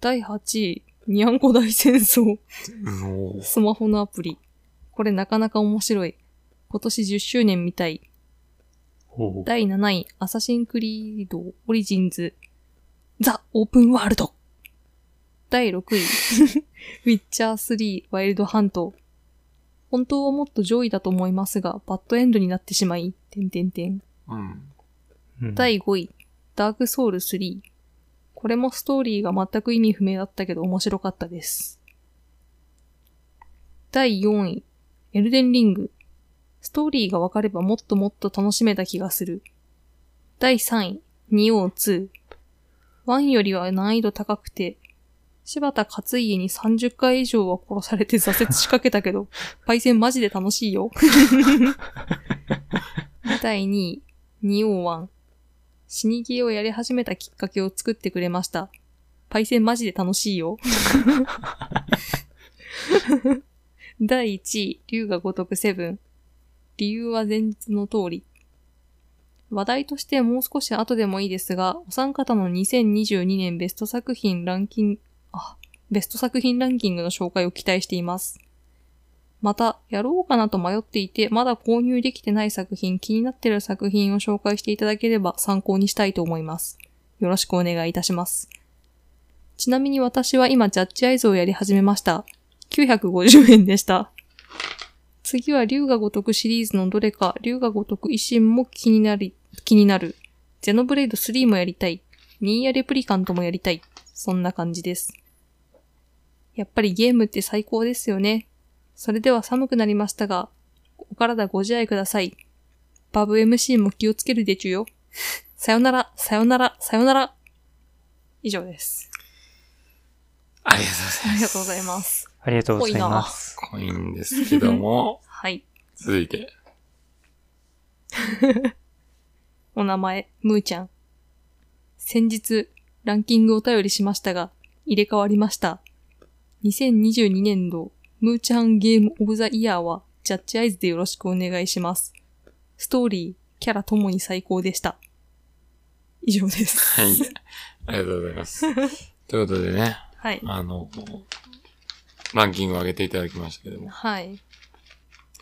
Speaker 2: 第8位、ニャンコ大戦争。
Speaker 1: うんおー
Speaker 2: スマホのアプリ。これなかなか面白い。今年10周年みたい。
Speaker 3: おー
Speaker 2: 第7位、アサシンクリードオリジンズ、ザ・オープンワールド。第6位、ウィッチャー3ワイルドハント。本当はもっと上位だと思いますが、バッドエンドになってしまい、てんてんてん。
Speaker 1: うん。
Speaker 3: うん
Speaker 2: 第5位、ダークソウル3。これもストーリーが全く意味不明だったけど面白かったです。第4位、エルデンリング。ストーリーがわかればもっともっと楽しめた気がする。第3位、ニオー2。1よりは難易度高くて、柴田勝家に30回以上は殺されて挫折しかけた けど、パイセンマジで楽しいよ。第2位、ニオー1。死にゲーをやり始めたきっかけを作ってくれました。パイセンマジで楽しいよ。第1位、竜が如くセブン。理由は前日の通り。話題としてもう少し後でもいいですが、お三方の2022年ベスト作品ランキング、あ、ベスト作品ランキングの紹介を期待しています。また、やろうかなと迷っていて、まだ購入できてない作品、気になっている作品を紹介していただければ参考にしたいと思います。よろしくお願いいたします。ちなみに私は今、ジャッジアイズをやり始めました。950円でした。次は、龍が如くシリーズのどれか、龍が如く維新も気になり、気になる。ゼノブレイド3もやりたい。ニーヤレプリカントもやりたい。そんな感じです。やっぱりゲームって最高ですよね。それでは寒くなりましたが、お体ご自愛ください。バブ MC も気をつけるでちゅよ。 さよなら、さよなら、さよなら。以上です。
Speaker 1: ありがとうございます。
Speaker 2: ありがとうございます。
Speaker 3: ありがとうござい
Speaker 1: 濃い
Speaker 3: ます。
Speaker 1: んですけど も、
Speaker 2: はい。
Speaker 1: 続いて、
Speaker 2: お名前、むーちゃん。先日、ランキングお便りしましたが、入れ替わりました。2022年度、むーちゃんゲームオブザイヤーは、ジャッジアイズでよろしくお願いします。ストーリー、キャラともに最高でした。以上です。
Speaker 1: はい。ありがとうございます。 ということでね、
Speaker 2: はい。
Speaker 1: あの、ランキングを上げていただきましたけども、
Speaker 2: はい。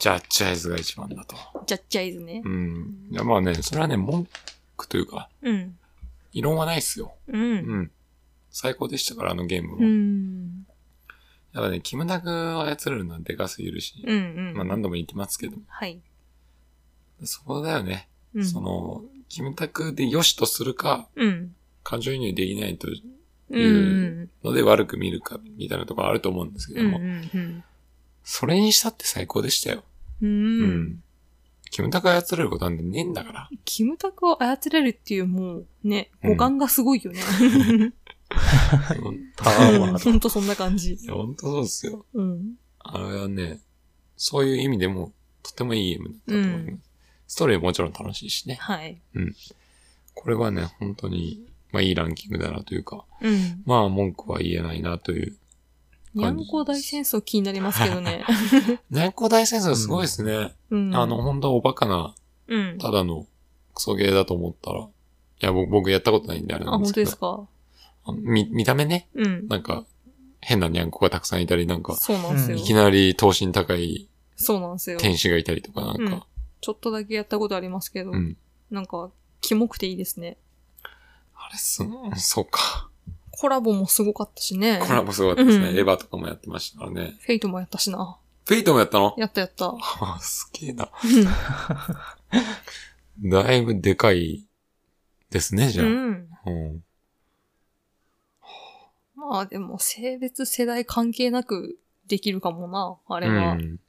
Speaker 1: ジャッジアイズが一番だと。
Speaker 2: ジャッジアイズね
Speaker 1: う。ん。いやまあね、それはね、文句というか、
Speaker 2: うん。
Speaker 1: 異論はないっすよ。
Speaker 2: う。
Speaker 1: うんん。最高でしたから、あのゲームも。
Speaker 2: うん。う
Speaker 1: やっ
Speaker 2: ん。
Speaker 1: ぱね、キムタクを操るのはでかすぎるし、
Speaker 2: うん。
Speaker 1: まあ何度も言ってますけど、
Speaker 2: はい。
Speaker 1: そこだよね。
Speaker 2: うん。
Speaker 1: その、キムタクで良しとするか、
Speaker 2: うん。
Speaker 1: 感情移入できないという
Speaker 2: うん。うん。
Speaker 1: ので悪く見るか、みたいなところあると思うんですけ
Speaker 2: う
Speaker 1: ど
Speaker 2: ん。
Speaker 1: も、
Speaker 2: うん。
Speaker 1: それにしたって最高でしたよ。
Speaker 2: うん。
Speaker 1: キムタク操れることなんてねえんだから。
Speaker 2: キムタクを操れるっていうもうね、
Speaker 1: うん
Speaker 2: 五感がすごいよね。
Speaker 1: ほん
Speaker 3: パ
Speaker 2: うん、
Speaker 3: ワー
Speaker 2: ほんとそんな感じ
Speaker 1: い。や、ほんとそうですよ。
Speaker 2: うん。
Speaker 1: あれはね、そういう意味でも、とてもいいゲームだったと思います。ストーリーももちろん楽しいしね。
Speaker 2: はい。
Speaker 1: これはね、本当に、まあいいランキングだなというか、
Speaker 2: うん。
Speaker 1: まあ文句は言えないなという。
Speaker 2: にゃんこ大戦争気になりますけ どね。
Speaker 1: 年功大戦争すごいですね。
Speaker 2: うん。
Speaker 1: あの、、本当おバカな、
Speaker 2: うん。
Speaker 1: ただのクソゲーだと思ったら、いや、僕、僕やったことないんであれ
Speaker 2: あ、
Speaker 1: なんで
Speaker 2: 本
Speaker 1: す
Speaker 2: 当
Speaker 1: け
Speaker 2: で
Speaker 1: ど
Speaker 2: す。か。
Speaker 1: あの見、見た目ね、
Speaker 2: うん。
Speaker 1: なんか、変なニャンコがたくさんいたり、なんか、
Speaker 2: そうなんですよ。
Speaker 3: うん
Speaker 1: いきなり等身高い
Speaker 2: そうなんですよ。
Speaker 1: 天使がいたりとか、なんか、
Speaker 2: ちょっとだけやったことありますけど、
Speaker 1: うん
Speaker 2: なんか、キモくていいですね。
Speaker 1: あれす、うん、そうか。
Speaker 2: コラボもすごかったしね。
Speaker 1: コラボすごかったですね。
Speaker 2: うん
Speaker 1: エヴァとかもやってましたからね。
Speaker 2: フェイトもやったしな。
Speaker 1: フェイトもやったの
Speaker 2: やったやった。うん
Speaker 1: あすげえな。だいぶでかいですね、じゃあ。
Speaker 2: うん。
Speaker 1: うん。
Speaker 2: まあでも、性別、世代関係なくできるかもな、あれ
Speaker 1: う
Speaker 2: は。
Speaker 1: ん。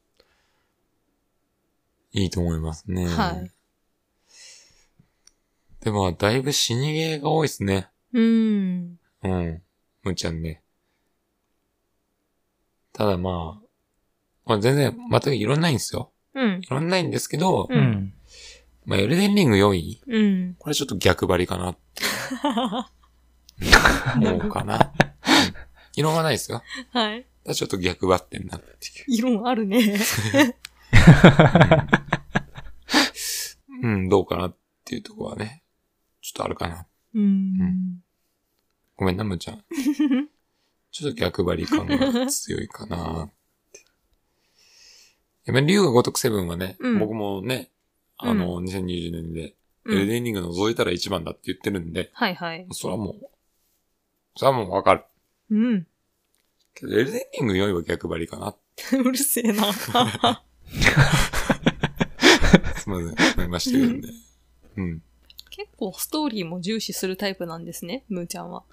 Speaker 1: いいと思いますね。
Speaker 2: はい。
Speaker 1: でも、だいぶ死にゲーが多いですね。
Speaker 2: う
Speaker 1: う
Speaker 2: ん。
Speaker 1: ん。むーちゃんね。ただまあ、まあ全然、全くいろんないんですよ。
Speaker 2: うん。
Speaker 1: いろんないんですけど、
Speaker 2: うん
Speaker 3: うん。
Speaker 1: まあエルデンリング4位
Speaker 2: うん。
Speaker 1: これちょっと逆張りかなって。思うかな。異論はないですよ。
Speaker 2: はい。
Speaker 1: ただちょっと逆張ってんなっていう。
Speaker 2: 異論ある ね。
Speaker 1: うん、うんどうかなっていうとこはね、ちょっとあるかな。
Speaker 2: うん。
Speaker 1: ごめんな、むー ちゃん。ちょっと逆張り感が強いかなって。やっぱり竜が如くセブンはね、
Speaker 2: うん
Speaker 1: 僕もね、あの、2020年で、エルデンリング覗いたら一番だって言ってるんで、
Speaker 2: はいはい。
Speaker 1: それはもう、それはもうわかる。
Speaker 2: うん。
Speaker 1: けど、エルデンリングよりは逆張りかな。
Speaker 2: うるせえな。
Speaker 1: すみません、思いましたけど ね。うん。
Speaker 2: 結構ストーリーも重視するタイプなんですね、むーちゃんは。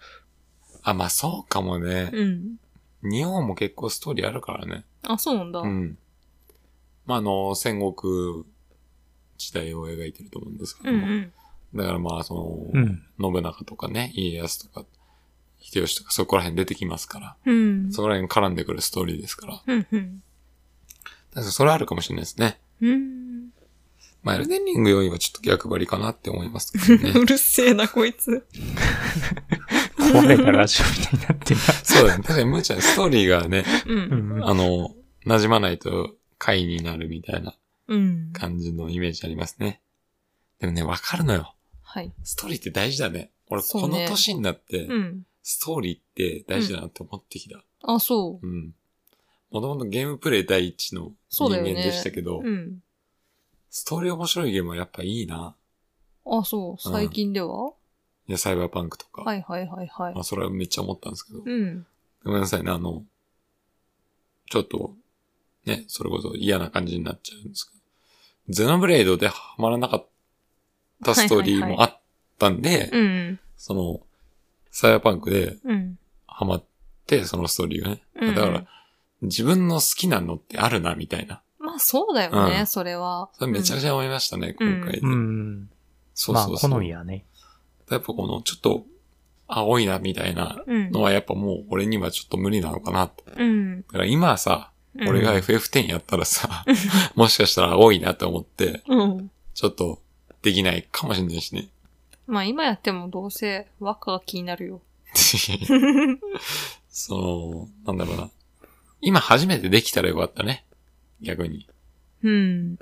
Speaker 1: あ、まあそうかもね。
Speaker 2: うん。
Speaker 1: 日本も結構ストーリーあるからね。
Speaker 2: あ、そうなんだ。
Speaker 1: うん。まあ、あの、戦国時代を描いてると思うんですけど
Speaker 2: うん
Speaker 1: も。
Speaker 2: うん。
Speaker 1: だからまあ、その、
Speaker 3: うん。
Speaker 1: 信長とかね、家康とか、秀吉とか、そこら辺出てきますから。
Speaker 2: うん。
Speaker 1: そこら辺絡んでくるストーリーですから。
Speaker 2: うんうん。
Speaker 1: だからそれあるかもしれないですね。
Speaker 2: うん。
Speaker 1: まあ、エルデンリングよりはちょっと逆張りかなって思いますけど ね。
Speaker 2: うるせえな、こいつ。
Speaker 3: 壊れたラジオみたいになってる
Speaker 1: そうだね。確かに、むーちゃん、ストーリーがね、
Speaker 2: う。
Speaker 3: うんん。
Speaker 1: あの、馴染まないと、回になるみたいな
Speaker 2: うん。
Speaker 1: 感じのイメージありますね。でもね、わかるのよ。
Speaker 2: はい。
Speaker 1: ストーリーって大事だね。俺、
Speaker 2: そう
Speaker 1: こ
Speaker 2: ね
Speaker 1: の年になって
Speaker 2: う、ん。
Speaker 1: ストーリーって大事だなって思ってきた。
Speaker 2: あ、そ
Speaker 1: うん。もともとゲームプレイ第一の人
Speaker 2: そうだ
Speaker 1: 間
Speaker 2: よね
Speaker 1: でしたけど、
Speaker 2: う。うん。
Speaker 1: ストーリー面白いゲームはやっぱいいな。
Speaker 2: あ、そう。最近では、
Speaker 1: いや、サイバーパンクとか。
Speaker 2: はいはいはいはい
Speaker 1: まあ、。それはめっちゃ思ったんですけど。
Speaker 2: うん。
Speaker 1: ごめんなさいね、あの、ちょっと、ね、それこそ嫌な感じになっちゃうんですけど、ゼノブレードでハマらなかったストーリーもあったんで、
Speaker 2: うん。
Speaker 1: その、サイバーパンクで
Speaker 2: うん。
Speaker 1: ハマって、そのストーリーがね。
Speaker 2: うん
Speaker 1: だから、自分の好きなのってあるな、みたいな。
Speaker 2: まあそうだよね、
Speaker 1: うん
Speaker 2: それは。
Speaker 1: それめちゃくちゃ思いましたね、
Speaker 2: うん
Speaker 1: 今回で。
Speaker 3: うん。
Speaker 1: そう
Speaker 3: まあ、
Speaker 1: そうそう。
Speaker 3: 好みはね。
Speaker 1: やっぱこの、ちょっと、青いな、みたいな
Speaker 2: うん。
Speaker 1: のはやっぱもう俺にはちょっと無理なのかなって。だ
Speaker 2: うん。
Speaker 1: から今さ、
Speaker 2: うん
Speaker 1: 俺が FF10 やったら さ、もしかしたら青いなと思って、
Speaker 2: うん。
Speaker 1: ちょっとできないかもしれないしね。
Speaker 2: まあ今やってもどうせ和歌が気になる よ。
Speaker 1: その、なんだろうな。今初めてできたらよかったね。逆に。
Speaker 2: うん。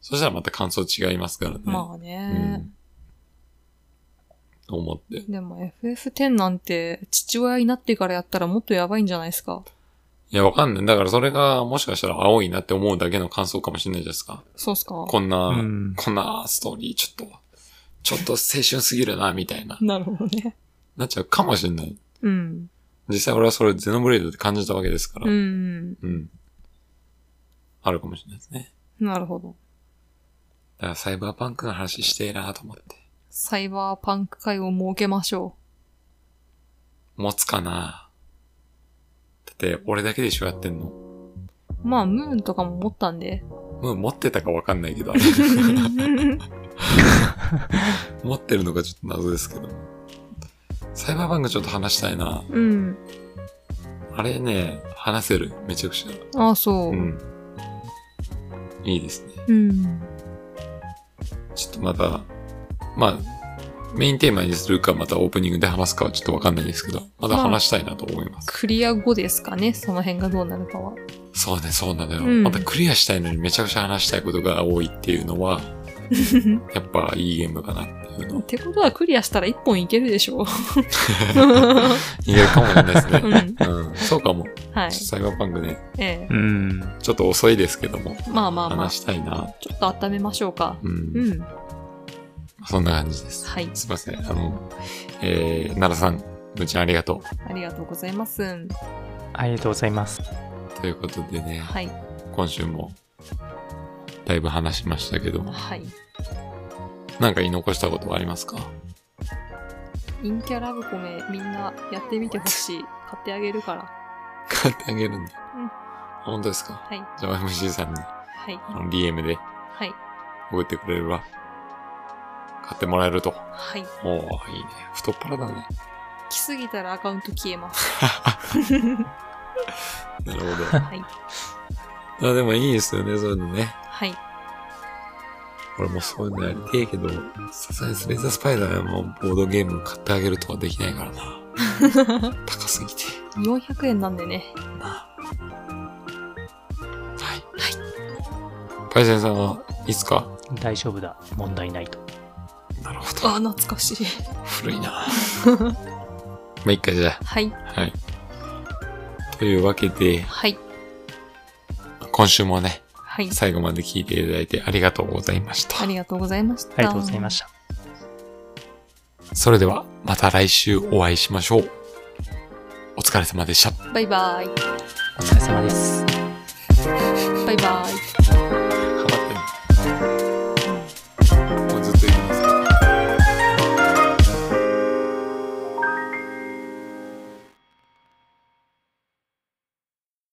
Speaker 1: そしたらまた感想違いますからね。
Speaker 2: まあ
Speaker 1: あ
Speaker 2: ね。
Speaker 1: と思って。
Speaker 2: でも FF10 なんて父親になってからやったらもっとやばいんじゃないですか。
Speaker 1: いや、わかんない。だからそれがもしかしたら青いなって思うだけの感想かもしれないじゃないですか。
Speaker 2: そうっすか
Speaker 1: こんな、
Speaker 3: うん
Speaker 1: こんなストーリー、ちょっと、ちょっと青春すぎるな、みたいな、
Speaker 2: なるほどね。
Speaker 1: なっちゃうかもしれない。
Speaker 2: うん。
Speaker 1: 実際俺はそれゼノブレードで感じたわけですから。
Speaker 2: うん。
Speaker 1: うん。あるかもしれないですね。
Speaker 2: なるほど。
Speaker 1: だからサイバーパンクの話してえなと思って。
Speaker 2: サイバーパンク会を設けましょ
Speaker 1: 持つかなだって、俺だけで一緒やってんの。
Speaker 2: う。まあ、ムーンとかも持ったんで。
Speaker 1: もう持ってたかわかんない けど、持ってるのかちょっと謎ですけど。サイバーパンクちょっと話したいな。
Speaker 2: うん。
Speaker 1: あれね、話せる。めちゃくちゃ。
Speaker 2: ああ、そうう。
Speaker 1: ん。いいですね。
Speaker 2: うん。
Speaker 1: ちょっとまた、まあ、メインテーマにするか、またオープニングで話すかはちょっとわかんないですけど、また話したいなと思います。
Speaker 2: クリア後ですかね、その辺がどうなるかは。
Speaker 1: そうね、そうなのよ。
Speaker 2: うん
Speaker 1: またクリアしたいのにめちゃくちゃ話したいことが多いっていうの は、やっぱいいゲームかなっていうの
Speaker 2: っ。てことはクリアしたら一本いけるで しょう。
Speaker 1: いや、かもしれないです
Speaker 2: う
Speaker 1: ね。
Speaker 2: ん。
Speaker 1: うん、そうかも。
Speaker 2: はい。
Speaker 1: サイバーパンクね、
Speaker 2: え
Speaker 3: うん。
Speaker 1: ちょっと遅いですけども、
Speaker 2: え。まあまあまあ。
Speaker 1: 話
Speaker 2: ち
Speaker 1: したいな。
Speaker 2: ょっと温めましょうか。
Speaker 1: うん。
Speaker 2: うん。
Speaker 1: そんな感じです。
Speaker 2: はい。
Speaker 1: すいません。あの、えー、奈良さん、むちゃんありがと
Speaker 2: ありがとうございます。
Speaker 3: ありがとうございます。
Speaker 1: う。ということでね、
Speaker 2: はい。
Speaker 1: 今週も、だいぶ話しましたけど、
Speaker 2: はい。
Speaker 1: なんか言い残したことはありますか
Speaker 2: 陰キャラブコメみんなやってみてほしい。買ってあげるから。
Speaker 1: 買ってあげるんだ。
Speaker 2: うん
Speaker 1: 本当ですか
Speaker 2: はい。
Speaker 1: じゃあ MC さんに、
Speaker 2: はい。
Speaker 1: あの DM で
Speaker 2: はい。
Speaker 1: 送ってくれれば、買ってもらえると。
Speaker 2: はい。
Speaker 1: おー、いいね。太っ腹だ ね。
Speaker 2: 来すぎたらアカウント消えます。
Speaker 1: なるほど。
Speaker 2: はい。
Speaker 1: あでもいいですよね、そういうのね。
Speaker 2: はい。
Speaker 1: 俺もそういうのやりてえけど、さすがにスレイザースパイダーもボードゲーム買ってあげるとはできないからな。 高すぎて。
Speaker 2: 400円なんで ね。
Speaker 1: はい。パイセンさんはいいつか
Speaker 3: 大丈夫だ。問題ないと。
Speaker 1: なるほど。
Speaker 2: あ、懐かしい。
Speaker 1: 古いな。 まあ、いっか、じゃ
Speaker 2: はい
Speaker 1: あ。。はい。というわけで、
Speaker 2: はい。
Speaker 1: 今週もね、
Speaker 2: はい。
Speaker 1: 最後まで聞いていただいてありがとうございました
Speaker 2: あ。りがとうございました。
Speaker 3: ありがとうございました。
Speaker 1: それでは、また来週お会いしましょう。お疲れ様でした。
Speaker 2: た。バイバイ。
Speaker 3: お疲れ様です。
Speaker 2: バイバイ。